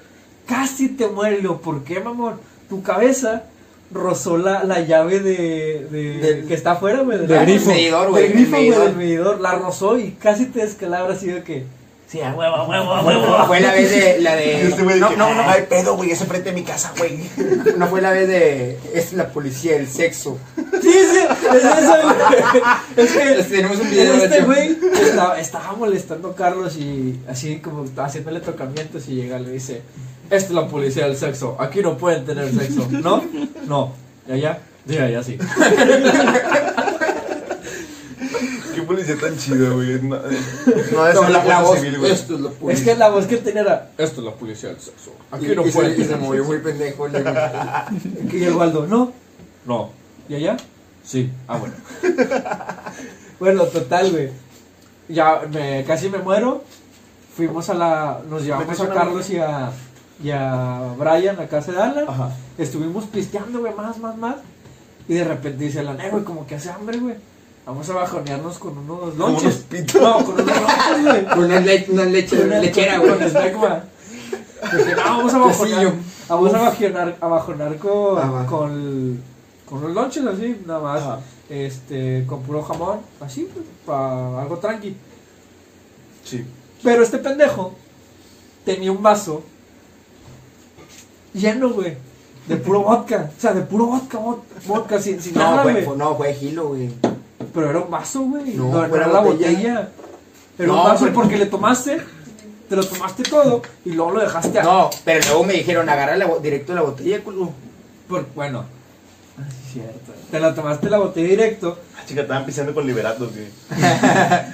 Speaker 3: casi te mueres. Lo, ¿por qué, mamón? Tu cabeza rozó la, la llave de, de-
Speaker 4: Del-
Speaker 3: que está afuera, güey. del
Speaker 5: del
Speaker 3: agua,
Speaker 5: grifo.
Speaker 3: güey.
Speaker 4: Medidor, güey,
Speaker 3: Del
Speaker 4: del
Speaker 3: grifo, güey,
Speaker 4: medidor.
Speaker 3: del medidor. La rozó y casi te descalabra así de que, sí, a huevo, a huevo, a huevo.
Speaker 4: Fue la vez de. La
Speaker 1: Y (laughs)
Speaker 4: de
Speaker 1: este güey,
Speaker 4: no,
Speaker 1: de que,
Speaker 4: no, no.
Speaker 1: Ay, pedo, güey, ese frente de mi casa, güey.
Speaker 4: No fue la vez de. Es la policía, el sexo.
Speaker 3: Sí, sí, es eso, güey. Es que
Speaker 4: Tenemos un video de
Speaker 3: este
Speaker 4: hecho.
Speaker 3: güey estaba, estaba molestando a Carlos y así como haciéndole tocamientos y llega y le dice, esta es la policía del sexo, aquí no pueden tener sexo, ¿no? No, y allá, sí, allá sí.
Speaker 1: Qué policía tan chido, güey. No, eh, no es
Speaker 4: No, la, la
Speaker 1: Guardia
Speaker 4: voz.
Speaker 1: Civil, güey.
Speaker 4: Esto es la
Speaker 3: Es
Speaker 4: policía.
Speaker 3: que la voz que tenía era,
Speaker 7: Esto es la policía del sexo.
Speaker 4: Aquí no puede. Y se movió muy pendejo. le-
Speaker 3: (laughs) y el Waldo, no, no, y allá, sí, ah, bueno. (laughs) Bueno, total, güey, ya me, casi me muero, fuimos a la, nos llevamos a Carlos y a, y a Brian a casa de Alan.
Speaker 1: Ajá.
Speaker 3: Estuvimos pisteando, güey, más, más, más. Y de repente dice la eh, güey, como que hace hambre, güey. Vamos a bajonearnos con unos
Speaker 1: unos
Speaker 3: lonches.
Speaker 1: pitos.
Speaker 3: No, con unos lonches, güey.
Speaker 4: Con una, le- una leche,
Speaker 3: Con
Speaker 4: una
Speaker 3: una-
Speaker 4: lechera,
Speaker 3: con-
Speaker 4: güey.
Speaker 3: Con Smegma. Dije, no, pues, ah, vamos a bajonar. ah,
Speaker 4: Quesillo. Ah,
Speaker 3: Vamos a bajonar, a bajonar con,
Speaker 4: Ajá.
Speaker 3: con, con unos lonches así, nada más.
Speaker 4: Ah.
Speaker 1: Ajá.
Speaker 3: Este, con puro jamón, así, güey, pa- algo tranqui.
Speaker 1: Sí.
Speaker 3: Pero este pendejo tenía un vaso lleno, güey. De puro vodka. O sea, de puro vodka, vod- vodka, sin, sin
Speaker 4: No,
Speaker 3: nada,
Speaker 4: fue,
Speaker 3: güey.
Speaker 4: fue- no, fue Gilo, güey.
Speaker 3: Pero era un vaso, güey.
Speaker 4: No,
Speaker 3: No, no
Speaker 4: fue
Speaker 3: era
Speaker 4: la
Speaker 3: la
Speaker 4: botella.
Speaker 3: botella. Era
Speaker 4: No,
Speaker 3: un vaso
Speaker 4: fue-
Speaker 3: porque le tomaste, te lo tomaste todo y luego lo dejaste a...
Speaker 4: No, pero luego me dijeron, agarra la bo- directo de la botella, culo.
Speaker 3: Por- bueno. Ah, sí, cierto. Te la tomaste la botella directo.
Speaker 1: Ah, chica, estaban pisando con liberatos, güey.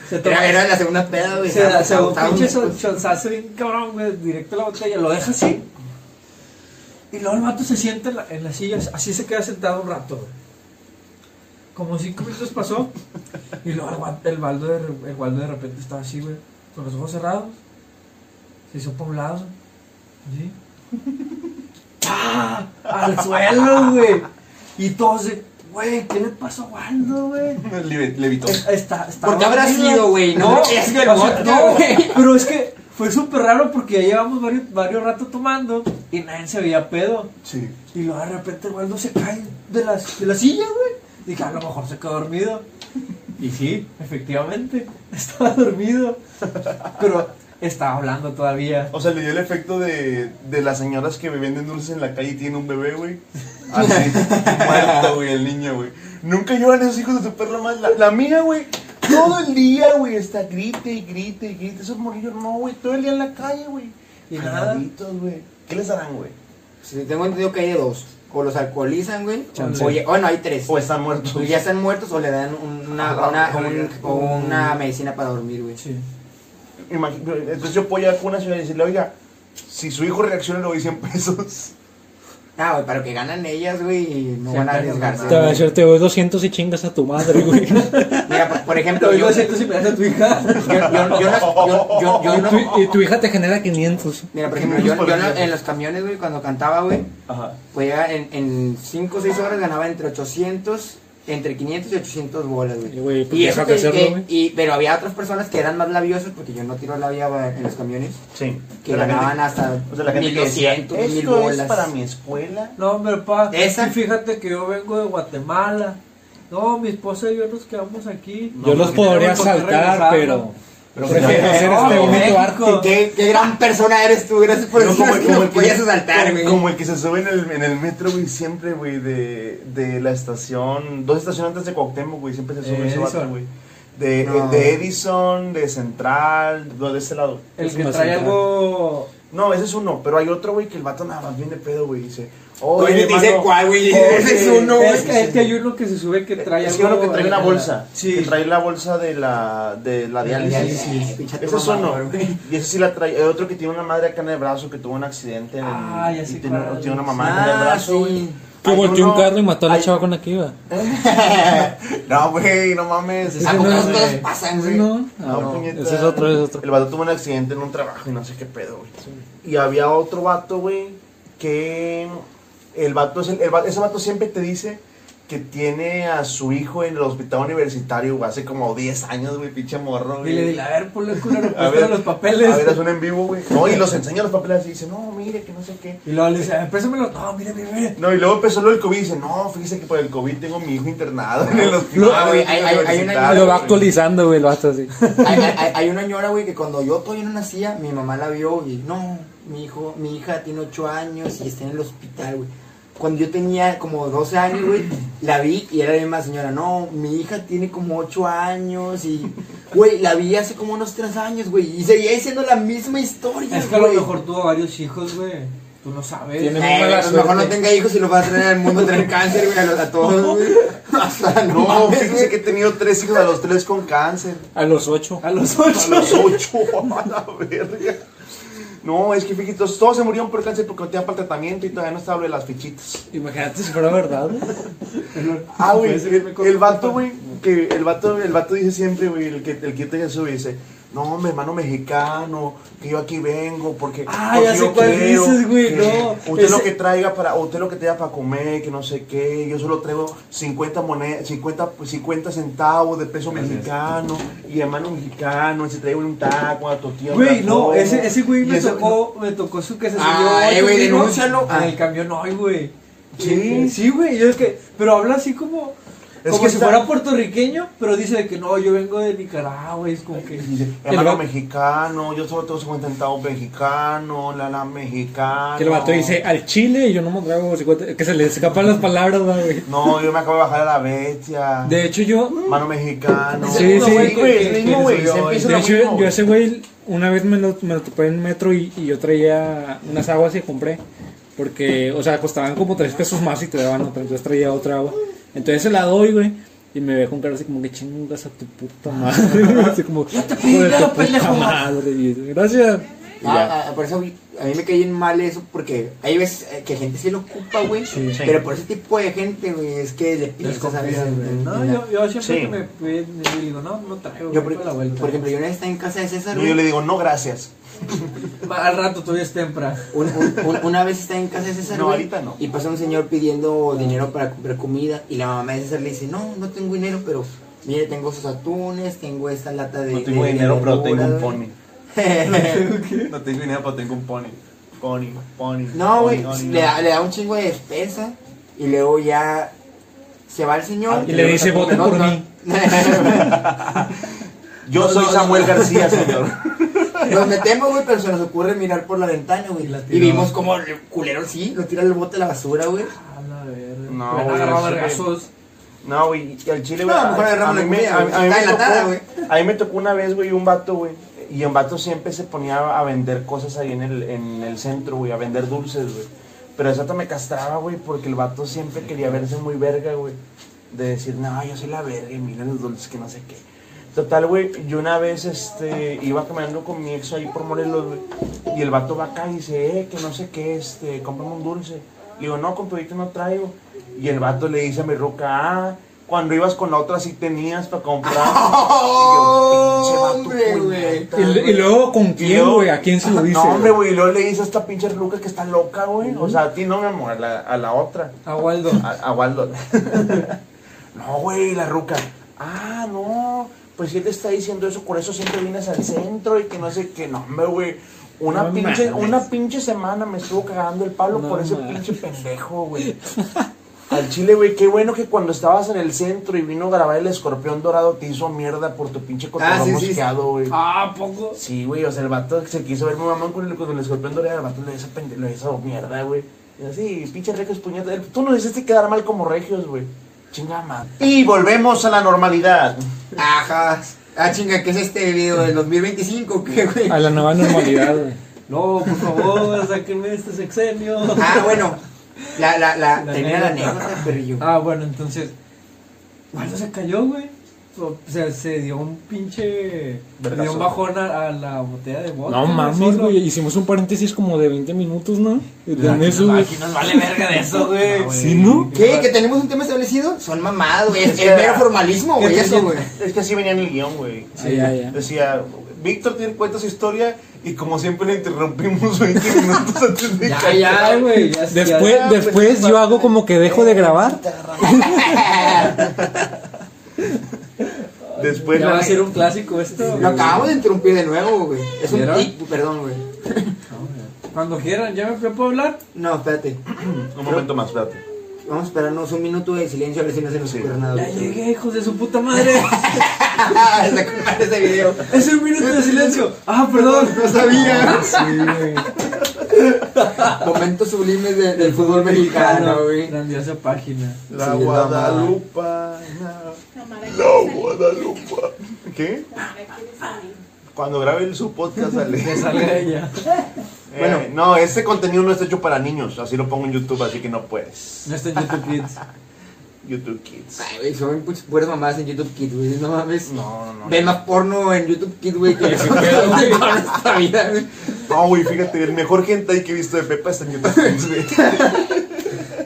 Speaker 3: Se tomó-
Speaker 4: Era, era la segunda peda, güey.
Speaker 3: Se da, se da un
Speaker 4: Estaba-
Speaker 3: pinche
Speaker 4: estaba-
Speaker 3: son- chonzazo bien cabrón, güey, directo a la botella, lo deja así. Y luego el vato se sienta en la, en la silla, así se queda sentado un rato, güey. Como cinco minutos pasó, y luego el, gua- el, baldo de, re- el Waldo de repente estaba así, güey, con los ojos cerrados. Se hizo para un lado, (laughs) así. ¡Ah! ¡Al suelo, güey! Y todos de, güey, ¿qué le pasó a Waldo, güey? Eh,
Speaker 1: Libe- Levitó.
Speaker 3: Está, está
Speaker 4: ¿Por qué habrá
Speaker 3: dormida.
Speaker 4: sido, güey? No,
Speaker 3: (laughs) No,
Speaker 4: es que el
Speaker 3: o sea,
Speaker 4: vodka,
Speaker 3: no,
Speaker 4: güey.
Speaker 3: Pero es que fue súper raro porque ya llevamos varios, varios rato tomando y nadie se veía pedo.
Speaker 1: Sí.
Speaker 3: Y luego de repente el Waldo se cae de la, de la silla, güey. Dije, a lo mejor se quedó dormido. Y sí, efectivamente, (laughs) estaba dormido. Pero estaba hablando todavía.
Speaker 1: O sea, le dio el efecto de, de las señoras que me venden dulces en la calle y tienen un bebé, güey. (laughs) Así, muerto, güey, el niño, güey. Nunca lloran esos hijos de tu perra más. La, la mía, güey, todo el día, güey, está grite y grite y grite. Esos morrillos, no, güey, todo el día en la calle, güey.
Speaker 3: Y nada.
Speaker 1: Calmaditos, güey. ¿Qué les harán, güey?
Speaker 4: Sí, tengo entendido que hay de dos. O los alcoholizan, güey.
Speaker 3: Chance.
Speaker 4: O, ya- bueno, hay tres.
Speaker 1: O están muertos.
Speaker 4: O ya están muertos o le dan un- una,
Speaker 1: Ah,
Speaker 4: una,
Speaker 1: la
Speaker 4: un-
Speaker 1: verga.
Speaker 4: o una medicina para dormir, güey.
Speaker 3: Sí.
Speaker 1: Imagi- Entonces yo puedo ir con una señora y decirle, oiga, si su hijo reacciona le doy 100 pesos.
Speaker 4: Ah, güey, pero que ganan ellas, güey, y no
Speaker 3: Siempre
Speaker 4: van a
Speaker 3: ganan.
Speaker 4: arriesgarse.
Speaker 5: Te voy a
Speaker 4: güey.
Speaker 5: decir, te doy 200 y chingas a tu madre,
Speaker 3: (laughs)
Speaker 5: güey.
Speaker 4: Mira, por, por ejemplo,
Speaker 3: Lo
Speaker 4: yo,
Speaker 3: digo
Speaker 4: yo,
Speaker 3: haciendo si me das a tu hija.
Speaker 4: yo- yo no- yo- yo- yo
Speaker 5: y,
Speaker 4: no-
Speaker 5: tu, y tu hija te genera 500.
Speaker 4: Mira, por ejemplo, yo, yo en la- en los camiones, güey, cuando cantaba, güey,
Speaker 1: Ajá.
Speaker 4: pues ya en 5 o 6 horas ganaba entre 800, entre 500 y 800 bolas, güey.
Speaker 5: Y, güey, pues
Speaker 4: Y
Speaker 5: deja
Speaker 4: eso que-
Speaker 5: crecerlo,
Speaker 4: que-
Speaker 5: güey.
Speaker 4: y- Pero había otras personas que eran más labiosas, porque yo no tiro labia güey, en los camiones,
Speaker 1: Sí.
Speaker 4: que
Speaker 1: O sea, la
Speaker 4: ganaban
Speaker 1: gente-
Speaker 4: hasta
Speaker 1: o sea, la gente que decía,
Speaker 4: 1200, 1000
Speaker 1: esto es
Speaker 4: bolas.
Speaker 1: para mi escuela.
Speaker 3: No, hombre, pa.
Speaker 4: Esa.
Speaker 3: y fíjate que yo vengo de Guatemala. No, mi esposa y yo nos quedamos aquí.
Speaker 5: Yo los podría
Speaker 3: tenemos por qué
Speaker 5: saltar,
Speaker 3: regresarnos.
Speaker 5: pero.
Speaker 1: Pero
Speaker 5: Prefiero
Speaker 1: pues,
Speaker 5: hacer
Speaker 3: no,
Speaker 5: este
Speaker 4: eh,
Speaker 5: bonito
Speaker 3: México.
Speaker 5: arte.
Speaker 4: ¿Qué, qué gran persona eres tú, gracias por
Speaker 1: No,
Speaker 4: decirnos
Speaker 1: como,
Speaker 4: que
Speaker 1: como el
Speaker 4: nos podías
Speaker 1: que,
Speaker 4: asaltar, güey.
Speaker 1: como el que se sube en el, en el metro, güey, siempre, güey, de, de la estación, dos estaciones antes de Cuauhtémoc, güey, siempre se sube ese vato,
Speaker 3: Edison.
Speaker 1: güey. De, eh,
Speaker 4: No.
Speaker 1: de Edison, de Central, de, de ese lado.
Speaker 3: El
Speaker 5: Es
Speaker 3: que
Speaker 5: más
Speaker 3: trae
Speaker 5: central.
Speaker 3: algo.
Speaker 1: No, ese es uno, pero hay otro, güey, que el vato nada más viene pedo, güey, y dice,
Speaker 4: Oye,
Speaker 1: oye,
Speaker 4: te dice
Speaker 1: mano,
Speaker 4: cuál, güey,
Speaker 1: oye,
Speaker 4: ese es uno, güey.
Speaker 3: es, que, es que hay uno que se sube que trae
Speaker 1: es que
Speaker 3: algo.
Speaker 1: uno que trae una
Speaker 3: eh,
Speaker 1: bolsa,
Speaker 3: Sí.
Speaker 1: que trae la bolsa de la, de la diálisis.
Speaker 4: diálisis, pinche
Speaker 1: Ese es uno.
Speaker 4: mamador, güey.
Speaker 1: (laughs) Y ese sí la trae. Hay otro que tiene una madre acá en el brazo que tuvo un accidente. en-
Speaker 3: Ah, ya sé
Speaker 1: y tiene,
Speaker 3: cuál.
Speaker 1: tiene una mamá en el brazo, güey.
Speaker 4: sí.
Speaker 5: Que
Speaker 1: Hay
Speaker 5: volteó un
Speaker 1: uno-
Speaker 5: carro y mató a la
Speaker 1: hay-
Speaker 5: chava con la que iba.
Speaker 1: (laughs) No, güey, no mames.
Speaker 5: Ese
Speaker 4: ¿A
Speaker 1: Ah,
Speaker 4: poco
Speaker 5: no,
Speaker 4: esas
Speaker 5: güey.
Speaker 4: cosas pasan, güey?
Speaker 5: No,
Speaker 1: no,
Speaker 5: Ah, no,
Speaker 1: puñeta.
Speaker 5: ese es otro, ese es otro.
Speaker 1: El vato tuvo un accidente en un trabajo y no sé qué pedo, güey. Y había otro vato, güey, que el vato es el, el va- ese vato siempre te dice que tiene a su hijo en el hospital universitario, güey, hace como 10 años, güey, pinche morro, güey.
Speaker 3: Dile, dile, a ver, ponle el culero,
Speaker 1: A ver,
Speaker 3: préstame los papeles.
Speaker 1: A ver, haz un en vivo, güey. No, y los enseña los papeles y dice, no, mire, que no sé qué.
Speaker 3: Y luego le dice, préstamelo. No, mire, mire, mire.
Speaker 1: No, y luego empezó lo del COVID y dice, no, fíjese que por el COVID tengo a mi hijo internado en el hospital.
Speaker 4: Ah, güey, hay- hay- hay una-
Speaker 1: universitario,
Speaker 5: Lo va
Speaker 1: güey".
Speaker 5: actualizando, güey, lo hace así.
Speaker 4: Hay, hay- hay una señora, güey, que cuando yo todavía no nacía, mi mamá la vio y no, mi hijo, mi hija tiene 8 años y está en el hospital, güey. Cuando yo tenía como 12 años, güey, la vi y era la misma señora. No, mi hija tiene como 8 años y, güey, la vi hace como unos 3 años, güey. Y seguía diciendo la misma historia,
Speaker 3: Es que a lo
Speaker 4: güey.
Speaker 3: mejor tuvo varios hijos, güey. Tú no sabes.
Speaker 5: Tiene-
Speaker 4: Eh,
Speaker 5: muy mala
Speaker 4: a lo mejor no
Speaker 5: suerte.
Speaker 4: tenga hijos y los va a tener al mundo, tener cáncer, güey, a, los- a todos, güey. (laughs) O sea, no,
Speaker 1: No,
Speaker 4: mames,
Speaker 1: fíjese
Speaker 4: güey.
Speaker 1: que he tenido tres hijos, a los tres con cáncer.
Speaker 5: A los 8.
Speaker 3: A los ocho.
Speaker 1: A los ocho, (laughs) a la verga. No, es que fíjate, todos, todos se murieron por cáncer porque no tenían para el tratamiento y todavía no estaba lo de las fichitas.
Speaker 5: Imagínate si fuera verdad. güey.
Speaker 1: Ah, güey,
Speaker 3: Puede ser
Speaker 1: el,
Speaker 3: que me
Speaker 1: el vato, güey, que el vato, el vato dice siempre, güey, el que, el que te sube, dice, no, mi hermano mexicano, que yo aquí vengo porque,
Speaker 3: Ah,
Speaker 1: porque
Speaker 3: ya sé
Speaker 1: yo
Speaker 3: cuál dices, güey,
Speaker 1: que
Speaker 3: no.
Speaker 1: Usted lo
Speaker 3: Ese-
Speaker 1: que traiga para, usted lo que traiga para comer, que no sé qué, yo solo traigo 50 monedas, 50, pues, 50 centavos de peso mexicano, y hermano mexicano, y se trae un taco a tu tía.
Speaker 3: Güey,
Speaker 1: un
Speaker 3: no,
Speaker 1: taco".
Speaker 3: ese, ese güey
Speaker 1: Y
Speaker 3: me
Speaker 1: eso-
Speaker 3: tocó, me tocó su que se subió
Speaker 4: Ah, eh, güey,
Speaker 3: él mismo
Speaker 4: denúncialo.
Speaker 3: en
Speaker 4: Ah.
Speaker 3: el camión hoy, güey.
Speaker 1: Sí.
Speaker 3: Sí, sí, güey, yo es que, pero habla así como,
Speaker 1: Es
Speaker 3: como
Speaker 1: que
Speaker 3: si
Speaker 1: está-
Speaker 3: fuera puertorriqueño, pero dice de que no, yo vengo de Nicaragua, es como que...
Speaker 1: Dice, hermano mexicano, yo solo tengo 50 centavos mexicano, la la
Speaker 3: Ah,
Speaker 1: mexicano.
Speaker 5: Que el vato dice al chile y yo no me trago 50. Que se le escapan las palabras, güey.
Speaker 1: No, yo me acabo de bajar a la bestia.
Speaker 5: De hecho, yo.
Speaker 1: Mano mexicano.
Speaker 5: Sí, sí,
Speaker 1: güey,
Speaker 3: güey,
Speaker 1: es
Speaker 3: que-
Speaker 1: Pues, mismo,
Speaker 3: que
Speaker 1: güey,
Speaker 3: subió
Speaker 1: siempre
Speaker 3: hoy.
Speaker 1: hizo
Speaker 5: De
Speaker 1: lo
Speaker 5: hecho,
Speaker 1: mismo,
Speaker 5: yo
Speaker 1: güey.
Speaker 5: a ese güey una vez me lo, me lo topé en el metro y, y yo traía unas aguas y compré. Porque, o sea, costaban como 3 pesos más y te daban otra. Entonces traía otra agua. Entonces se la doy, güey. Y me ve con cara así como que chingas a tu puta madre. (laughs) Así como,
Speaker 3: pedí
Speaker 5: "Hijo de tu
Speaker 3: nada,
Speaker 5: puta
Speaker 3: pendejo".
Speaker 5: madre. Y yo, Gracias. Y
Speaker 4: Ah,
Speaker 5: ya.
Speaker 4: ah, por eso a mí me cae bien mal eso, porque hay veces eh, que gente se lo ocupa, güey. Pero por ese tipo de gente, güey, es que le piensas a veces. en-
Speaker 3: No,
Speaker 4: en la-
Speaker 3: yo, yo siempre
Speaker 1: Sí.
Speaker 3: que me piden, yo digo, no, no traigo,
Speaker 4: Yo,
Speaker 3: voy
Speaker 4: por,
Speaker 3: para la vuelta.
Speaker 4: por ejemplo, yo una vez estaba en casa de César,
Speaker 1: Y yo le
Speaker 4: güey.
Speaker 1: digo, no, gracias.
Speaker 3: Va, al rato todavía es temprano.
Speaker 4: Un- un- un- una vez estaba en casa de César,
Speaker 1: No,
Speaker 4: güey,
Speaker 1: ahorita no.
Speaker 4: Y pasó un señor pidiendo dinero para comprar comida. Y la mamá de César le dice, no, no tengo dinero, pero mire, tengo esos atunes, tengo esta lata de.
Speaker 1: No tengo
Speaker 4: de- de
Speaker 1: dinero, pero tengo
Speaker 4: verdura,
Speaker 1: un
Speaker 4: güey". (laughs)
Speaker 1: (laughs) pony. No tengo dinero, pero tengo un pony. Pony, pony.
Speaker 4: No, güey,
Speaker 1: pony,
Speaker 4: le, da- le da un chingo de despensa y luego ya se va el señor.
Speaker 5: Ah, Y le dice, voten por mí.
Speaker 1: Yo soy Samuel García,
Speaker 4: (laughs)
Speaker 1: señor.
Speaker 4: (laughs) Nos metemos, güey, pero se nos ocurre mirar por la ventana, güey.
Speaker 3: Y la
Speaker 4: Y
Speaker 3: tiró.
Speaker 4: vimos como el culero sí, lo tira el bote a la basura, güey.
Speaker 3: A la verga.
Speaker 1: No,
Speaker 3: Me han
Speaker 1: güey,
Speaker 3: agarrado
Speaker 1: sí.
Speaker 3: vergazos.
Speaker 1: No, güey, y al chile,
Speaker 4: No,
Speaker 1: güey.
Speaker 4: a lo mejor agarramos la
Speaker 1: mí me-
Speaker 4: comida,
Speaker 1: a- a mí
Speaker 4: güey.
Speaker 1: me
Speaker 4: Está enlatada,
Speaker 1: tocó-
Speaker 4: güey.
Speaker 1: A mí me tocó una vez, güey, un vato, güey. Y un vato siempre se ponía a vender cosas ahí en el, en el centro, güey, a vender dulces, güey. Pero eso me castraba, güey, porque el vato siempre quería verse muy verga, güey. De decir, no, yo soy la verga, y mira los dulces que no sé qué. Total, güey, yo una vez este, iba caminando con mi ex ahí por Morelos, güey. Y el vato va acá y dice, eh, que no sé qué, este, cómprame un dulce. Le digo, no, compa, ahorita no traigo. Y el vato le dice a mi ruca, ah, cuando ibas con la otra sí tenías para
Speaker 4: (laughs)
Speaker 1: comprar. y yo,
Speaker 4: Hombre,
Speaker 1: pinche vato,
Speaker 4: güey.
Speaker 1: puñeta,
Speaker 5: Y, y luego, ¿con
Speaker 1: y
Speaker 5: quién,
Speaker 1: luego-
Speaker 5: güey? ¿A quién se lo
Speaker 1: Ajá,
Speaker 5: dice?
Speaker 1: (laughs) No, hombre, güey, y luego le dice a esta pinche ruca que está loca, güey. O sea, a ti no, mi amor, a la, a la otra.
Speaker 3: A Waldo.
Speaker 1: A, a Waldo. (laughs) no, güey, la ruca. Ah, no. Pues él está diciendo eso, por eso siempre vienes al centro y que no sé qué. No, hombre, güey. Una,
Speaker 5: No
Speaker 1: pinche,
Speaker 5: mames.
Speaker 1: una pinche semana me estuvo cagando el palo
Speaker 5: No
Speaker 1: por ese
Speaker 5: mames.
Speaker 1: pinche pendejo, güey. Al chile, güey, qué bueno que cuando estabas en el centro y vino a grabar el escorpión dorado te hizo mierda por tu pinche cotorro
Speaker 4: sí, sí.
Speaker 1: mosqueado, güey.
Speaker 3: Ah, ¿a poco.
Speaker 1: Sí, güey, o sea, el vato se quiso ver muy mamón con el, con el escorpión dorado, el vato le hizo, pende- le hizo mierda, güey. Y así, pinche regios puñetas. El- Tú nos hiciste quedar mal como regios, güey. Chinga madre. Y volvemos a la normalidad.
Speaker 4: Ajá. Ah, chinga, ¿qué es este video del 2025? ¿Qué, güey?
Speaker 5: A la nueva normalidad, güey.
Speaker 3: No, por favor, (laughs) sáquenme de este sexenio.
Speaker 4: Ah, bueno. La, la, la,
Speaker 3: La
Speaker 4: tenía la
Speaker 3: anécdota.
Speaker 4: anécdota, pero yo.
Speaker 3: Ah, bueno, entonces. Waldo se cayó, güey. O sea, se dio un pinche. Le dio
Speaker 1: Vergazo.
Speaker 3: un bajón a, a la botella de vodka.
Speaker 5: No mames,
Speaker 3: solo.
Speaker 5: güey. Hicimos un paréntesis como de 20 minutos, ¿no? En eso, güey.
Speaker 3: Aquí nos vale verga de eso, güey.
Speaker 5: ¿Sí, no?
Speaker 4: ¿Qué? ¿Que tenemos un tema establecido? Son mamadas, güey. Es,
Speaker 1: Sí,
Speaker 4: es
Speaker 1: ah.
Speaker 4: mero formalismo, güey, eso, güey.
Speaker 1: Es que así venía en el guión, güey.
Speaker 5: Sí, ya, ya.
Speaker 1: Decía, Víctor tiene cuenta su historia y como siempre le interrumpimos (laughs) 20 minutos antes de
Speaker 3: Ya,
Speaker 1: que-
Speaker 3: ya, güey. ya-
Speaker 5: Después,
Speaker 3: ya-
Speaker 5: después yo hago como que dejo de grabar.
Speaker 1: Después
Speaker 3: ya
Speaker 1: la-
Speaker 3: va a ser un clásico esto.
Speaker 4: Lo acabamos de interrumpir de nuevo, güey. Es un
Speaker 3: ¿Vieron?
Speaker 4: tic, perdón, güey.
Speaker 3: Cuando quieran, ya me fui, puedo hablar.
Speaker 4: No, espérate.
Speaker 1: Un momento más, espérate.
Speaker 4: Vamos a esperarnos un minuto de silencio a ver si no se nos
Speaker 1: Sí.
Speaker 4: ocurre nada.
Speaker 3: Ya
Speaker 4: güey. (laughs)
Speaker 3: llegué, hijos de su puta madre.
Speaker 4: Ah, Está con madre este video.
Speaker 3: es un minuto de silencio. Ah, perdón.
Speaker 4: No sabía.
Speaker 5: Sí, güey.
Speaker 4: Momentos sublimes de- del fútbol mexicano, güey.
Speaker 3: Grandiosa página.
Speaker 1: La
Speaker 4: Sí, la
Speaker 1: Guadalupa. La
Speaker 6: Tamara quiere salir,
Speaker 1: Guadalupa. ¿Qué?
Speaker 6: Tamara quiere salir.
Speaker 1: Cuando grabe el- su podcast, sale.
Speaker 3: (laughs) Que salga ella.
Speaker 1: Bueno, no, este contenido no está hecho para niños, así lo pongo en YouTube, así que no puedes.
Speaker 3: No está en YouTube Kids.
Speaker 1: YouTube Kids.
Speaker 4: Ay, güey, son pu- puras mamadas en YouTube Kids, güey. No mames.
Speaker 1: No, no, no.
Speaker 4: Ven más porno en YouTube Kids, güey, que (laughs) con esta vida, güey.
Speaker 1: No, güey, fíjate, el mejor hentai que he visto de Pepa está en YouTube Kids, güey.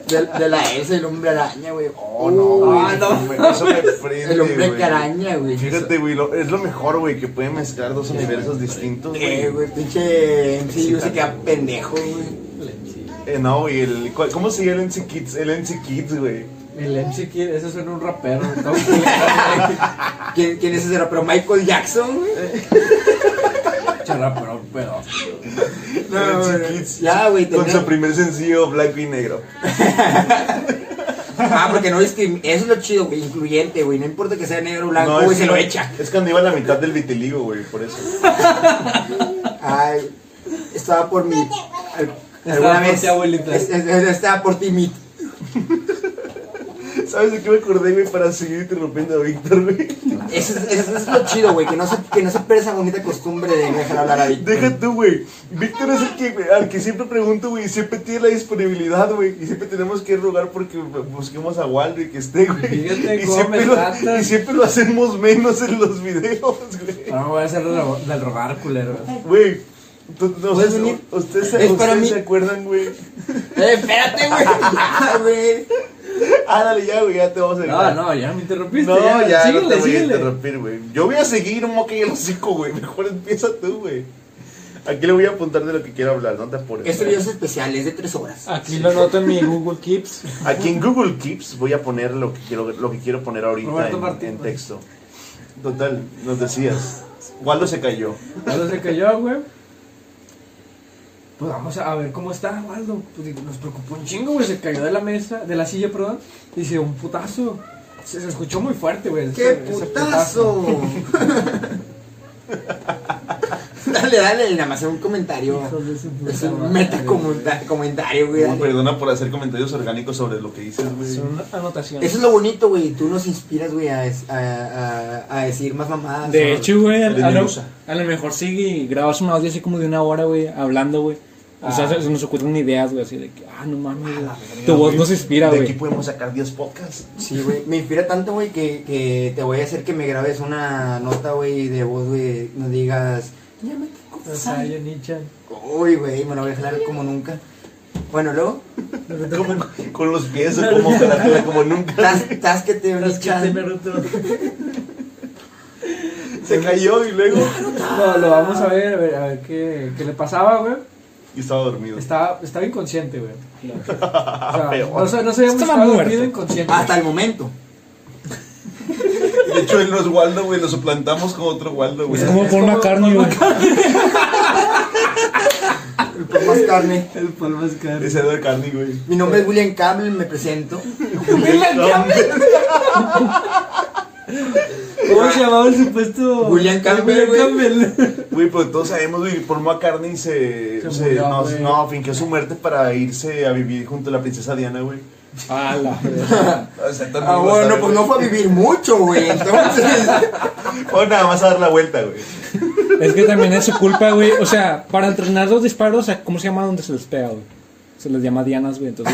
Speaker 4: De, de la Elsa, el hombre araña, güey.
Speaker 1: Oh, no, güey.
Speaker 4: Ah, no.
Speaker 1: me- Eso
Speaker 4: (laughs)
Speaker 1: me prende,
Speaker 4: El hombre
Speaker 1: güey.
Speaker 4: caraña, güey.
Speaker 1: Fíjate, güey, lo- es lo mejor, güey, que pueden mezclar dos universos distintos,
Speaker 4: Eh,
Speaker 1: güey.
Speaker 4: güey, pinche MCU se queda pendejo, güey.
Speaker 1: Eh, no, y el... ¿cuál- ¿Cómo se llama el NC Kids? El NC Kids, güey.
Speaker 3: El MC Kid, ese suena un rapero. está un (laughs) culero,
Speaker 4: ¿Quién, ¿Quién es ese rapero? ¿Michael Jackson, güey?
Speaker 3: pinche rapero, pero.
Speaker 1: el NC
Speaker 4: güey.
Speaker 1: Kids.
Speaker 4: Ya, güey,
Speaker 1: Con
Speaker 4: tenía-
Speaker 1: su primer sencillo, blanco y negro.
Speaker 4: Ah, porque no discrimina. Eso es lo chido, güey. Incluyente, güey. No importa que sea negro o blanco, güey,
Speaker 1: es
Speaker 4: se lo
Speaker 1: que-
Speaker 4: echa.
Speaker 1: Es cuando iba a la mitad del vitiligo, güey, por eso.
Speaker 4: Ay, estaba por mi. al-
Speaker 3: Estaba
Speaker 4: alguna
Speaker 3: por
Speaker 4: vez.
Speaker 3: ti, abuelita.
Speaker 4: es- es- es- estaba por ti, Mit.
Speaker 1: ¿Sabes de qué me acordé, güey? Para seguir interrumpiendo a Víctor, güey.
Speaker 4: Eso es, eso es lo chido, güey. Que no se, que no se pierda esa bonita costumbre de no dejar hablar a Víctor.
Speaker 1: Deja tú, güey. Víctor es el que, güey, al que siempre pregunto, güey. y Siempre tiene la disponibilidad, güey. Y siempre tenemos que rogar porque busquemos a Waldo y que esté, güey.
Speaker 3: Fíjate
Speaker 1: Y
Speaker 3: cómo
Speaker 1: siempre,
Speaker 3: me
Speaker 1: lo,
Speaker 3: tratas.
Speaker 1: y siempre lo hacemos menos en los videos, güey.
Speaker 3: Ahora me voy a hacer del, del rogar, culero.
Speaker 1: Güey. tú- no,
Speaker 4: ¿Puedes
Speaker 1: ustedes,
Speaker 4: venir?
Speaker 1: ustedes,
Speaker 4: Es para
Speaker 1: ustedes
Speaker 4: mí.
Speaker 1: se acuerdan, güey.
Speaker 4: Eh, espérate, (laughs) güey. Ah, güey.
Speaker 1: Ah, dale, ya, güey, ya te vamos a
Speaker 3: No,
Speaker 1: dejar.
Speaker 3: no, ya me interrumpiste.
Speaker 1: No, ya, no te voy
Speaker 3: síguele,
Speaker 1: a
Speaker 3: síguele.
Speaker 1: interrumpir, güey. Yo voy a seguir un moque y el hocico, güey. Mejor empieza tú, güey. Aquí le voy a apuntar de lo que quiero hablar, no te apures.
Speaker 4: Este video es especial, es de tres horas.
Speaker 5: Aquí lo anoto en mi Google Keeps.
Speaker 1: Aquí en Google Keeps voy a poner lo que quiero, lo que quiero poner ahorita
Speaker 3: Roberto
Speaker 1: en,
Speaker 3: Martín,
Speaker 1: en
Speaker 3: güey.
Speaker 1: texto. Total, nos decías. Waldo se cayó.
Speaker 3: Waldo se cayó, güey. Pues vamos a ver cómo está Waldo. Pues digo, nos preocupó un chingo, güey. Se cayó de la mesa, de la silla, perdón. Y se dio un putazo. Se, se escuchó muy fuerte, güey.
Speaker 4: ¡Qué
Speaker 3: ese- ese
Speaker 4: putazo! (laughs) dale, dale, nada más un comentario.
Speaker 3: Hijos de su puta
Speaker 4: Es un
Speaker 3: madre,
Speaker 4: metacomenta- comentario, güey.
Speaker 1: Uy,
Speaker 4: dale.
Speaker 1: perdona por hacer comentarios orgánicos sobre lo que dices, güey.
Speaker 5: Son anotaciones.
Speaker 4: Eso es lo bonito, güey. Tú nos inspiras, güey, a, es- a- a- a decir más mamadas.
Speaker 5: De
Speaker 4: ¿no?
Speaker 5: hecho, güey, a,
Speaker 1: De
Speaker 5: a lo,
Speaker 1: Medusa.
Speaker 5: a lo mejor sí grabas un audio así como de una hora, güey, hablando, güey. O sea,
Speaker 3: Ah.
Speaker 5: se, se nos ocurren ideas, güey, así de que, ah, no mames, güey. Tu voz nos inspira,
Speaker 1: De aquí
Speaker 5: güey.
Speaker 1: podemos sacar 10 podcasts.
Speaker 4: Sí, güey. Me inspira tanto, güey, que, que te voy a hacer que me grabes una nota, güey, de voz, güey. Nos digas,
Speaker 3: putazo. O sea, yo, Nichan.
Speaker 4: uy, güey, me la voy a jalar como nunca. Bueno, luego, (laughs)
Speaker 1: Como- con los pies o como, como nunca.
Speaker 4: tas, tas que te brincan.
Speaker 1: Se cayó y luego.
Speaker 3: No, lo vamos a ver, a ver, a ver qué, qué le pasaba, güey.
Speaker 1: Y estaba dormido.
Speaker 3: Estaba, estaba inconsciente, güey. O
Speaker 1: (laughs)
Speaker 3: sea,
Speaker 1: Peor.
Speaker 3: no, sé- no sabíamos
Speaker 5: Estaba
Speaker 3: estaba dormido
Speaker 5: muerto.
Speaker 3: inconsciente.
Speaker 4: Hasta el momento.
Speaker 1: De hecho, él no es Waldo, güey. Lo suplantamos con otro Waldo, güey.
Speaker 5: Es como
Speaker 3: Es
Speaker 5: por una
Speaker 3: como
Speaker 5: carne,
Speaker 3: Paul
Speaker 5: güey.
Speaker 4: El por más carne.
Speaker 3: El polvo es caro.
Speaker 1: Ese de Carney, güey.
Speaker 4: Mi nombre es William Campbell, me presento.
Speaker 3: ¿Cómo se llamaba el supuesto?
Speaker 4: William Campbell,
Speaker 3: El William Campbell.
Speaker 1: Güey, pero todos sabemos, güey, Paul McCartney se.
Speaker 3: Se
Speaker 1: se-
Speaker 3: murió,
Speaker 1: no,
Speaker 3: güey.
Speaker 1: no, fingió su muerte para irse a vivir junto a la princesa Diana, güey.
Speaker 5: Ah, la verdad.
Speaker 1: O sea, tan
Speaker 4: Ah,
Speaker 1: amigo,
Speaker 4: bueno,
Speaker 1: ¿sabes? (laughs)
Speaker 4: pues no fue a vivir mucho, güey. Entonces,
Speaker 1: O nada más a dar la vuelta, güey.
Speaker 5: Es que también es su culpa, güey. O sea, para entrenar los disparos, ¿cómo se llama donde se les pega, güey? Se les llama dianas, güey. Entonces,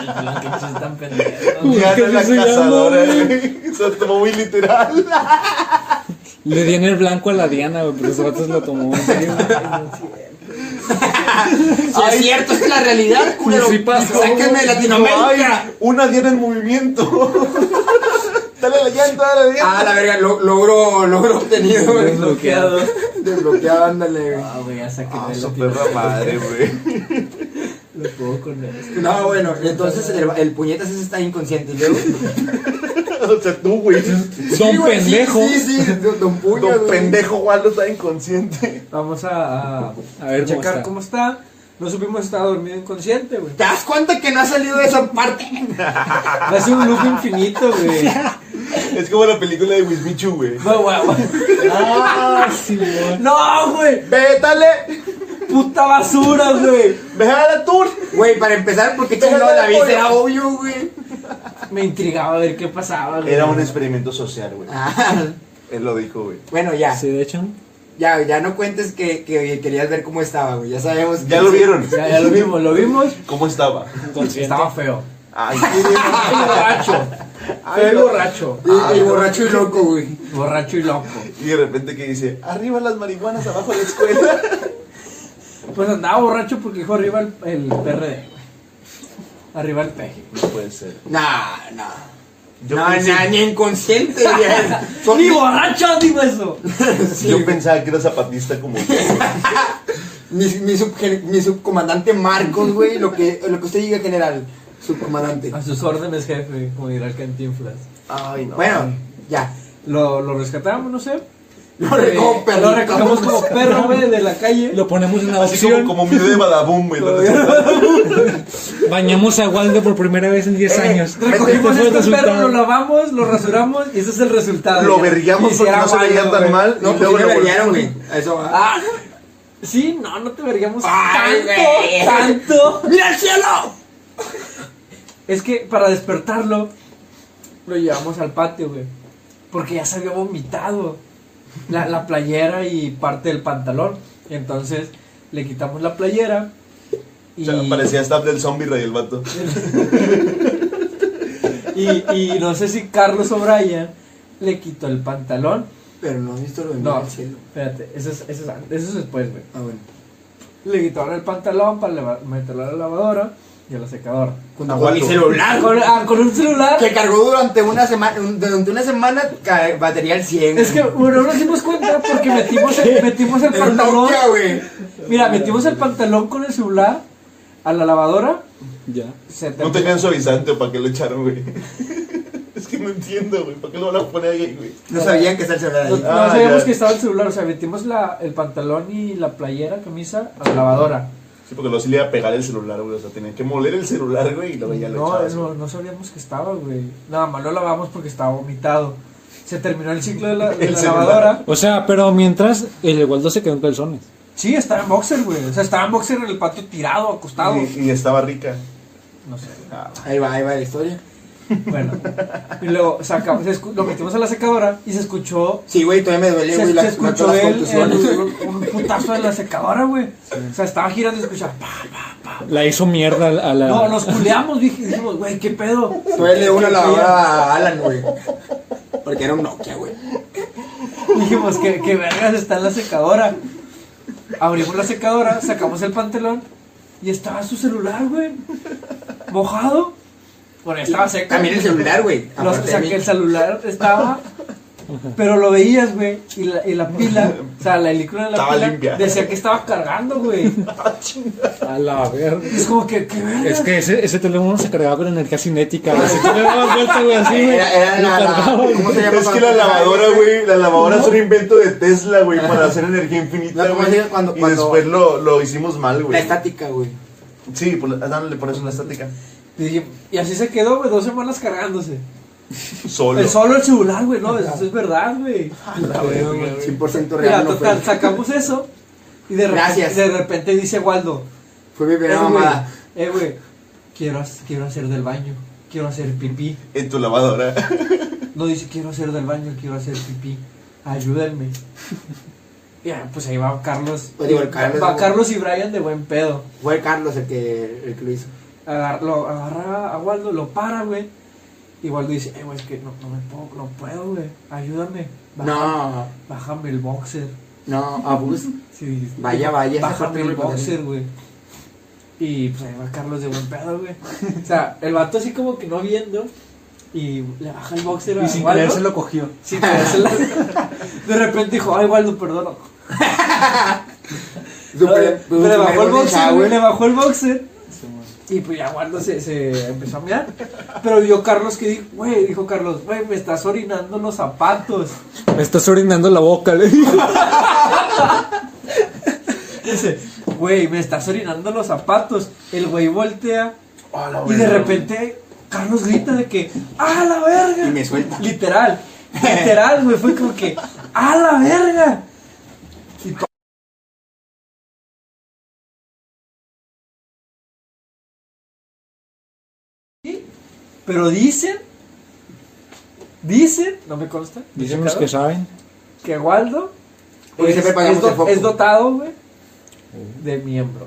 Speaker 1: Diana
Speaker 5: ¿qué
Speaker 1: la
Speaker 5: se llama,
Speaker 1: cazadora,
Speaker 5: güey?
Speaker 1: güey. (laughs) Se lo tomó muy literal.
Speaker 5: le di en el blanco a la diana, güey. Pero los ratos lo
Speaker 4: (laughs)
Speaker 5: tomó en serio.
Speaker 4: si es cierto, es la realidad, culero.
Speaker 5: Sí pasó.
Speaker 4: Sáquenme de Latinoamérica.
Speaker 1: Ay, una Diana en movimiento. (laughs) dale la llanta, dale la llanta.
Speaker 4: Ah, la verga, lo- logro, logro obtenido, güey.
Speaker 3: Bloqueado.
Speaker 4: Desbloqueado, ándale, güey.
Speaker 3: Ah, güey, ya saqué
Speaker 1: Ah,
Speaker 3: el
Speaker 1: su perra madre, güey.
Speaker 3: (laughs) Lo puedo con él.
Speaker 4: No, bueno, entonces el, el puñetas ese está inconsciente. Y luego,
Speaker 1: (laughs) O sea, tú, güey.
Speaker 5: Don
Speaker 4: Sí, güey, sí,
Speaker 5: pendejo.
Speaker 4: Sí, sí, don, don puño,
Speaker 1: Don
Speaker 4: güey.
Speaker 1: pendejo Waldo está inconsciente.
Speaker 3: Vamos a, a,
Speaker 5: A ver cómo
Speaker 3: checar
Speaker 5: está.
Speaker 3: cómo está. No supimos si estaba dormido inconsciente, güey.
Speaker 4: ¿Te das cuenta que no ha salido de esa parte?
Speaker 3: Va a ser un loop infinito, güey.
Speaker 1: Es como la película de Wismichu, güey.
Speaker 3: No, güey, güey.
Speaker 5: Ah, sí, güey.
Speaker 3: No, güey.
Speaker 1: ¡Vétale!
Speaker 3: Puta basura, güey.
Speaker 1: ¡Vejala la tour!
Speaker 4: Güey, para empezar, porque chingado la viste, era obvio, güey.
Speaker 3: Me intrigaba ver qué pasaba, güey.
Speaker 1: Era un experimento social, güey.
Speaker 4: Ah,
Speaker 1: Él lo dijo, güey.
Speaker 4: bueno, ya,
Speaker 5: Sí, de hecho.
Speaker 4: ya, ya no cuentes que, que querías ver cómo estaba, güey. Ya sabemos. que-
Speaker 1: Ya lo vieron.
Speaker 3: Ya, ya lo vimos, lo vimos.
Speaker 1: ¿Cómo estaba?
Speaker 5: Consciente.
Speaker 3: Estaba feo.
Speaker 1: Ay,
Speaker 3: Feo y borracho. Feo y borracho.
Speaker 4: Y,
Speaker 1: Ah,
Speaker 4: y borracho y loco, güey.
Speaker 3: Borracho y loco.
Speaker 1: y de repente que dice, arriba las marihuanas, abajo la escuela.
Speaker 3: Pues andaba borracho porque dijo arriba el, el PRD. güey. Arriba el peje.
Speaker 1: No puede ser.
Speaker 4: Nah, nah.
Speaker 1: Yo,
Speaker 4: no,
Speaker 1: pensé,
Speaker 4: nah, ni inconsciente. ya.
Speaker 1: (laughs)
Speaker 4: Son-
Speaker 3: ¡Ni borracho digo eso!
Speaker 4: sí,
Speaker 1: yo
Speaker 4: güey.
Speaker 1: pensaba que era zapatista como
Speaker 3: (laughs)
Speaker 1: yo.
Speaker 4: mi, mi, subgen- mi subcomandante Marcos, güey. Lo que, lo que usted diga, general. Subcomandante.
Speaker 3: A sus órdenes, jefe, como dirá el cantinflas.
Speaker 1: Ay, no.
Speaker 4: Bueno, ya.
Speaker 3: Lo, lo rescatamos, no sé.
Speaker 4: Lo recojo,
Speaker 3: Eh, Lo recogemos como perro, güey, de la calle.
Speaker 5: Lo ponemos en
Speaker 1: Así como,
Speaker 5: adopción.
Speaker 1: como un video de Badaboom, güey.
Speaker 3: (laughs)
Speaker 1: lo rescataron.
Speaker 5: Bañamos a Waldo por primera vez en
Speaker 4: Eh,
Speaker 5: 10 años.
Speaker 3: Recogimos
Speaker 5: Ese fue el
Speaker 3: este perro,
Speaker 5: resultado.
Speaker 3: lo lavamos, lo rasuramos y ese es el resultado.
Speaker 1: Lo
Speaker 3: Ya.
Speaker 1: verguiamos
Speaker 3: Y si
Speaker 1: porque
Speaker 3: era
Speaker 1: no se
Speaker 3: válido,
Speaker 1: veía tan
Speaker 3: güey.
Speaker 1: mal.
Speaker 4: No,
Speaker 1: y
Speaker 4: pues
Speaker 1: luego
Speaker 4: sí
Speaker 1: lo
Speaker 4: me verguearon,
Speaker 1: volvieron.
Speaker 4: güey. A Eso va.
Speaker 3: Ah, sí, no, no te verguemos
Speaker 4: Ay,
Speaker 3: tanto,
Speaker 4: güey.
Speaker 3: tanto.
Speaker 4: ¡Mira el cielo!
Speaker 3: Es que para despertarlo, lo llevamos al patio, güey. Porque ya se había vomitado la, la playera y parte del pantalón. Entonces le quitamos la playera
Speaker 1: O
Speaker 3: y,
Speaker 1: sea, parecía staff del zombie rey el vato.
Speaker 3: y, y no sé si Carlos O'Brien le quitó el pantalón.
Speaker 4: Pero no has visto lo de
Speaker 3: No,
Speaker 4: mira el cielo.
Speaker 3: espérate, eso es, eso es, an- eso es después, güey.
Speaker 4: Ah, bueno.
Speaker 3: Le quitaron el pantalón para leva- meterlo a la lavadora y a la secadora.
Speaker 4: Con,
Speaker 1: Ah,
Speaker 4: con mi
Speaker 1: guato.
Speaker 4: celular,
Speaker 3: Con, ah, con un celular.
Speaker 4: que cargó durante una semana, un- durante una semana ca- batería al 100.
Speaker 3: Es que, bueno, no nos dimos cuenta porque metimos el, metimos el
Speaker 4: el
Speaker 3: pantalón.
Speaker 4: Nokia, güey.
Speaker 3: Mira, metimos el pantalón con el celular a la lavadora.
Speaker 5: Ya.
Speaker 3: Se te-
Speaker 1: No tenían suavizante, ¿para qué lo echaron, güey? (laughs) Es que no entiendo, güey. ¿Para qué lo van a poner ahí, güey?
Speaker 4: No sabían que está el celular
Speaker 3: No,
Speaker 4: ahí.
Speaker 3: no
Speaker 1: Ah,
Speaker 3: sabíamos
Speaker 1: ya.
Speaker 3: que estaba el celular. O sea, metimos la, el pantalón y la playera, camisa a la lavadora.
Speaker 1: Sí, porque luego sí le iba a pegar el celular, güey. O sea, tenían que moler el celular, güey, y luego ya lo
Speaker 3: No,
Speaker 1: echabas,
Speaker 3: no,
Speaker 1: güey.
Speaker 3: no sabíamos que estaba, güey. Nada más lo lavamos porque estaba vomitado. Se terminó el ciclo de la, de
Speaker 1: El
Speaker 3: la
Speaker 1: celular.
Speaker 3: lavadora.
Speaker 5: O sea, pero mientras el Waldo se quedó en calzones.
Speaker 3: Sí, estaba en boxer, güey. O sea, estaba en boxer en el patio tirado, acostado.
Speaker 1: Y, y estaba rica.
Speaker 3: No sé.
Speaker 1: Ah,
Speaker 4: Ahí va, ahí va la historia.
Speaker 3: Bueno. Y luego sacamos, se escu- lo metimos a la secadora y se escuchó
Speaker 4: Sí, güey, todavía me duele,
Speaker 3: se,
Speaker 4: güey, la,
Speaker 3: se
Speaker 4: la-
Speaker 3: escuchó
Speaker 4: todas las
Speaker 3: el, (laughs)
Speaker 4: contusiones.
Speaker 3: el- un putazo de la secadora, güey. O sea, estaba girando y escuchaba. pa, pa, pa.
Speaker 5: La hizo mierda a la.
Speaker 3: No, nos culeamos, dij- dijimos, güey, qué pedo.
Speaker 4: Duele una lavadora a Alan, güey. Porque era un Nokia, güey.
Speaker 3: Dijimos, que qué vergas está en la secadora. Abrimos la secadora, sacamos el pantalón Y estaba su celular, güey. Mojado. Bueno, estaba seco.
Speaker 4: También Ah, el celular, güey.
Speaker 3: Lo- o
Speaker 4: Aparte
Speaker 3: sea,
Speaker 4: de mí.
Speaker 3: que el celular estaba. Pero lo veías, güey. Y la, y la pila, o sea, la película de la
Speaker 1: Estaba
Speaker 3: pila
Speaker 1: limpia.
Speaker 3: decía que estaba cargando, güey.
Speaker 5: A la verga.
Speaker 3: Es como que, ¿qué verga?
Speaker 5: Es que ese, ese teléfono se cargaba con energía cinética. güey. Si tú le dabas vuelta, güey, así, güey.
Speaker 3: (laughs)
Speaker 4: Era, era
Speaker 5: lo
Speaker 4: la, la-
Speaker 5: cargaba, güey.
Speaker 4: ¿Cómo se llama?
Speaker 1: Es que la lavadora, güey, la lavadora es un invento de Tesla, güey, para hacer energía infinita,
Speaker 4: No, como
Speaker 1: güey.
Speaker 4: digo, cuando-
Speaker 1: y
Speaker 4: cuando-
Speaker 1: después lo, lo hicimos mal,
Speaker 4: La
Speaker 1: güey.
Speaker 4: estática, güey.
Speaker 1: Sí, por, la- dándole por eso la estática.
Speaker 3: Y, y así se quedó, güey, dos semanas cargándose.
Speaker 1: Solo.
Speaker 3: El solo el celular, güey, no, eso es verdad, güey.
Speaker 4: 100%
Speaker 3: Mira,
Speaker 4: real. no
Speaker 3: total,
Speaker 4: fue,
Speaker 3: sacamos eso. Y de repente,
Speaker 4: Gracias.
Speaker 3: de repente dice Waldo,
Speaker 4: fue mi primera
Speaker 3: eh, güey,
Speaker 4: mamada.
Speaker 3: eh, güey, quiero, hac- quiero hacer del baño, quiero hacer pipí.
Speaker 1: En tu lavadora.
Speaker 3: No dice quiero hacer del baño, quiero hacer pipí.
Speaker 4: (laughs)
Speaker 3: Ayúdenme. Ya, pues ahí va Carlos.
Speaker 4: Pues digo, el Carlos-
Speaker 3: va Carlos y Brian de buen pedo.
Speaker 4: Fue el Carlos el que, el que lo hizo.
Speaker 3: Agar- lo agarra a Waldo, lo para, güey. Y Waldo dice, eh, güey, es que no, no me puedo, no puedo, güey. Ayúdame. Baja-
Speaker 4: No,
Speaker 3: Bájame el boxer.
Speaker 4: no, abuso.
Speaker 3: Sí,
Speaker 4: Vaya, vaya, esa parte
Speaker 3: Bájame
Speaker 4: no
Speaker 3: el
Speaker 4: me acordé.
Speaker 3: boxer, güey. Y pues ahí va Carlos de buen pedo, güey. O sea, el vato así como que no viendo. Y le baja el boxer a
Speaker 2: Y sin
Speaker 3: Waldo.
Speaker 2: creer se lo cogió.
Speaker 3: Sí, pero
Speaker 2: (laughs)
Speaker 3: se la- De repente dijo, ay, Waldo, perdón.
Speaker 4: Su
Speaker 3: No,
Speaker 4: primer- su
Speaker 3: pero le
Speaker 4: primer
Speaker 3: bajó el
Speaker 4: golden
Speaker 3: boxer,
Speaker 4: shower.
Speaker 3: güey, le bajó el boxer. Y pues ya Waldo se, se empezó a mirar. Pero vio Carlos que dijo, güey, dijo Carlos, güey, me estás orinando los zapatos.
Speaker 5: Me estás orinando la boca, le dijo.
Speaker 3: Dice, güey, me estás orinando los zapatos. El güey voltea.
Speaker 1: A la
Speaker 3: Y de
Speaker 1: verga.
Speaker 3: repente Carlos grita de que, ¡ah, la verga!
Speaker 4: Y me suelta.
Speaker 3: Literal, literal, güey, fue como que, ¡ah, la verga! Y to- Sí, Pero dicen, dicen, no me consta,
Speaker 5: Dicen los que saben.
Speaker 3: que Waldo
Speaker 4: Porque
Speaker 3: es,
Speaker 4: siempre pagamos
Speaker 3: es do-
Speaker 4: el foco.
Speaker 3: es dotado, güey, de miembro.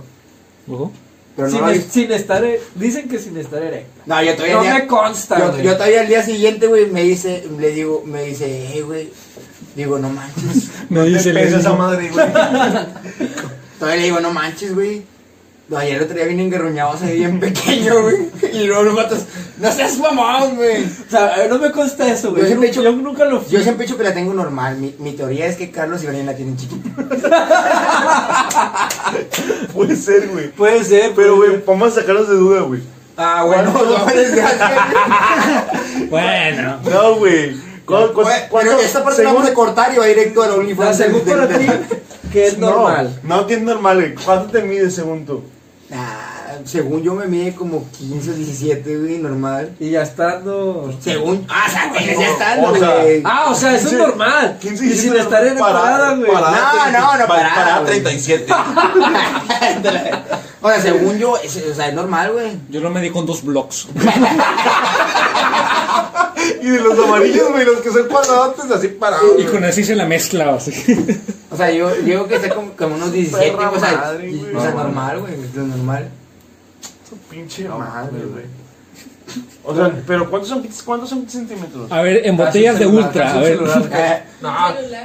Speaker 5: Ojo.
Speaker 4: Pero no
Speaker 3: sin,
Speaker 4: lo
Speaker 3: es-
Speaker 4: hizo.
Speaker 3: sin estar, e- dicen que sin estar erecta.
Speaker 4: No, yo todavía
Speaker 3: No
Speaker 4: al día-
Speaker 3: me consta,
Speaker 4: yo,
Speaker 3: güey.
Speaker 4: yo todavía al día siguiente, güey, me dice, le digo, me dice, hey, güey. Digo, no manches.
Speaker 5: No dice
Speaker 1: Pesa
Speaker 5: le
Speaker 1: esa madre, güey.
Speaker 4: Todavía le digo, no manches, güey. No, Ayer el otro día vine engarruñado, así bien pequeño, güey. Y luego los matas, no seas mamón, güey.
Speaker 3: O sea, no me consta eso, güey.
Speaker 4: Yo
Speaker 3: Yo,
Speaker 4: siempre he hecho-
Speaker 3: yo nunca lo fui.
Speaker 4: Yo siempre he dicho que la tengo normal. Mi, mi teoría es que Carlos y Brian la tienen chiquita.
Speaker 1: (laughs) Puede ser, güey.
Speaker 3: Puede ser,
Speaker 1: Pero,
Speaker 3: puede
Speaker 1: güey, vamos a sacarlos de duda, güey.
Speaker 4: Ah, bueno, (laughs) no, puedes
Speaker 5: Bueno.
Speaker 1: No, güey. ¿Cuál- cuál- cuánto-
Speaker 4: Pero esta parte la
Speaker 1: según-
Speaker 4: vamos a cortar y va directo al
Speaker 3: ser. La
Speaker 4: OnlyFans.
Speaker 3: según para ti, que es normal.
Speaker 1: No, no que es normal, güey. ¿Cuánto te mides según tú?
Speaker 4: (laughs) Ah, según yo me mide como 15 o 17, güey, normal.
Speaker 3: Y ya estando.
Speaker 4: Según. Ah, o sea, güey, ya está,
Speaker 1: O sea,
Speaker 4: güey.
Speaker 3: Ah, o sea, eso
Speaker 1: Sí.
Speaker 3: es normal.
Speaker 1: 15
Speaker 3: y sin estar en parada, güey.
Speaker 4: No, no, no, parada,
Speaker 1: Para (laughs)
Speaker 4: güey.
Speaker 1: 37.
Speaker 4: o sea, según yo, es, o sea, es normal, güey.
Speaker 5: Yo lo medí con dos blocks.
Speaker 1: y de los amarillos, güey, los que son cuadradotes, así parados.
Speaker 5: Y con así se la mezcla, así.
Speaker 4: O sea, yo yo digo que está como, como unos 17,
Speaker 1: Perra
Speaker 4: o sea,
Speaker 1: madre,
Speaker 4: y-
Speaker 1: güey.
Speaker 4: o sea, normal, güey, lo normal.
Speaker 1: Pinche
Speaker 4: madre, güey.
Speaker 1: O sea, pero ¿cuántos son, cuántos son centímetros?
Speaker 5: A ver, en botellas de ultra. A ver.
Speaker 4: Eh,
Speaker 3: No,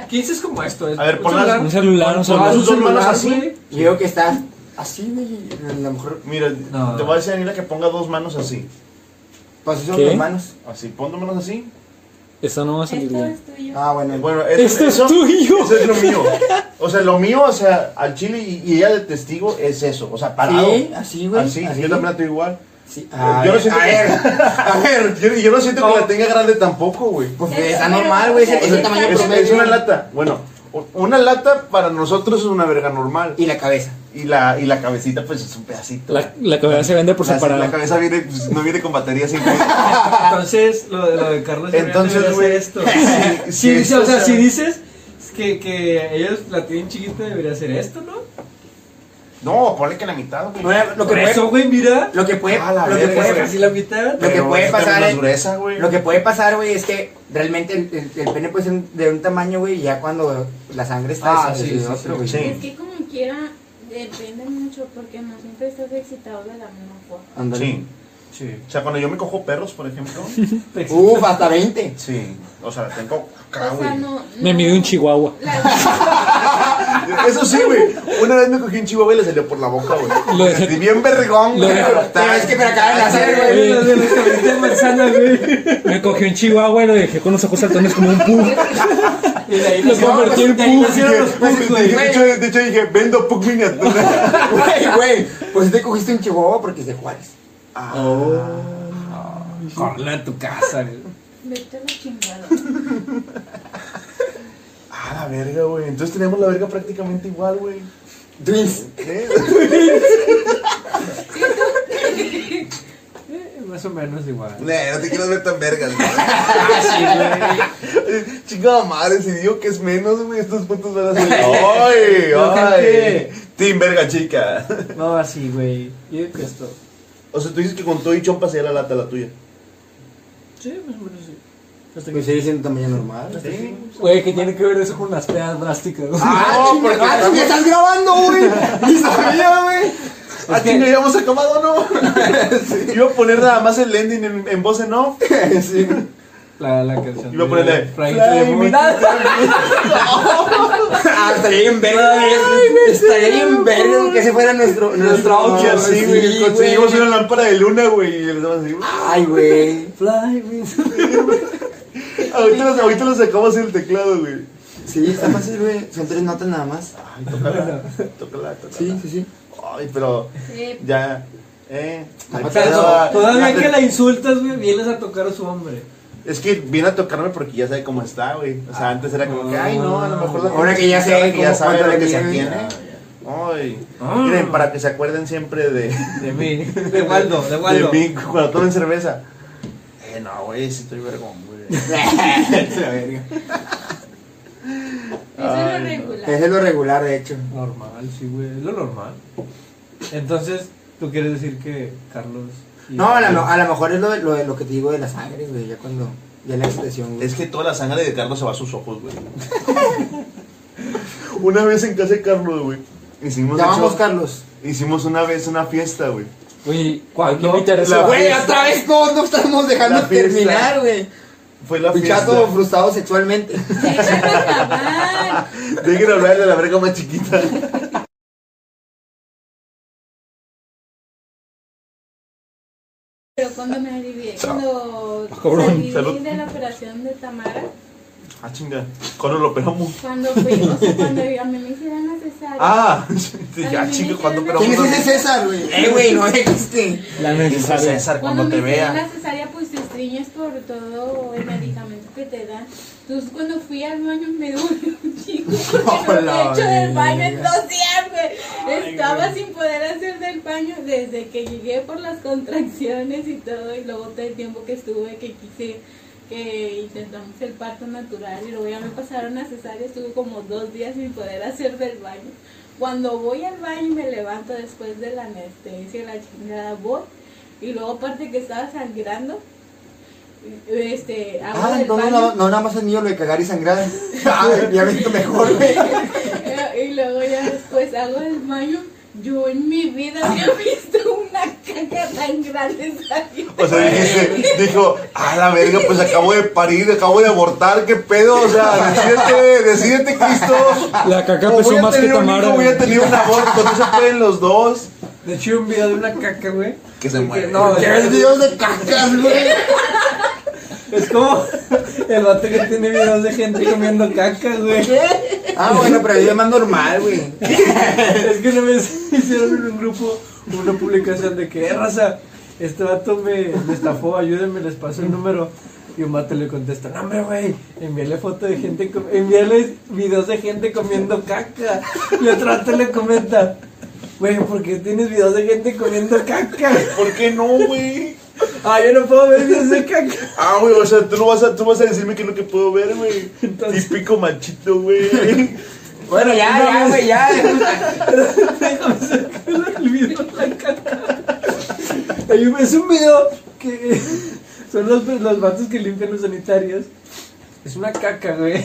Speaker 3: 15 es como esto. Es
Speaker 1: A ver,
Speaker 3: un
Speaker 1: ponlas-
Speaker 3: celular.
Speaker 5: Un celular, un
Speaker 1: Ah,
Speaker 5: celular.
Speaker 1: sus dos manos
Speaker 3: celular,
Speaker 1: así.
Speaker 3: güey.
Speaker 4: yo digo que está así, güey, a lo mejor,
Speaker 1: Mira,
Speaker 3: No.
Speaker 1: te voy a decir a Anila que ponga dos manos así.
Speaker 4: pues eso son
Speaker 5: ¿Qué?
Speaker 4: las manos.
Speaker 1: Así, pon dos manos así.
Speaker 5: Esta no va a salir
Speaker 6: Esto
Speaker 5: bien.
Speaker 6: es tuyo.
Speaker 4: Ah, bueno,
Speaker 1: Bueno, eso,
Speaker 5: Esto es
Speaker 1: eso-
Speaker 5: tuyo.
Speaker 1: Eso es lo mío. O sea, lo mío, o sea, al chile y, y ella de testigo es eso. O sea, parado.
Speaker 4: Sí, así, güey,
Speaker 1: Así,
Speaker 4: así. Ah,
Speaker 1: yo también la tengo igual.
Speaker 4: sí. A
Speaker 1: yo no
Speaker 4: ver,
Speaker 1: siento
Speaker 4: a
Speaker 1: que-
Speaker 4: ver,
Speaker 1: A ver, yo, yo no siento que la tenga grande tampoco, güey.
Speaker 4: pues
Speaker 6: Eso,
Speaker 4: está
Speaker 6: pero,
Speaker 4: normal, güey, es,
Speaker 6: o sea,
Speaker 4: es el tamaño
Speaker 1: Es,
Speaker 4: promedio.
Speaker 1: es una lata. Bueno, u- una lata para nosotros es una verga normal.
Speaker 4: Y la cabeza.
Speaker 1: Y la, y la cabecita, pues es un pedacito.
Speaker 5: La, la cabeza se vende por
Speaker 1: La- La
Speaker 5: separado.
Speaker 1: cabeza viene, pues, no viene con batería
Speaker 3: (laughs)
Speaker 1: sin
Speaker 4: (laughs)
Speaker 3: Entonces, lo de, lo de Carlos. y Brian
Speaker 1: Entonces,
Speaker 3: debería
Speaker 1: güey,
Speaker 3: ser esto.
Speaker 1: sí, sí,
Speaker 3: Si dices, o sea,
Speaker 1: sí.
Speaker 3: si dices que, que ellos la tienen chiquita, debería ser esto, ¿no?
Speaker 1: No, ponle que la mitad, güey.
Speaker 4: Bueno, lo que Ah,
Speaker 3: Por
Speaker 4: puede,
Speaker 3: eso, güey, mira.
Speaker 4: lo que puede,
Speaker 1: A la
Speaker 4: lo que
Speaker 1: verga,
Speaker 4: puede
Speaker 1: güey.
Speaker 3: Casi la mitad.
Speaker 4: Lo que
Speaker 1: Pero
Speaker 4: puede
Speaker 1: esta es
Speaker 4: pasar
Speaker 1: más
Speaker 4: es-
Speaker 1: gruesa, güey.
Speaker 4: Lo que puede pasar, güey, es que realmente el, el- el pene puede ser de un tamaño, güey, y ya cuando la sangre está
Speaker 3: Ah,
Speaker 4: es-
Speaker 3: sí,
Speaker 4: es
Speaker 3: sí,
Speaker 4: otro,
Speaker 3: sí.
Speaker 4: güey.
Speaker 1: Sí.
Speaker 6: Es que como quiera, depende mucho porque no siempre estás excitado de la misma forma.
Speaker 4: Ándale.
Speaker 1: Sí.
Speaker 3: Sí.
Speaker 1: O sea, cuando yo me cojo perros, por
Speaker 3: (laughs)
Speaker 1: ejemplo.
Speaker 4: Uf, hasta 20.
Speaker 1: sí. O sea, la tengo acá,
Speaker 6: O sea,
Speaker 1: güey.
Speaker 6: no.
Speaker 5: Me
Speaker 6: no-
Speaker 5: mide un chihuahua.
Speaker 6: La-
Speaker 1: Eso sí, güey. Una vez me cogí un chihuahua y le salió por la boca, güey.
Speaker 5: Lo
Speaker 1: Lo
Speaker 5: dejé-
Speaker 1: sentí bien berregón,
Speaker 5: Lo
Speaker 1: güey.
Speaker 5: dejé-
Speaker 4: Pero es que me acaban de hacer, güey.
Speaker 3: Güey, los de los cabritos de manzana, güey.
Speaker 5: Me cogí un chihuahua y lo dejé con los ojos saltones como un pug.
Speaker 3: Y de ahí
Speaker 5: Lo
Speaker 3: nacieron-
Speaker 5: convertí en
Speaker 3: de ahí
Speaker 5: pug,
Speaker 3: nacieron
Speaker 1: Dije,
Speaker 3: los pugs,
Speaker 1: "Pug",
Speaker 3: güey.
Speaker 1: de, hecho, de hecho dije, vendo Pug miniatura.
Speaker 4: Güey, güey. Pues te cogiste un chihuahua porque es de Juárez.
Speaker 3: Córrelo de tu casa, güey.
Speaker 6: (laughs) Vete a la chingada.
Speaker 1: (laughs) Ah, la verga, güey. Entonces teníamos la verga prácticamente igual, güey.
Speaker 4: Twins.
Speaker 1: ¿Eh?
Speaker 3: Eh, Más o menos igual.
Speaker 1: Nah, no te quiero ver tan vergas, güey. (laughs) Chingada madre, si digo que es menos, güey, estos puntos van a
Speaker 5: (laughs)
Speaker 1: ser. ¡Ay!
Speaker 3: No,
Speaker 1: ¡Ay!
Speaker 3: gente.
Speaker 1: Team verga, chica. (laughs)
Speaker 3: No, así, güey. Y de esto.
Speaker 1: O sea, tú dices que con todo y chompa sería la lata la tuya.
Speaker 3: Sí, más o menos sí. Hasta
Speaker 4: Me
Speaker 3: que-
Speaker 4: sigue siendo tamaño normal.
Speaker 1: Sí.
Speaker 2: Güey, ¿qué tiene que ver eso con las pedas drásticas? güey?
Speaker 4: Ah,
Speaker 1: No, porque
Speaker 4: chinga, ah, chinga, estás grabando, güey. Ni sabía, güey.
Speaker 1: Ah, chinga, ya hemos acabado, (laughs) ¿no? Iba a poner nada más el ending en, en voz en off.
Speaker 4: Sí.
Speaker 3: La, la canción.
Speaker 1: Iba a
Speaker 3: de
Speaker 1: ponerle.
Speaker 3: Frankie
Speaker 1: "Fly
Speaker 3: Boy.
Speaker 1: me
Speaker 4: (laughs) Ah, estaría bien verga, güey. Estaría bien verga que ese fuera nuestro, nuestro
Speaker 1: to- Y
Speaker 4: audio.
Speaker 1: así,
Speaker 4: Sí,
Speaker 1: güey,
Speaker 4: güey.
Speaker 1: conseguimos una lámpara de luna, güey, y le damos así.
Speaker 4: Ay, güey.
Speaker 3: Fly with-
Speaker 1: Ahorita los, ahorita los sacamos el teclado, güey.
Speaker 4: Sí, está fácil, güey. Son tres notas nada más.
Speaker 1: Ay, tócala, tócala, tócala.
Speaker 4: Sí, sí, sí.
Speaker 1: Ay, pero
Speaker 6: Eh,
Speaker 1: ya, eh.
Speaker 4: Está
Speaker 1: ay,
Speaker 4: pasando.
Speaker 1: pero-
Speaker 3: Todavía que la insultas, güey, vienes a tocar a su hombre.
Speaker 1: Es que viene a tocarme porque ya sabe cómo está, güey. O sea, antes era como que, ay, no, a lo mejor la
Speaker 4: Ahora
Speaker 1: gente
Speaker 4: que ya
Speaker 1: sabe
Speaker 4: sé
Speaker 1: Ah. que
Speaker 4: cómo-
Speaker 1: ya sabe
Speaker 4: cuánto
Speaker 1: lo
Speaker 4: le
Speaker 1: que se
Speaker 4: viene.
Speaker 1: tiene. Ay, miren, para que se acuerden siempre de,
Speaker 3: De mí. De Waldo, de
Speaker 1: Ah. de
Speaker 3: Waldo.
Speaker 1: mí cuando tomen cerveza. Eh, no, güey, si estoy vergón, güey. (laughs)
Speaker 6: eso es lo
Speaker 1: Ay, no.
Speaker 6: regular. (laughs)
Speaker 4: Ese es lo regular, de hecho.
Speaker 3: Normal, sí, güey. Es lo normal. Entonces, ¿tú quieres decir que Carlos... y-
Speaker 4: No, a lo, a lo mejor es lo, de- lo, de lo que te digo de la sangre, güey. Ya cuando. Ya la expresión, güey.
Speaker 1: Es que toda la sangre de Carlos se va a sus ojos, güey. (laughs) una vez en casa de Carlos, güey, hicimos,
Speaker 4: Ya
Speaker 1: de hecho,
Speaker 4: vamos, Carlos.
Speaker 1: hicimos una vez una fiesta, güey.
Speaker 2: Güey, hay que invitar a ese
Speaker 1: La
Speaker 2: vato.
Speaker 4: Güey, otra vez no, no estamos dejando
Speaker 1: La fiesta.
Speaker 4: terminar, güey.
Speaker 1: Fue la
Speaker 4: Pinchazo
Speaker 1: fiesta.
Speaker 4: frustrado sexualmente.
Speaker 6: Déjame acabar.
Speaker 1: Dejen hablar de la verga más chiquita. (laughs)
Speaker 6: Pero cuando me alivié, cuando
Speaker 5: cabrón,
Speaker 6: salí
Speaker 1: salud.
Speaker 6: de la operación de Tamara,
Speaker 1: Ah, chinga. Cuando lo operamos.
Speaker 6: cuando fui, o sea, cuando a mí me hicieron la cesárea,
Speaker 1: Ah, (laughs) dije, ah, chinga, cuando operamos.
Speaker 4: ¿Quién es ese César, güey? Eh, güey, no existe.
Speaker 5: La
Speaker 1: Dice
Speaker 5: necesaria.
Speaker 1: César
Speaker 6: cuando,
Speaker 1: cuando te
Speaker 6: me hicieron
Speaker 1: vea.
Speaker 6: la cesárea, pues te estriñes por todo el medicamento que te dan. Entonces, cuando fui al baño, me dolió un
Speaker 1: (laughs)
Speaker 6: chingo porque no
Speaker 4: Hola,
Speaker 6: había hecho del baño en
Speaker 4: verga.
Speaker 6: dos días, güey. Estaba sin poder hacer del baño desde que llegué por las contracciones y todo, y luego todo el tiempo que estuve, que quise que intentamos el parto natural y luego ya me pasaron a cesárea, estuve como dos días sin poder hacer del baño. Cuando voy al baño y me levanto después de la anestesia, la chingada voy y luego aparte que estaba sangrando, este, hago
Speaker 4: Ah,
Speaker 6: del
Speaker 4: entonces
Speaker 6: baño.
Speaker 4: no, no nada más el niño lo de cagar y (laughs) sangrar. Ah, ya visto mejor, güey.
Speaker 6: (laughs) Y luego ya después hago el baño. Yo en mi vida había
Speaker 4: Ah.
Speaker 6: visto una caca tan grande salir.
Speaker 1: O sea, dijiste, dijo, ah, la verga, pues acabo de parir, acabo de abortar, qué pedo, o sea, decídete, decídete, Cristo.
Speaker 5: La caca
Speaker 1: O voy
Speaker 5: pesó
Speaker 1: a
Speaker 5: más que
Speaker 1: tener un hijo,
Speaker 5: Tamara.
Speaker 1: voy a tener un aborto, no se pueden los dos.
Speaker 3: De hecho, hay un video de una caca, güey.
Speaker 1: Que se muere.
Speaker 3: No,
Speaker 4: Ya ves videos de cacas, güey.
Speaker 3: es como el vato que tiene videos de gente comiendo caca, güey.
Speaker 4: Ah, bueno, pero yo más normal, güey.
Speaker 3: Es que una vez (laughs) hicieron en un grupo una publicación de que, eh, raza, este vato me, me estafó, ayúdenme, les paso el número. Y un vato le contesta, no, hombre, güey, envíale foto de gente, com- envíale videos de gente comiendo caca. Y otro vato le comenta, güey, ¿por qué tienes videos de gente comiendo caca?
Speaker 1: ¿Por qué no, güey?
Speaker 3: Ah, yo no puedo ver videos de caca.
Speaker 1: Ah, güey, o sea, tú no vas a, tú vas a decirme qué es lo que puedo ver, güey.
Speaker 3: Entonces-
Speaker 1: Típico machito, güey. (laughs)
Speaker 4: Bueno, ya, ya, güey, ya.
Speaker 3: Déjame sacar el video de la caca. Hay un- Es un video que son los, los vatos que limpian los sanitarios. Es una caca, güey.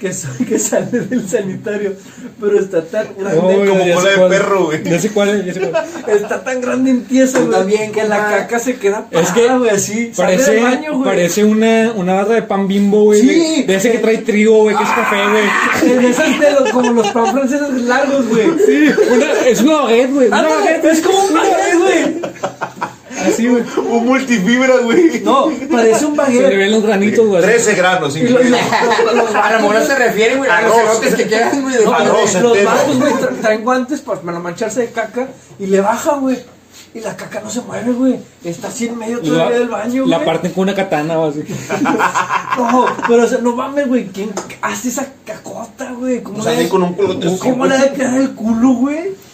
Speaker 3: Que que, so- que sale del sanitario, pero está tan
Speaker 5: Oh,
Speaker 3: grande.
Speaker 5: güey,
Speaker 1: como
Speaker 5: ya
Speaker 1: bola
Speaker 5: sé
Speaker 1: de
Speaker 5: cuál-
Speaker 1: perro, güey.
Speaker 5: Ya sé cuál es, ya sé cuál.
Speaker 3: Está tan grande en pieza,
Speaker 4: Tú
Speaker 3: güey.
Speaker 4: también,
Speaker 3: que la
Speaker 4: carnal.
Speaker 3: caca se queda parada,
Speaker 5: Es que
Speaker 3: Ah, güey, así. Sale
Speaker 5: Parece,
Speaker 3: del baño, güey.
Speaker 5: parece una, una barra de pan bimbo, güey.
Speaker 3: Sí. Ah.
Speaker 5: de- De ese que trae trigo, güey, que es café, güey.
Speaker 3: En esas de los, como los pan franceses largos, güey.
Speaker 5: Sí, una- es una baguette, güey. Una
Speaker 3: Ándale,
Speaker 5: baguette,
Speaker 3: Ah, es como un baguette, güey.
Speaker 5: así, güey.
Speaker 1: Un multifibra, güey.
Speaker 3: No, Oh, parece un
Speaker 5: Se le
Speaker 3: baguette.
Speaker 5: ven los granitos, güey.
Speaker 1: 13 granos,
Speaker 3: Y los,
Speaker 1: incluido.
Speaker 4: A lo mejor no se refiere, güey, a los
Speaker 1: Arroz.
Speaker 4: cerotes que quedan, güey. de-
Speaker 1: No,
Speaker 4: de-
Speaker 1: arroz.
Speaker 3: los,
Speaker 1: se
Speaker 3: los
Speaker 1: entera.
Speaker 3: vagos, güey, tra- traen guantes para para mancharse de caca y le bajan, güey. Y la caca no se mueve, güey. Está así en medio
Speaker 5: La,
Speaker 3: todavía del baño, güey.
Speaker 5: la parten con una katana, güey. así.
Speaker 3: (laughs) No, pero o sea, no mames, güey. ¿Quién hace esa cacota, güey? ¿Cómo,
Speaker 1: O sea,
Speaker 3: le-
Speaker 1: así Pues con un culote así,
Speaker 3: ¿cómo le ha de quedar el culo, güey?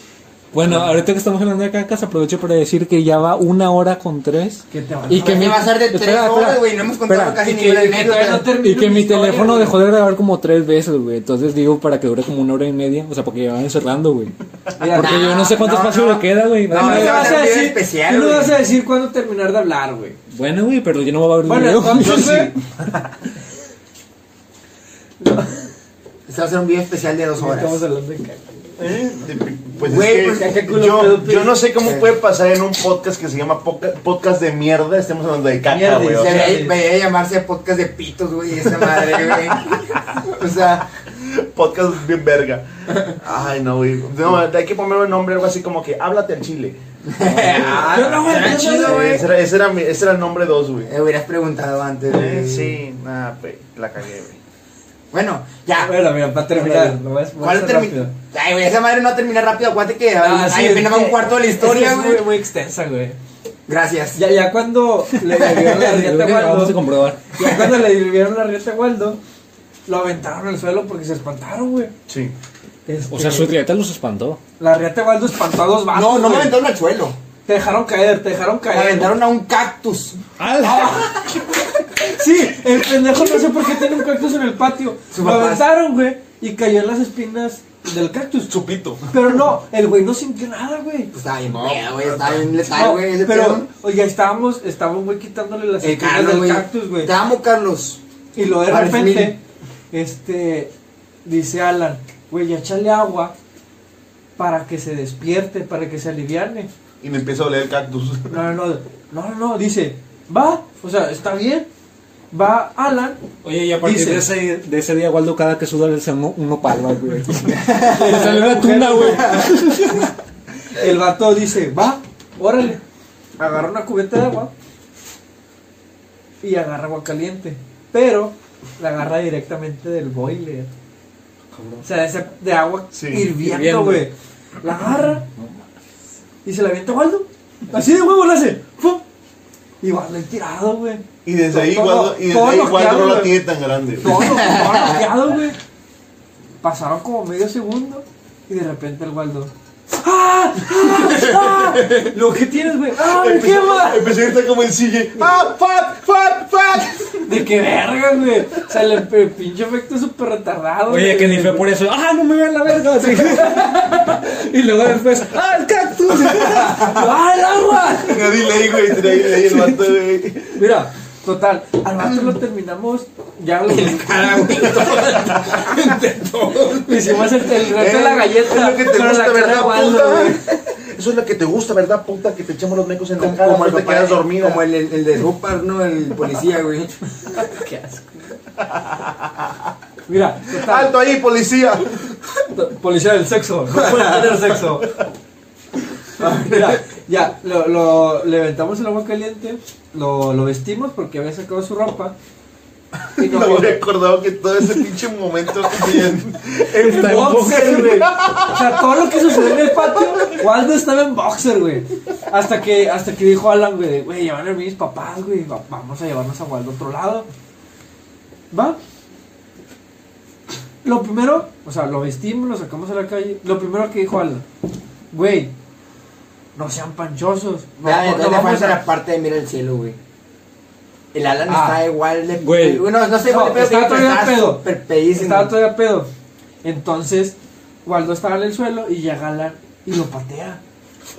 Speaker 5: Bueno, ahorita que estamos hablando de cacas, aprovecho para decir que ya va una hora con tres.
Speaker 3: Que te va
Speaker 5: Y que
Speaker 4: Oye,
Speaker 5: mi-
Speaker 4: va a ser de tres
Speaker 5: espera, espera,
Speaker 4: horas, güey, no hemos contado
Speaker 5: espera.
Speaker 4: casi
Speaker 3: Y
Speaker 4: ni
Speaker 3: que-
Speaker 4: una
Speaker 3: y que todavía
Speaker 4: anécdota.
Speaker 3: no termina.
Speaker 5: Y que mi
Speaker 3: historia,
Speaker 5: teléfono
Speaker 3: güey.
Speaker 5: dejó de grabar como tres veces, güey. Entonces digo para que dure como una hora y media. O sea, porque ya van cerrando, güey. Porque yo no sé cuánto
Speaker 4: no,
Speaker 5: espacio
Speaker 4: no.
Speaker 5: le queda, güey.
Speaker 4: No,
Speaker 3: Tú
Speaker 5: Vale,
Speaker 3: le
Speaker 4: va a
Speaker 3: vas
Speaker 4: ser
Speaker 3: a
Speaker 4: un video
Speaker 3: decir,
Speaker 4: especial,
Speaker 3: tú le
Speaker 4: güey.
Speaker 3: vas a decir cuándo terminar de hablar, güey.
Speaker 5: Bueno, güey, pero (laughs) yo no voy a ver el
Speaker 3: Bueno,
Speaker 5: video.
Speaker 3: entonces, (laughs) güey.
Speaker 4: Este va a ser un video especial de dos horas.
Speaker 3: Estamos hablando de caca.
Speaker 1: ¿Eh? De- Pues
Speaker 4: Güey,
Speaker 1: es
Speaker 4: pues,
Speaker 1: que
Speaker 3: qué culo
Speaker 1: yo,
Speaker 3: pedo,
Speaker 1: yo no sé cómo
Speaker 4: Sí.
Speaker 1: puede pasar en un podcast que se llama poca- podcast de mierda, estemos hablando de caca,
Speaker 3: Mierda,
Speaker 1: güey. o sea,
Speaker 4: Debería, debería llamarse podcast de pitos, güey, esa madre, güey. O sea,
Speaker 1: podcast bien verga. Ay, no, güey. No, hay que ponerle un nombre, algo así como que háblate al chile.
Speaker 4: ah,
Speaker 3: Yo no, güey,
Speaker 4: será
Speaker 3: yo no,
Speaker 4: chido,
Speaker 1: Eh,
Speaker 4: güey.
Speaker 1: Ese era, ese era, mi- ese era el nombre dos, güey.
Speaker 4: Me eh, hubieras preguntado antes,
Speaker 1: Eh,
Speaker 4: güey.
Speaker 1: Sí, nada, pues, la cagué, güey.
Speaker 4: Bueno, ya.
Speaker 3: Bueno, mira, para terminar, lo voy a voy a
Speaker 4: ¿Cuál
Speaker 3: hacer rápido.
Speaker 4: termina? Ay, güey, esa madre no va a terminar rápido. Acuérdate que
Speaker 3: Ah, sí,
Speaker 4: ay,
Speaker 3: es
Speaker 4: apenas va
Speaker 3: que-
Speaker 4: un cuarto de la
Speaker 3: es que
Speaker 4: historia,
Speaker 3: es
Speaker 4: güey.
Speaker 3: muy- muy extensa, güey.
Speaker 4: Gracias.
Speaker 3: Ya, ya cuando (laughs) le dieron la
Speaker 5: Creo
Speaker 3: rieta
Speaker 5: que
Speaker 3: a
Speaker 5: Vamos a
Speaker 3: Waldo,
Speaker 5: comprobar.
Speaker 3: ya cuando le dieron la rieta a Waldo, lo aventaron al suelo porque se espantaron, güey.
Speaker 1: Sí.
Speaker 5: O sea, su
Speaker 3: Este,
Speaker 5: triatleta los espantó.
Speaker 3: La rieta de Waldo espantó a dos vasos.
Speaker 4: No, no me
Speaker 3: güey.
Speaker 4: aventaron al suelo.
Speaker 3: Te dejaron caer, te dejaron
Speaker 4: Me
Speaker 3: caer.
Speaker 4: aventaron a un cactus.
Speaker 2: Ah,
Speaker 3: (laughs) Sí, el pendejo no sé por qué tiene un cactus en el patio.
Speaker 4: Su
Speaker 3: Lo
Speaker 4: papá.
Speaker 3: aventaron, güey, y cayó en las espinas del cactus.
Speaker 1: Chupito.
Speaker 3: Pero no, el güey no sintió nada, güey.
Speaker 4: Pues Estaba bien pedo, güey. Estaba bien letal,
Speaker 3: No,
Speaker 4: güey. ese
Speaker 3: pero,
Speaker 4: pedo.
Speaker 3: oye, estábamos, estábamos, güey, quitándole las
Speaker 4: El
Speaker 3: espinas
Speaker 4: Carlos,
Speaker 3: del
Speaker 4: güey.
Speaker 3: cactus, güey.
Speaker 4: Te amo, Carlos.
Speaker 3: Y luego de
Speaker 4: Parece
Speaker 3: repente,
Speaker 4: Miri.
Speaker 3: este, dice Alan, güey, ya échale agua para que se despierte, para que se aliviane.
Speaker 1: Y me empiezo a oler el cactus.
Speaker 3: No, no, no, no, no, no, dice, va, o sea, está bien. Va Alan,
Speaker 5: Oye, y a partir
Speaker 3: Dice-
Speaker 5: de ese, de ese día, Waldo, cada que suda le sale un, un nopal, güey.
Speaker 3: (laughs)
Speaker 5: Le (laughs) sale una tuna, güey.
Speaker 3: el vato dice, va, órale. Agarra una cubeta de agua y agarra agua caliente, pero la agarra directamente del boiler. O sea, de, esa- de agua
Speaker 1: Sí,
Speaker 3: hirviendo,
Speaker 5: hirviendo.
Speaker 3: güey. La agarra y se la avienta a Waldo. Así de huevo la hace. ¡Fum! Y Waldo ahí tirado, güey.
Speaker 1: Y desde ahí,
Speaker 3: Todo-
Speaker 1: Waldo, y desde
Speaker 3: todo
Speaker 1: ahí,
Speaker 3: noqueado,
Speaker 1: Waldo no la
Speaker 3: güey.
Speaker 1: tiene tan grande. güey.
Speaker 3: Todo todo noqueado, güey. Pasaron como medio segundo y de repente el Waldo. ¡Ah! ¡Ah! ¡Ah! Lo que tienes, güey. ¡Ah, me quema!
Speaker 1: Empecé a gritar como el sigue. ¡Ah, fat, fat, fat!
Speaker 3: De qué verga, güey. O sea, el el pinche efecto súper retardado.
Speaker 5: Oye,
Speaker 3: güey.
Speaker 5: que ni fue
Speaker 3: (laughs)
Speaker 5: por eso. ¡Ah, no me vean la (laughs) verga! así. y luego después, ¡ah, el cactus!
Speaker 3: (laughs) ¡Ah, el agua!
Speaker 1: Tenía delay, güey. Tenía delay el vato, güey.
Speaker 3: Mira, total, al vato lo terminamos, (laughs) ya lo
Speaker 4: Cara, güey.
Speaker 3: hicimos el, el reto de la
Speaker 1: Eh, Es
Speaker 3: galleta.
Speaker 1: lo que te
Speaker 3: con la
Speaker 1: gusta,
Speaker 3: cara
Speaker 1: ¿verdad,
Speaker 3: de Waldo,
Speaker 1: puta?
Speaker 3: güey.
Speaker 1: Eso es lo que te gusta, ¿verdad, puta? Que te echemos los mecos en la
Speaker 4: Como,
Speaker 1: cara.
Speaker 4: como el
Speaker 1: no te
Speaker 4: papá-
Speaker 1: quedas dormida.
Speaker 4: Como el, el, el de Rupert, ¿no? El policía, güey.
Speaker 3: (laughs) Qué asco. Mira, total,
Speaker 1: ¡Alto ahí, policía!
Speaker 3: to- Ah, policía del sexo, no puede tener sexo. Ah, Mira, ya, lo, lo- le aventamos el agua caliente, lo, lo vestimos porque había sacado su ropa. Y
Speaker 1: No
Speaker 3: no,
Speaker 1: me había acordado que todo ese pinche momento en, en
Speaker 3: en boxer, güey. O sea, todo lo que sucedió en el patio, Waldo estaba en boxer, güey. Hasta que, hasta que dijo Alan, güey, de, güey, ya van a venir mis papás, güey, va- vamos a llevarnos a Waldo a otro lado. ¿Va? Lo primero, o sea, lo vestimos, lo sacamos a la calle. Lo primero que dijo Aldo, güey, no sean panchosos. No,
Speaker 4: Ya,
Speaker 3: no- no
Speaker 4: entonces le
Speaker 3: vamos
Speaker 4: falta
Speaker 3: a-
Speaker 4: la parte de mira el cielo, güey. El Alan
Speaker 3: Ah.
Speaker 4: está igual de.
Speaker 5: Güey.
Speaker 4: Bueno, no sé,
Speaker 3: No,
Speaker 4: igual de pedo,
Speaker 3: estaba
Speaker 4: pero
Speaker 3: todavía
Speaker 4: está
Speaker 3: pedo.
Speaker 4: súper pedísimo.
Speaker 3: Estaba todavía pedo. Entonces, Waldo estaba en el suelo y llega Alan y lo patea.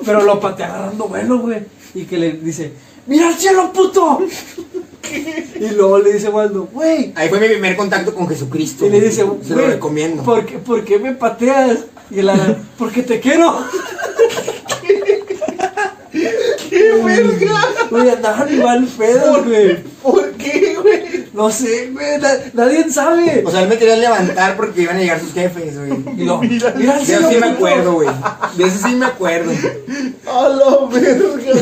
Speaker 3: Pero lo patea agarrando vuelo, güey. Y que le dice, ¡Mira el cielo,
Speaker 4: (laughs)
Speaker 3: puto! y luego le dice Waldo, güey.
Speaker 4: Ahí fue mi primer contacto con Jesucristo.
Speaker 3: Y le dice,
Speaker 4: güey. se lo
Speaker 3: "Güey,
Speaker 4: recomiendo.
Speaker 3: ¿por qué, por qué me pateas? Y el Alan, (laughs) porque te quiero.
Speaker 4: ¡Qué verga!
Speaker 3: Güey, andaban igual pedos, güey.
Speaker 4: ¿Por qué, güey?
Speaker 3: No sé, güey, na- nadie sabe.
Speaker 4: O sea, él me quería levantar porque iban a llegar sus jefes,
Speaker 3: (laughs)
Speaker 4: güey.
Speaker 3: Y luego, mira, el
Speaker 4: De
Speaker 3: cielo,
Speaker 4: eso sí me
Speaker 3: puto".
Speaker 4: acuerdo, güey. De eso sí
Speaker 3: (laughs)
Speaker 4: me acuerdo.
Speaker 1: A la verga.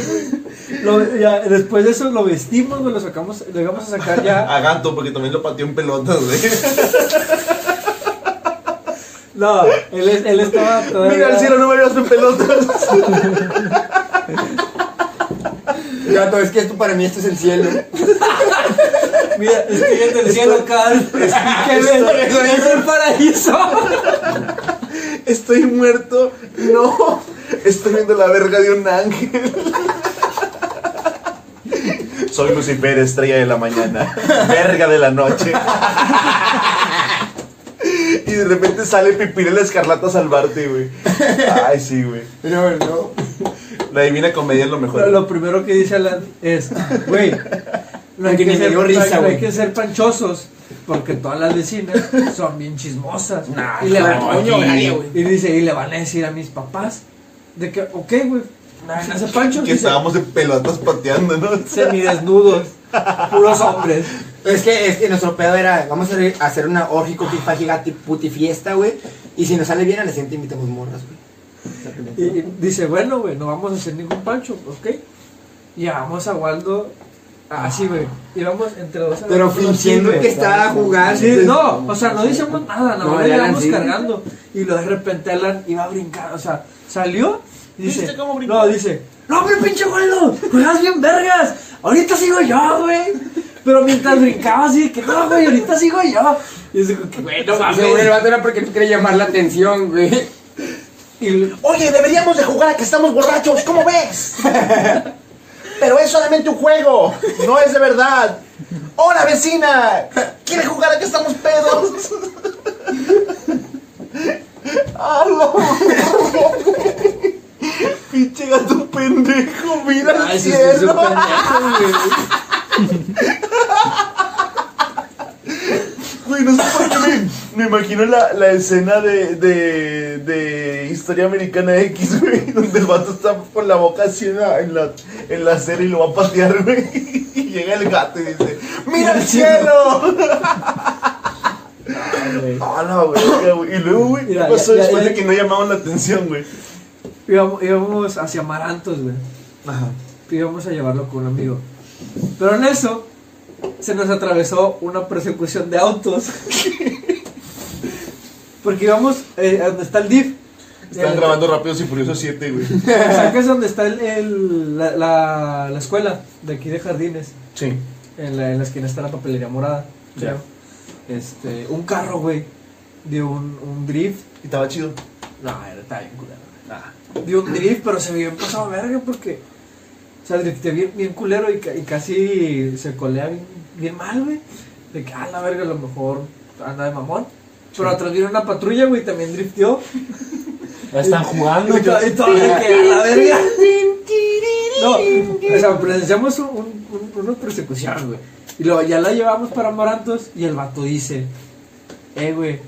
Speaker 3: Lo- ya, después de eso lo vestimos, güey, lo sacamos, lo íbamos a sacar ya.
Speaker 1: A gato, porque también lo pateó en pelotas, güey.
Speaker 3: No, él, es- él estaba todavía.
Speaker 1: Mira el cielo, no me veas en pelotas.
Speaker 4: Gato, es que esto para mí esto es el cielo.
Speaker 3: Mira, es que es del cielo,
Speaker 4: (laughs)
Speaker 3: Carl. ¿Qué ves?
Speaker 1: estoy-
Speaker 3: Es el paraíso.
Speaker 1: Estoy muerto. No. Estoy viendo la verga de un ángel. Soy Lucifer, estrella de la mañana. Verga de la noche. Y de repente sale Pipirela Escarlata a salvarte, güey. Ay, sí, güey.
Speaker 4: No, no.
Speaker 1: La divina comedia es lo mejor.
Speaker 3: Lo, lo primero que dice Alan es, güey, no hay
Speaker 4: Porque
Speaker 3: que,
Speaker 4: ni me
Speaker 3: ser,
Speaker 4: dio risa,
Speaker 3: no hay- no hay
Speaker 4: güey.
Speaker 3: que ser panchosos, porque todas las vecinas son bien chismosas. y, le van,
Speaker 4: coño, nadie, güey.
Speaker 3: y dice, y le van a decir a mis papás, de que, ok, güey, van a ser panchos.
Speaker 1: que
Speaker 3: dice,
Speaker 1: estábamos de pelotas pateando, ¿no?
Speaker 3: semidesnudos, puros hombres.
Speaker 4: Es que, es que nuestro pedo era, vamos a hacer- hacer una orgy coquipa gigante putifiesta, güey. Y si nos sale bien, a la siguiente invitamos morras, güey.
Speaker 3: Y, y dice, bueno, güey, no vamos a hacer ningún pancho, ok. Y vamos a Waldo así, güey. Y vamos entre dos a
Speaker 4: Pero
Speaker 3: los dos,
Speaker 4: fingiendo
Speaker 3: sí,
Speaker 4: que
Speaker 3: güey.
Speaker 4: estaba a jugar.
Speaker 3: Sí, no, o sea, no decíamos nada,
Speaker 4: No,
Speaker 3: no, le
Speaker 4: Alan
Speaker 3: íbamos
Speaker 4: sí.
Speaker 3: cargando. Y luego de repente Alan iba a brincar, o sea, salió y dice,
Speaker 1: ¿Viste cómo brincó?
Speaker 3: no, dice, no, hombre, pinche Waldo, juegas bien vergas, ahorita sigo yo, güey. Pero mientras brincaba así, que no, güey, ahorita sigo yo. Y dice, güey, no mames.
Speaker 4: Seguro el vato era porque no quería llamar la atención, güey.
Speaker 3: Y
Speaker 8: Oye, deberíamos de jugar a que estamos borrachos, ¿cómo ves? Pero es solamente un juego, no es de verdad. ¡Hola, vecina! ¿Quiere jugar a que estamos pedos?
Speaker 1: Pinche gato pendejo, mira
Speaker 3: Ay,
Speaker 1: el
Speaker 3: sí, sí, es un
Speaker 1: cielo.
Speaker 3: pendejo, güey.
Speaker 1: Güey, no sé por qué me, me imagino la, la escena de, de, de Historia Americana X, güey, donde el vato está con la boca así en la, en la, en la acera y lo va a patear, güey. Y llega el gato y dice, ¡Mira el cielo! Ah, no, güey, ya, güey. Y luego, güey, ¿qué
Speaker 3: Mira,
Speaker 1: pasó
Speaker 3: ya- ya-
Speaker 1: después
Speaker 3: ya-
Speaker 1: de que no llamaban la atención, güey?
Speaker 3: íbamos, íbamos hacia Marantos, güey. Íbamos a llevarlo con un amigo. Pero en eso se nos atravesó una persecución de autos. (laughs) Porque íbamos eh, a donde está el DIF.
Speaker 1: Están
Speaker 3: Eh, (laughs)
Speaker 1: grabando Rápidos y Furiosos 7, güey.
Speaker 3: Acá es donde está el, el- la, la- la escuela de aquí de Jardines.
Speaker 1: Sí.
Speaker 3: En la, en la esquina está la papelería morada.
Speaker 1: Ya.
Speaker 3: creo. Este, un carro, güey. De un, un drift.
Speaker 1: Y estaba chido.
Speaker 3: No, era está bien culero. Dio un drift, pero se me bien pasado verga porque. O sea, drifté bien, bien culero y, ca- y casi se colea bien, bien mal, güey. De que, ah, la verga, a lo mejor anda de mamón. Pero atrás viene una patrulla, güey, también drifteó.
Speaker 2: Están jugando.
Speaker 3: Y todo, y todo, de que, a la verga. No, o sea, presenciamos un, un- un- una persecución, güey. Y luego ya la llevamos para Morantos y el vato dice, eh, güey,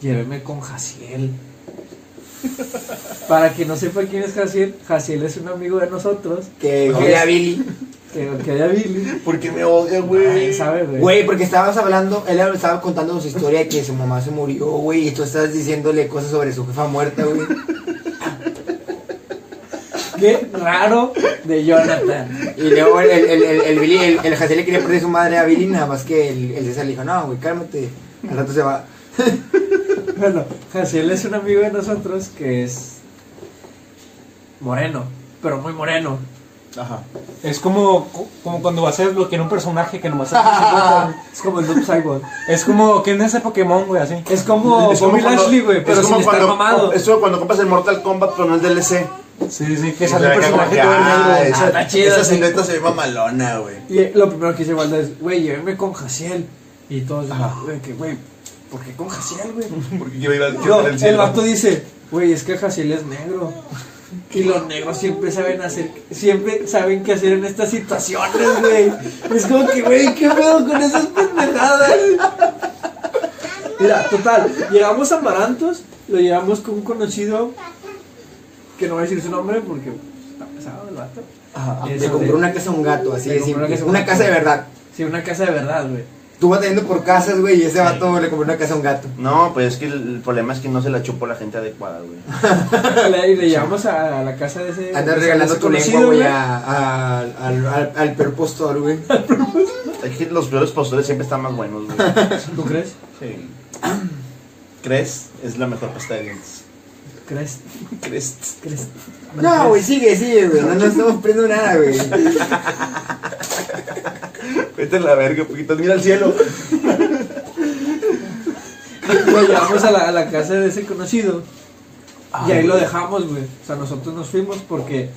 Speaker 3: lléveme con Jaciel. Para quien no sepa quién es Jaciel, Jaciel es un amigo de nosotros,
Speaker 4: Que
Speaker 3: Ajá.
Speaker 4: oye a Billy.
Speaker 3: que, que había Billy.
Speaker 1: Porque me odia,
Speaker 3: Nadie
Speaker 1: güey.
Speaker 3: sabe, güey.
Speaker 4: Güey, porque estabas hablando, él estaba contando su historia de que su mamá se murió, güey, y tú estás diciéndole cosas sobre su jefa muerta, güey.
Speaker 3: Qué raro de Jonathan.
Speaker 4: Y luego el, el, el, el, el Billy, el, el Haciel le quería perder su madre a Billy, nada más que el, el César le dijo, no, güey, cálmate, al rato se va.
Speaker 3: Bueno, Jaciel es un amigo de nosotros que es moreno, pero muy moreno.
Speaker 1: Ajá.
Speaker 2: Es como, como cuando vas a desbloquear un personaje que nomás hace
Speaker 3: Es
Speaker 1: (laughs)
Speaker 3: como el Noob Saibot.
Speaker 2: Es como, ¿quién es ese Pokémon, güey? Así.
Speaker 3: Es como
Speaker 1: Es
Speaker 3: Bobby
Speaker 1: cuando-
Speaker 3: Lashley, güey, pero
Speaker 1: es como
Speaker 3: sin estar
Speaker 1: cuando,
Speaker 3: mamado.
Speaker 1: Es como cuando compras el Mortal Kombat con el DLC.
Speaker 2: Sí, sí, que
Speaker 1: O sea,
Speaker 2: sale el
Speaker 1: acá como
Speaker 2: personaje
Speaker 1: que,
Speaker 2: todo el
Speaker 1: ah,
Speaker 2: negro.
Speaker 1: esa,
Speaker 3: Ah, está chido,
Speaker 1: esa
Speaker 3: sí.
Speaker 1: silueta se ve mamalona, güey.
Speaker 3: Y lo primero que hice Waldo es, güey, llévenme con Jaciel. Y todos, güey, que, güey, ¿por qué con Jaciel, güey?
Speaker 1: Porque quiero ir al quiero
Speaker 3: No,
Speaker 1: ver
Speaker 3: el vato dice, güey, es que Jaciel es negro. Que los negros siempre saben hacer, siempre saben qué hacer en estas situaciones, güey. Es como que, güey, qué pedo con esas pendejadas. Mira, total, llegamos a Marantos, lo llevamos con un conocido, que no voy a decir su nombre porque está pesado el vato.
Speaker 4: Le compró una casa a un gato, así
Speaker 3: Le
Speaker 4: de
Speaker 3: compró una casa
Speaker 4: simple.
Speaker 3: a un
Speaker 4: Una
Speaker 3: gato.
Speaker 4: casa de verdad.
Speaker 3: Sí, una casa de verdad, güey. (laughs)
Speaker 4: Tú vas teniendo por casas, güey, y ese vato le compró una casa a un gato.
Speaker 1: No, pues es que el, el problema es que no se la chupó la gente adecuada, güey.
Speaker 3: Le- Y le llevamos a la casa de ese.
Speaker 4: Andas
Speaker 3: de ese
Speaker 4: regalando tu
Speaker 3: desconocido,
Speaker 4: lengua, güey, a- a- al, al, al perpostor, güey.
Speaker 1: Es que los peores postores siempre están más buenos, güey.
Speaker 3: ¿Tú crees?
Speaker 1: Sí. Crest es la mejor pasta de dientes.
Speaker 3: ¿Crees?
Speaker 1: Crest.
Speaker 3: ¿Crees?
Speaker 4: No,
Speaker 3: pues,
Speaker 4: güey, sigue, sigue, güey. No, no estamos prendiendo nada, güey.
Speaker 1: Vete a la verga, poquito. Mira al cielo.
Speaker 3: Lo llevamos a la, a la casa de ese conocido. y ahí lo dejamos, güey. O sea, nosotros nos fuimos porque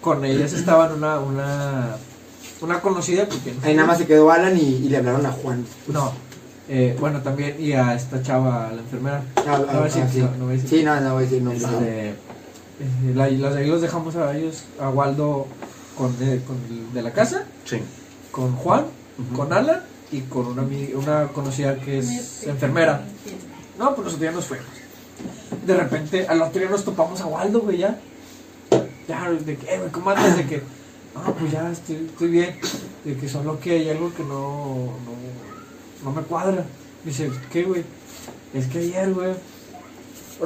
Speaker 3: con ellas estaban una, una, una conocida. Porque
Speaker 4: (laughs) Ahí nada más se quedó Alan y, y le hablaron a Juan.
Speaker 3: No. Eh, bueno, también y a esta chava, a la enfermera.
Speaker 4: Ah,
Speaker 3: No
Speaker 4: ah,
Speaker 3: voy a decir,
Speaker 4: ah, sí.
Speaker 3: no, no voy a decir.
Speaker 4: Sí, no, no voy a decir nombres.
Speaker 3: Este, eh, la- y los, ahí los dejamos a ellos, a Waldo con, eh, con el de la casa,
Speaker 1: Sí.
Speaker 3: con Juan, con Alan y con una, ami- una conocida que
Speaker 6: Este,
Speaker 3: es enfermera. No, pues nosotros ya nos fuimos. De repente, al otro día nos topamos a Waldo, güey, ya. Ya, de que, eh, güey, ¿cómo andas? De que, no, pues ya estoy, estoy bien. De que solo que hay algo que no, no, no me cuadra. Dice, ¿qué, güey? Es que ayer, güey.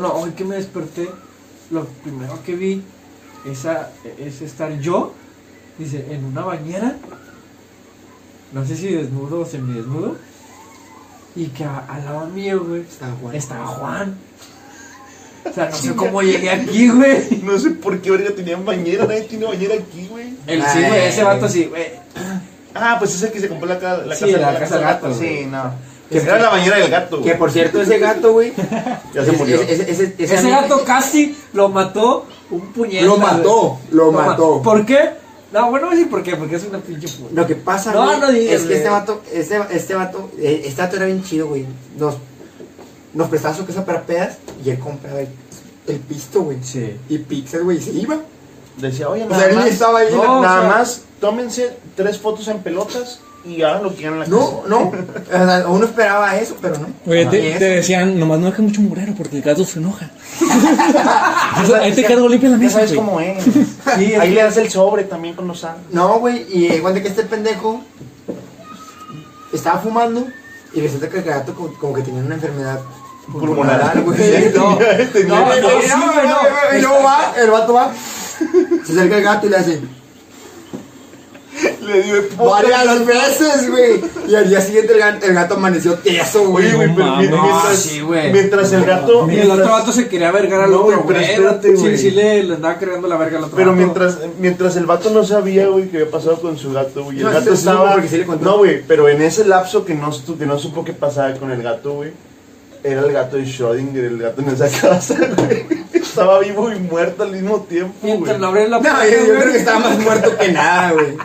Speaker 3: No, hoy que me desperté, lo primero que vi es, a- es estar yo, dice, en una bañera. No sé si desnudo o semidesnudo. Y que a- al lado mío, güey,
Speaker 4: Estaba Juan.
Speaker 3: estaba Juan. O sea, no sé cómo llegué aquí, güey.
Speaker 1: No sé por qué verga tenían bañera. Nadie tiene bañera aquí, güey.
Speaker 3: El sí, güey, ese vato sí, güey.
Speaker 1: Ah, pues ese que se compró la, ca- la
Speaker 3: Sí,
Speaker 1: casa
Speaker 3: la casa del gato, güey.
Speaker 1: Sí, no.
Speaker 4: Que-
Speaker 1: Que era la bañera del gato.
Speaker 4: Que
Speaker 1: güey.
Speaker 4: por cierto, ese
Speaker 3: (laughs)
Speaker 4: gato, güey.
Speaker 1: Ya se
Speaker 4: ese-
Speaker 1: murió.
Speaker 4: Ese, ese- ese- ese
Speaker 3: Ese
Speaker 4: amigo-
Speaker 3: gato casi lo mató un puñetazo.
Speaker 4: Lo mató, lo mató.
Speaker 3: ¿Por qué? No, bueno, sí, ¿por qué? Porque es una pinche puta.
Speaker 4: Lo que pasa,
Speaker 3: No,
Speaker 4: güey,
Speaker 3: no digas,
Speaker 4: es que
Speaker 3: güey.
Speaker 4: este vato, este, este vato, eh, este vato era bien chido, güey. Nos, nos prestaba su casa para pedas y él compraba el, el pisto, güey.
Speaker 3: Sí.
Speaker 4: Y pizzas, güey, y se iba.
Speaker 1: Decía, oye,
Speaker 4: O
Speaker 1: nada
Speaker 4: sea, él
Speaker 1: más.
Speaker 4: estaba ahí.
Speaker 3: No, o
Speaker 1: nada
Speaker 3: sea-
Speaker 1: más, tómense tres fotos en pelotas y hagan lo que quieran en la casa.
Speaker 4: No, no. O sea, uno esperaba eso, pero no.
Speaker 5: Oye,
Speaker 4: Y
Speaker 5: te,
Speaker 4: es-
Speaker 5: te decían, nomás no dejes mucho murero porque el gato
Speaker 2: (laughs)
Speaker 5: se enoja. Ahí te cargo limpio en la
Speaker 1: Ya
Speaker 5: mesa,
Speaker 1: sabes
Speaker 5: güey.
Speaker 1: cómo es.
Speaker 3: Sí, es
Speaker 1: Ahí le das el sobre también con los sal.
Speaker 4: No, güey, y eh, cuenta que este pendejo estaba fumando y resulta que el gato como, como que tenía una enfermedad
Speaker 1: Pulmonar.
Speaker 4: güey. (laughs)
Speaker 3: No,
Speaker 1: Tenía-
Speaker 3: no, no,
Speaker 4: Y
Speaker 3: sí,
Speaker 4: luego,
Speaker 3: güey, no.
Speaker 4: y luego va, el vato va, se acerca el gato y le hace
Speaker 1: Le dio el
Speaker 4: varias veces, güey. Y al día siguiente el gato, el gato amaneció tieso, güey.
Speaker 1: Oye, güey, pero
Speaker 5: No
Speaker 1: mien-
Speaker 5: mames.
Speaker 1: mientras,
Speaker 3: Sí, güey.
Speaker 1: mientras el gato.
Speaker 3: Y el otro
Speaker 1: mientras-
Speaker 3: vato se quería vergar al
Speaker 1: No,
Speaker 3: otro,
Speaker 1: güey, pero
Speaker 3: güey.
Speaker 1: espérate, güey.
Speaker 3: Sí, sí, le, le andaba cargando la verga al otro
Speaker 1: Pero
Speaker 3: vato.
Speaker 1: mientras, mientras el vato no sabía, güey, que había pasado con su gato, güey. y El
Speaker 4: No, sí,
Speaker 1: gato
Speaker 4: sí,
Speaker 1: estaba.
Speaker 4: porque sí le contó.
Speaker 1: No, güey, pero en ese lapso que no, estu- que no supo qué pasaba con el gato, güey. Era el gato de Schrödinger, el gato en esa casa, (laughs) güey. Estaba vivo y muerto al mismo tiempo, güey.
Speaker 3: Mientras no abrían la
Speaker 4: No,
Speaker 3: puerta,
Speaker 4: yo, yo
Speaker 3: güey.
Speaker 4: creo que estaba más muerto que nada, güey.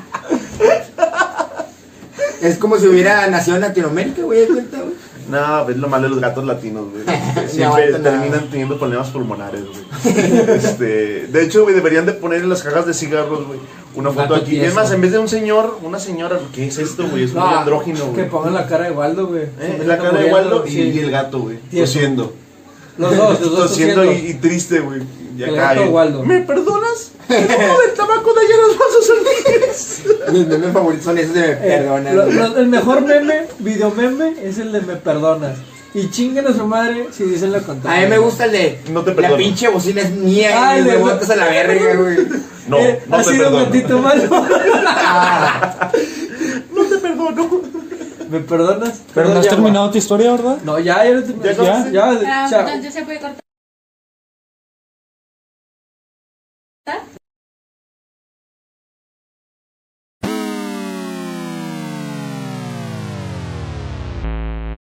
Speaker 4: Es como si hubiera nacido en Latinoamérica, güey, de cuenta, güey.
Speaker 1: No, ves lo malo de los gatos latinos,
Speaker 3: (laughs)
Speaker 1: güey. Que
Speaker 4: No,
Speaker 1: Siempre
Speaker 4: ahorita no.
Speaker 1: terminan teniendo problemas pulmonares, güey. Este, de hecho, güey, deberían de poner en las cajas de cigarros, güey, una foto
Speaker 3: Gato
Speaker 1: aquí.
Speaker 3: tieso.
Speaker 1: Es más, en vez de un señor, una señora, ¿qué es esto, güey? Es muy
Speaker 3: No,
Speaker 1: andrógino, güey.
Speaker 3: Que pongan la cara de Waldo, güey.
Speaker 1: Eh,
Speaker 3: Se
Speaker 1: la
Speaker 3: me
Speaker 1: cara de
Speaker 3: muriendo,
Speaker 1: Waldo y,
Speaker 3: sí.
Speaker 1: y el gato, güey.
Speaker 3: Tieso.
Speaker 1: Tosiendo.
Speaker 3: Los dos, los dos
Speaker 1: Tosiendo
Speaker 3: tosiendo.
Speaker 1: y, y triste, güey. Y
Speaker 3: El
Speaker 1: acá,
Speaker 3: gato
Speaker 1: eh,
Speaker 3: Waldo.
Speaker 1: ¿Me (laughs) perdonas? No, del tabaco de allá los vasos alegres.
Speaker 4: Mis memes favoritos son esos de me
Speaker 3: Eh,
Speaker 4: perdonan.
Speaker 3: lo-
Speaker 4: güey.
Speaker 3: lo- el mejor meme, video meme, es el de me perdonas. Y chinguen a su madre si dicen lo
Speaker 4: A
Speaker 3: contrario.
Speaker 4: mí me gusta el de.
Speaker 1: No te
Speaker 4: La
Speaker 1: perdono.
Speaker 4: pinche bocina es mía
Speaker 3: Ay,
Speaker 4: y me
Speaker 3: le-
Speaker 4: botas a la verga, güey.
Speaker 1: No,
Speaker 3: Eh,
Speaker 1: no
Speaker 3: ha
Speaker 1: te
Speaker 3: sido un
Speaker 1: perdono.
Speaker 3: gatito malo. (laughs)
Speaker 1: No te perdono.
Speaker 3: ¿Me perdonas?
Speaker 5: Pero no
Speaker 3: Perdón,
Speaker 5: has
Speaker 3: ya,
Speaker 5: terminado tu historia, ¿verdad?
Speaker 3: No, ya, ya lo terminé.
Speaker 1: ¿Ya acabaste?
Speaker 3: ya, ya,
Speaker 6: Ah,
Speaker 3: chao.
Speaker 6: entonces se puede cortar.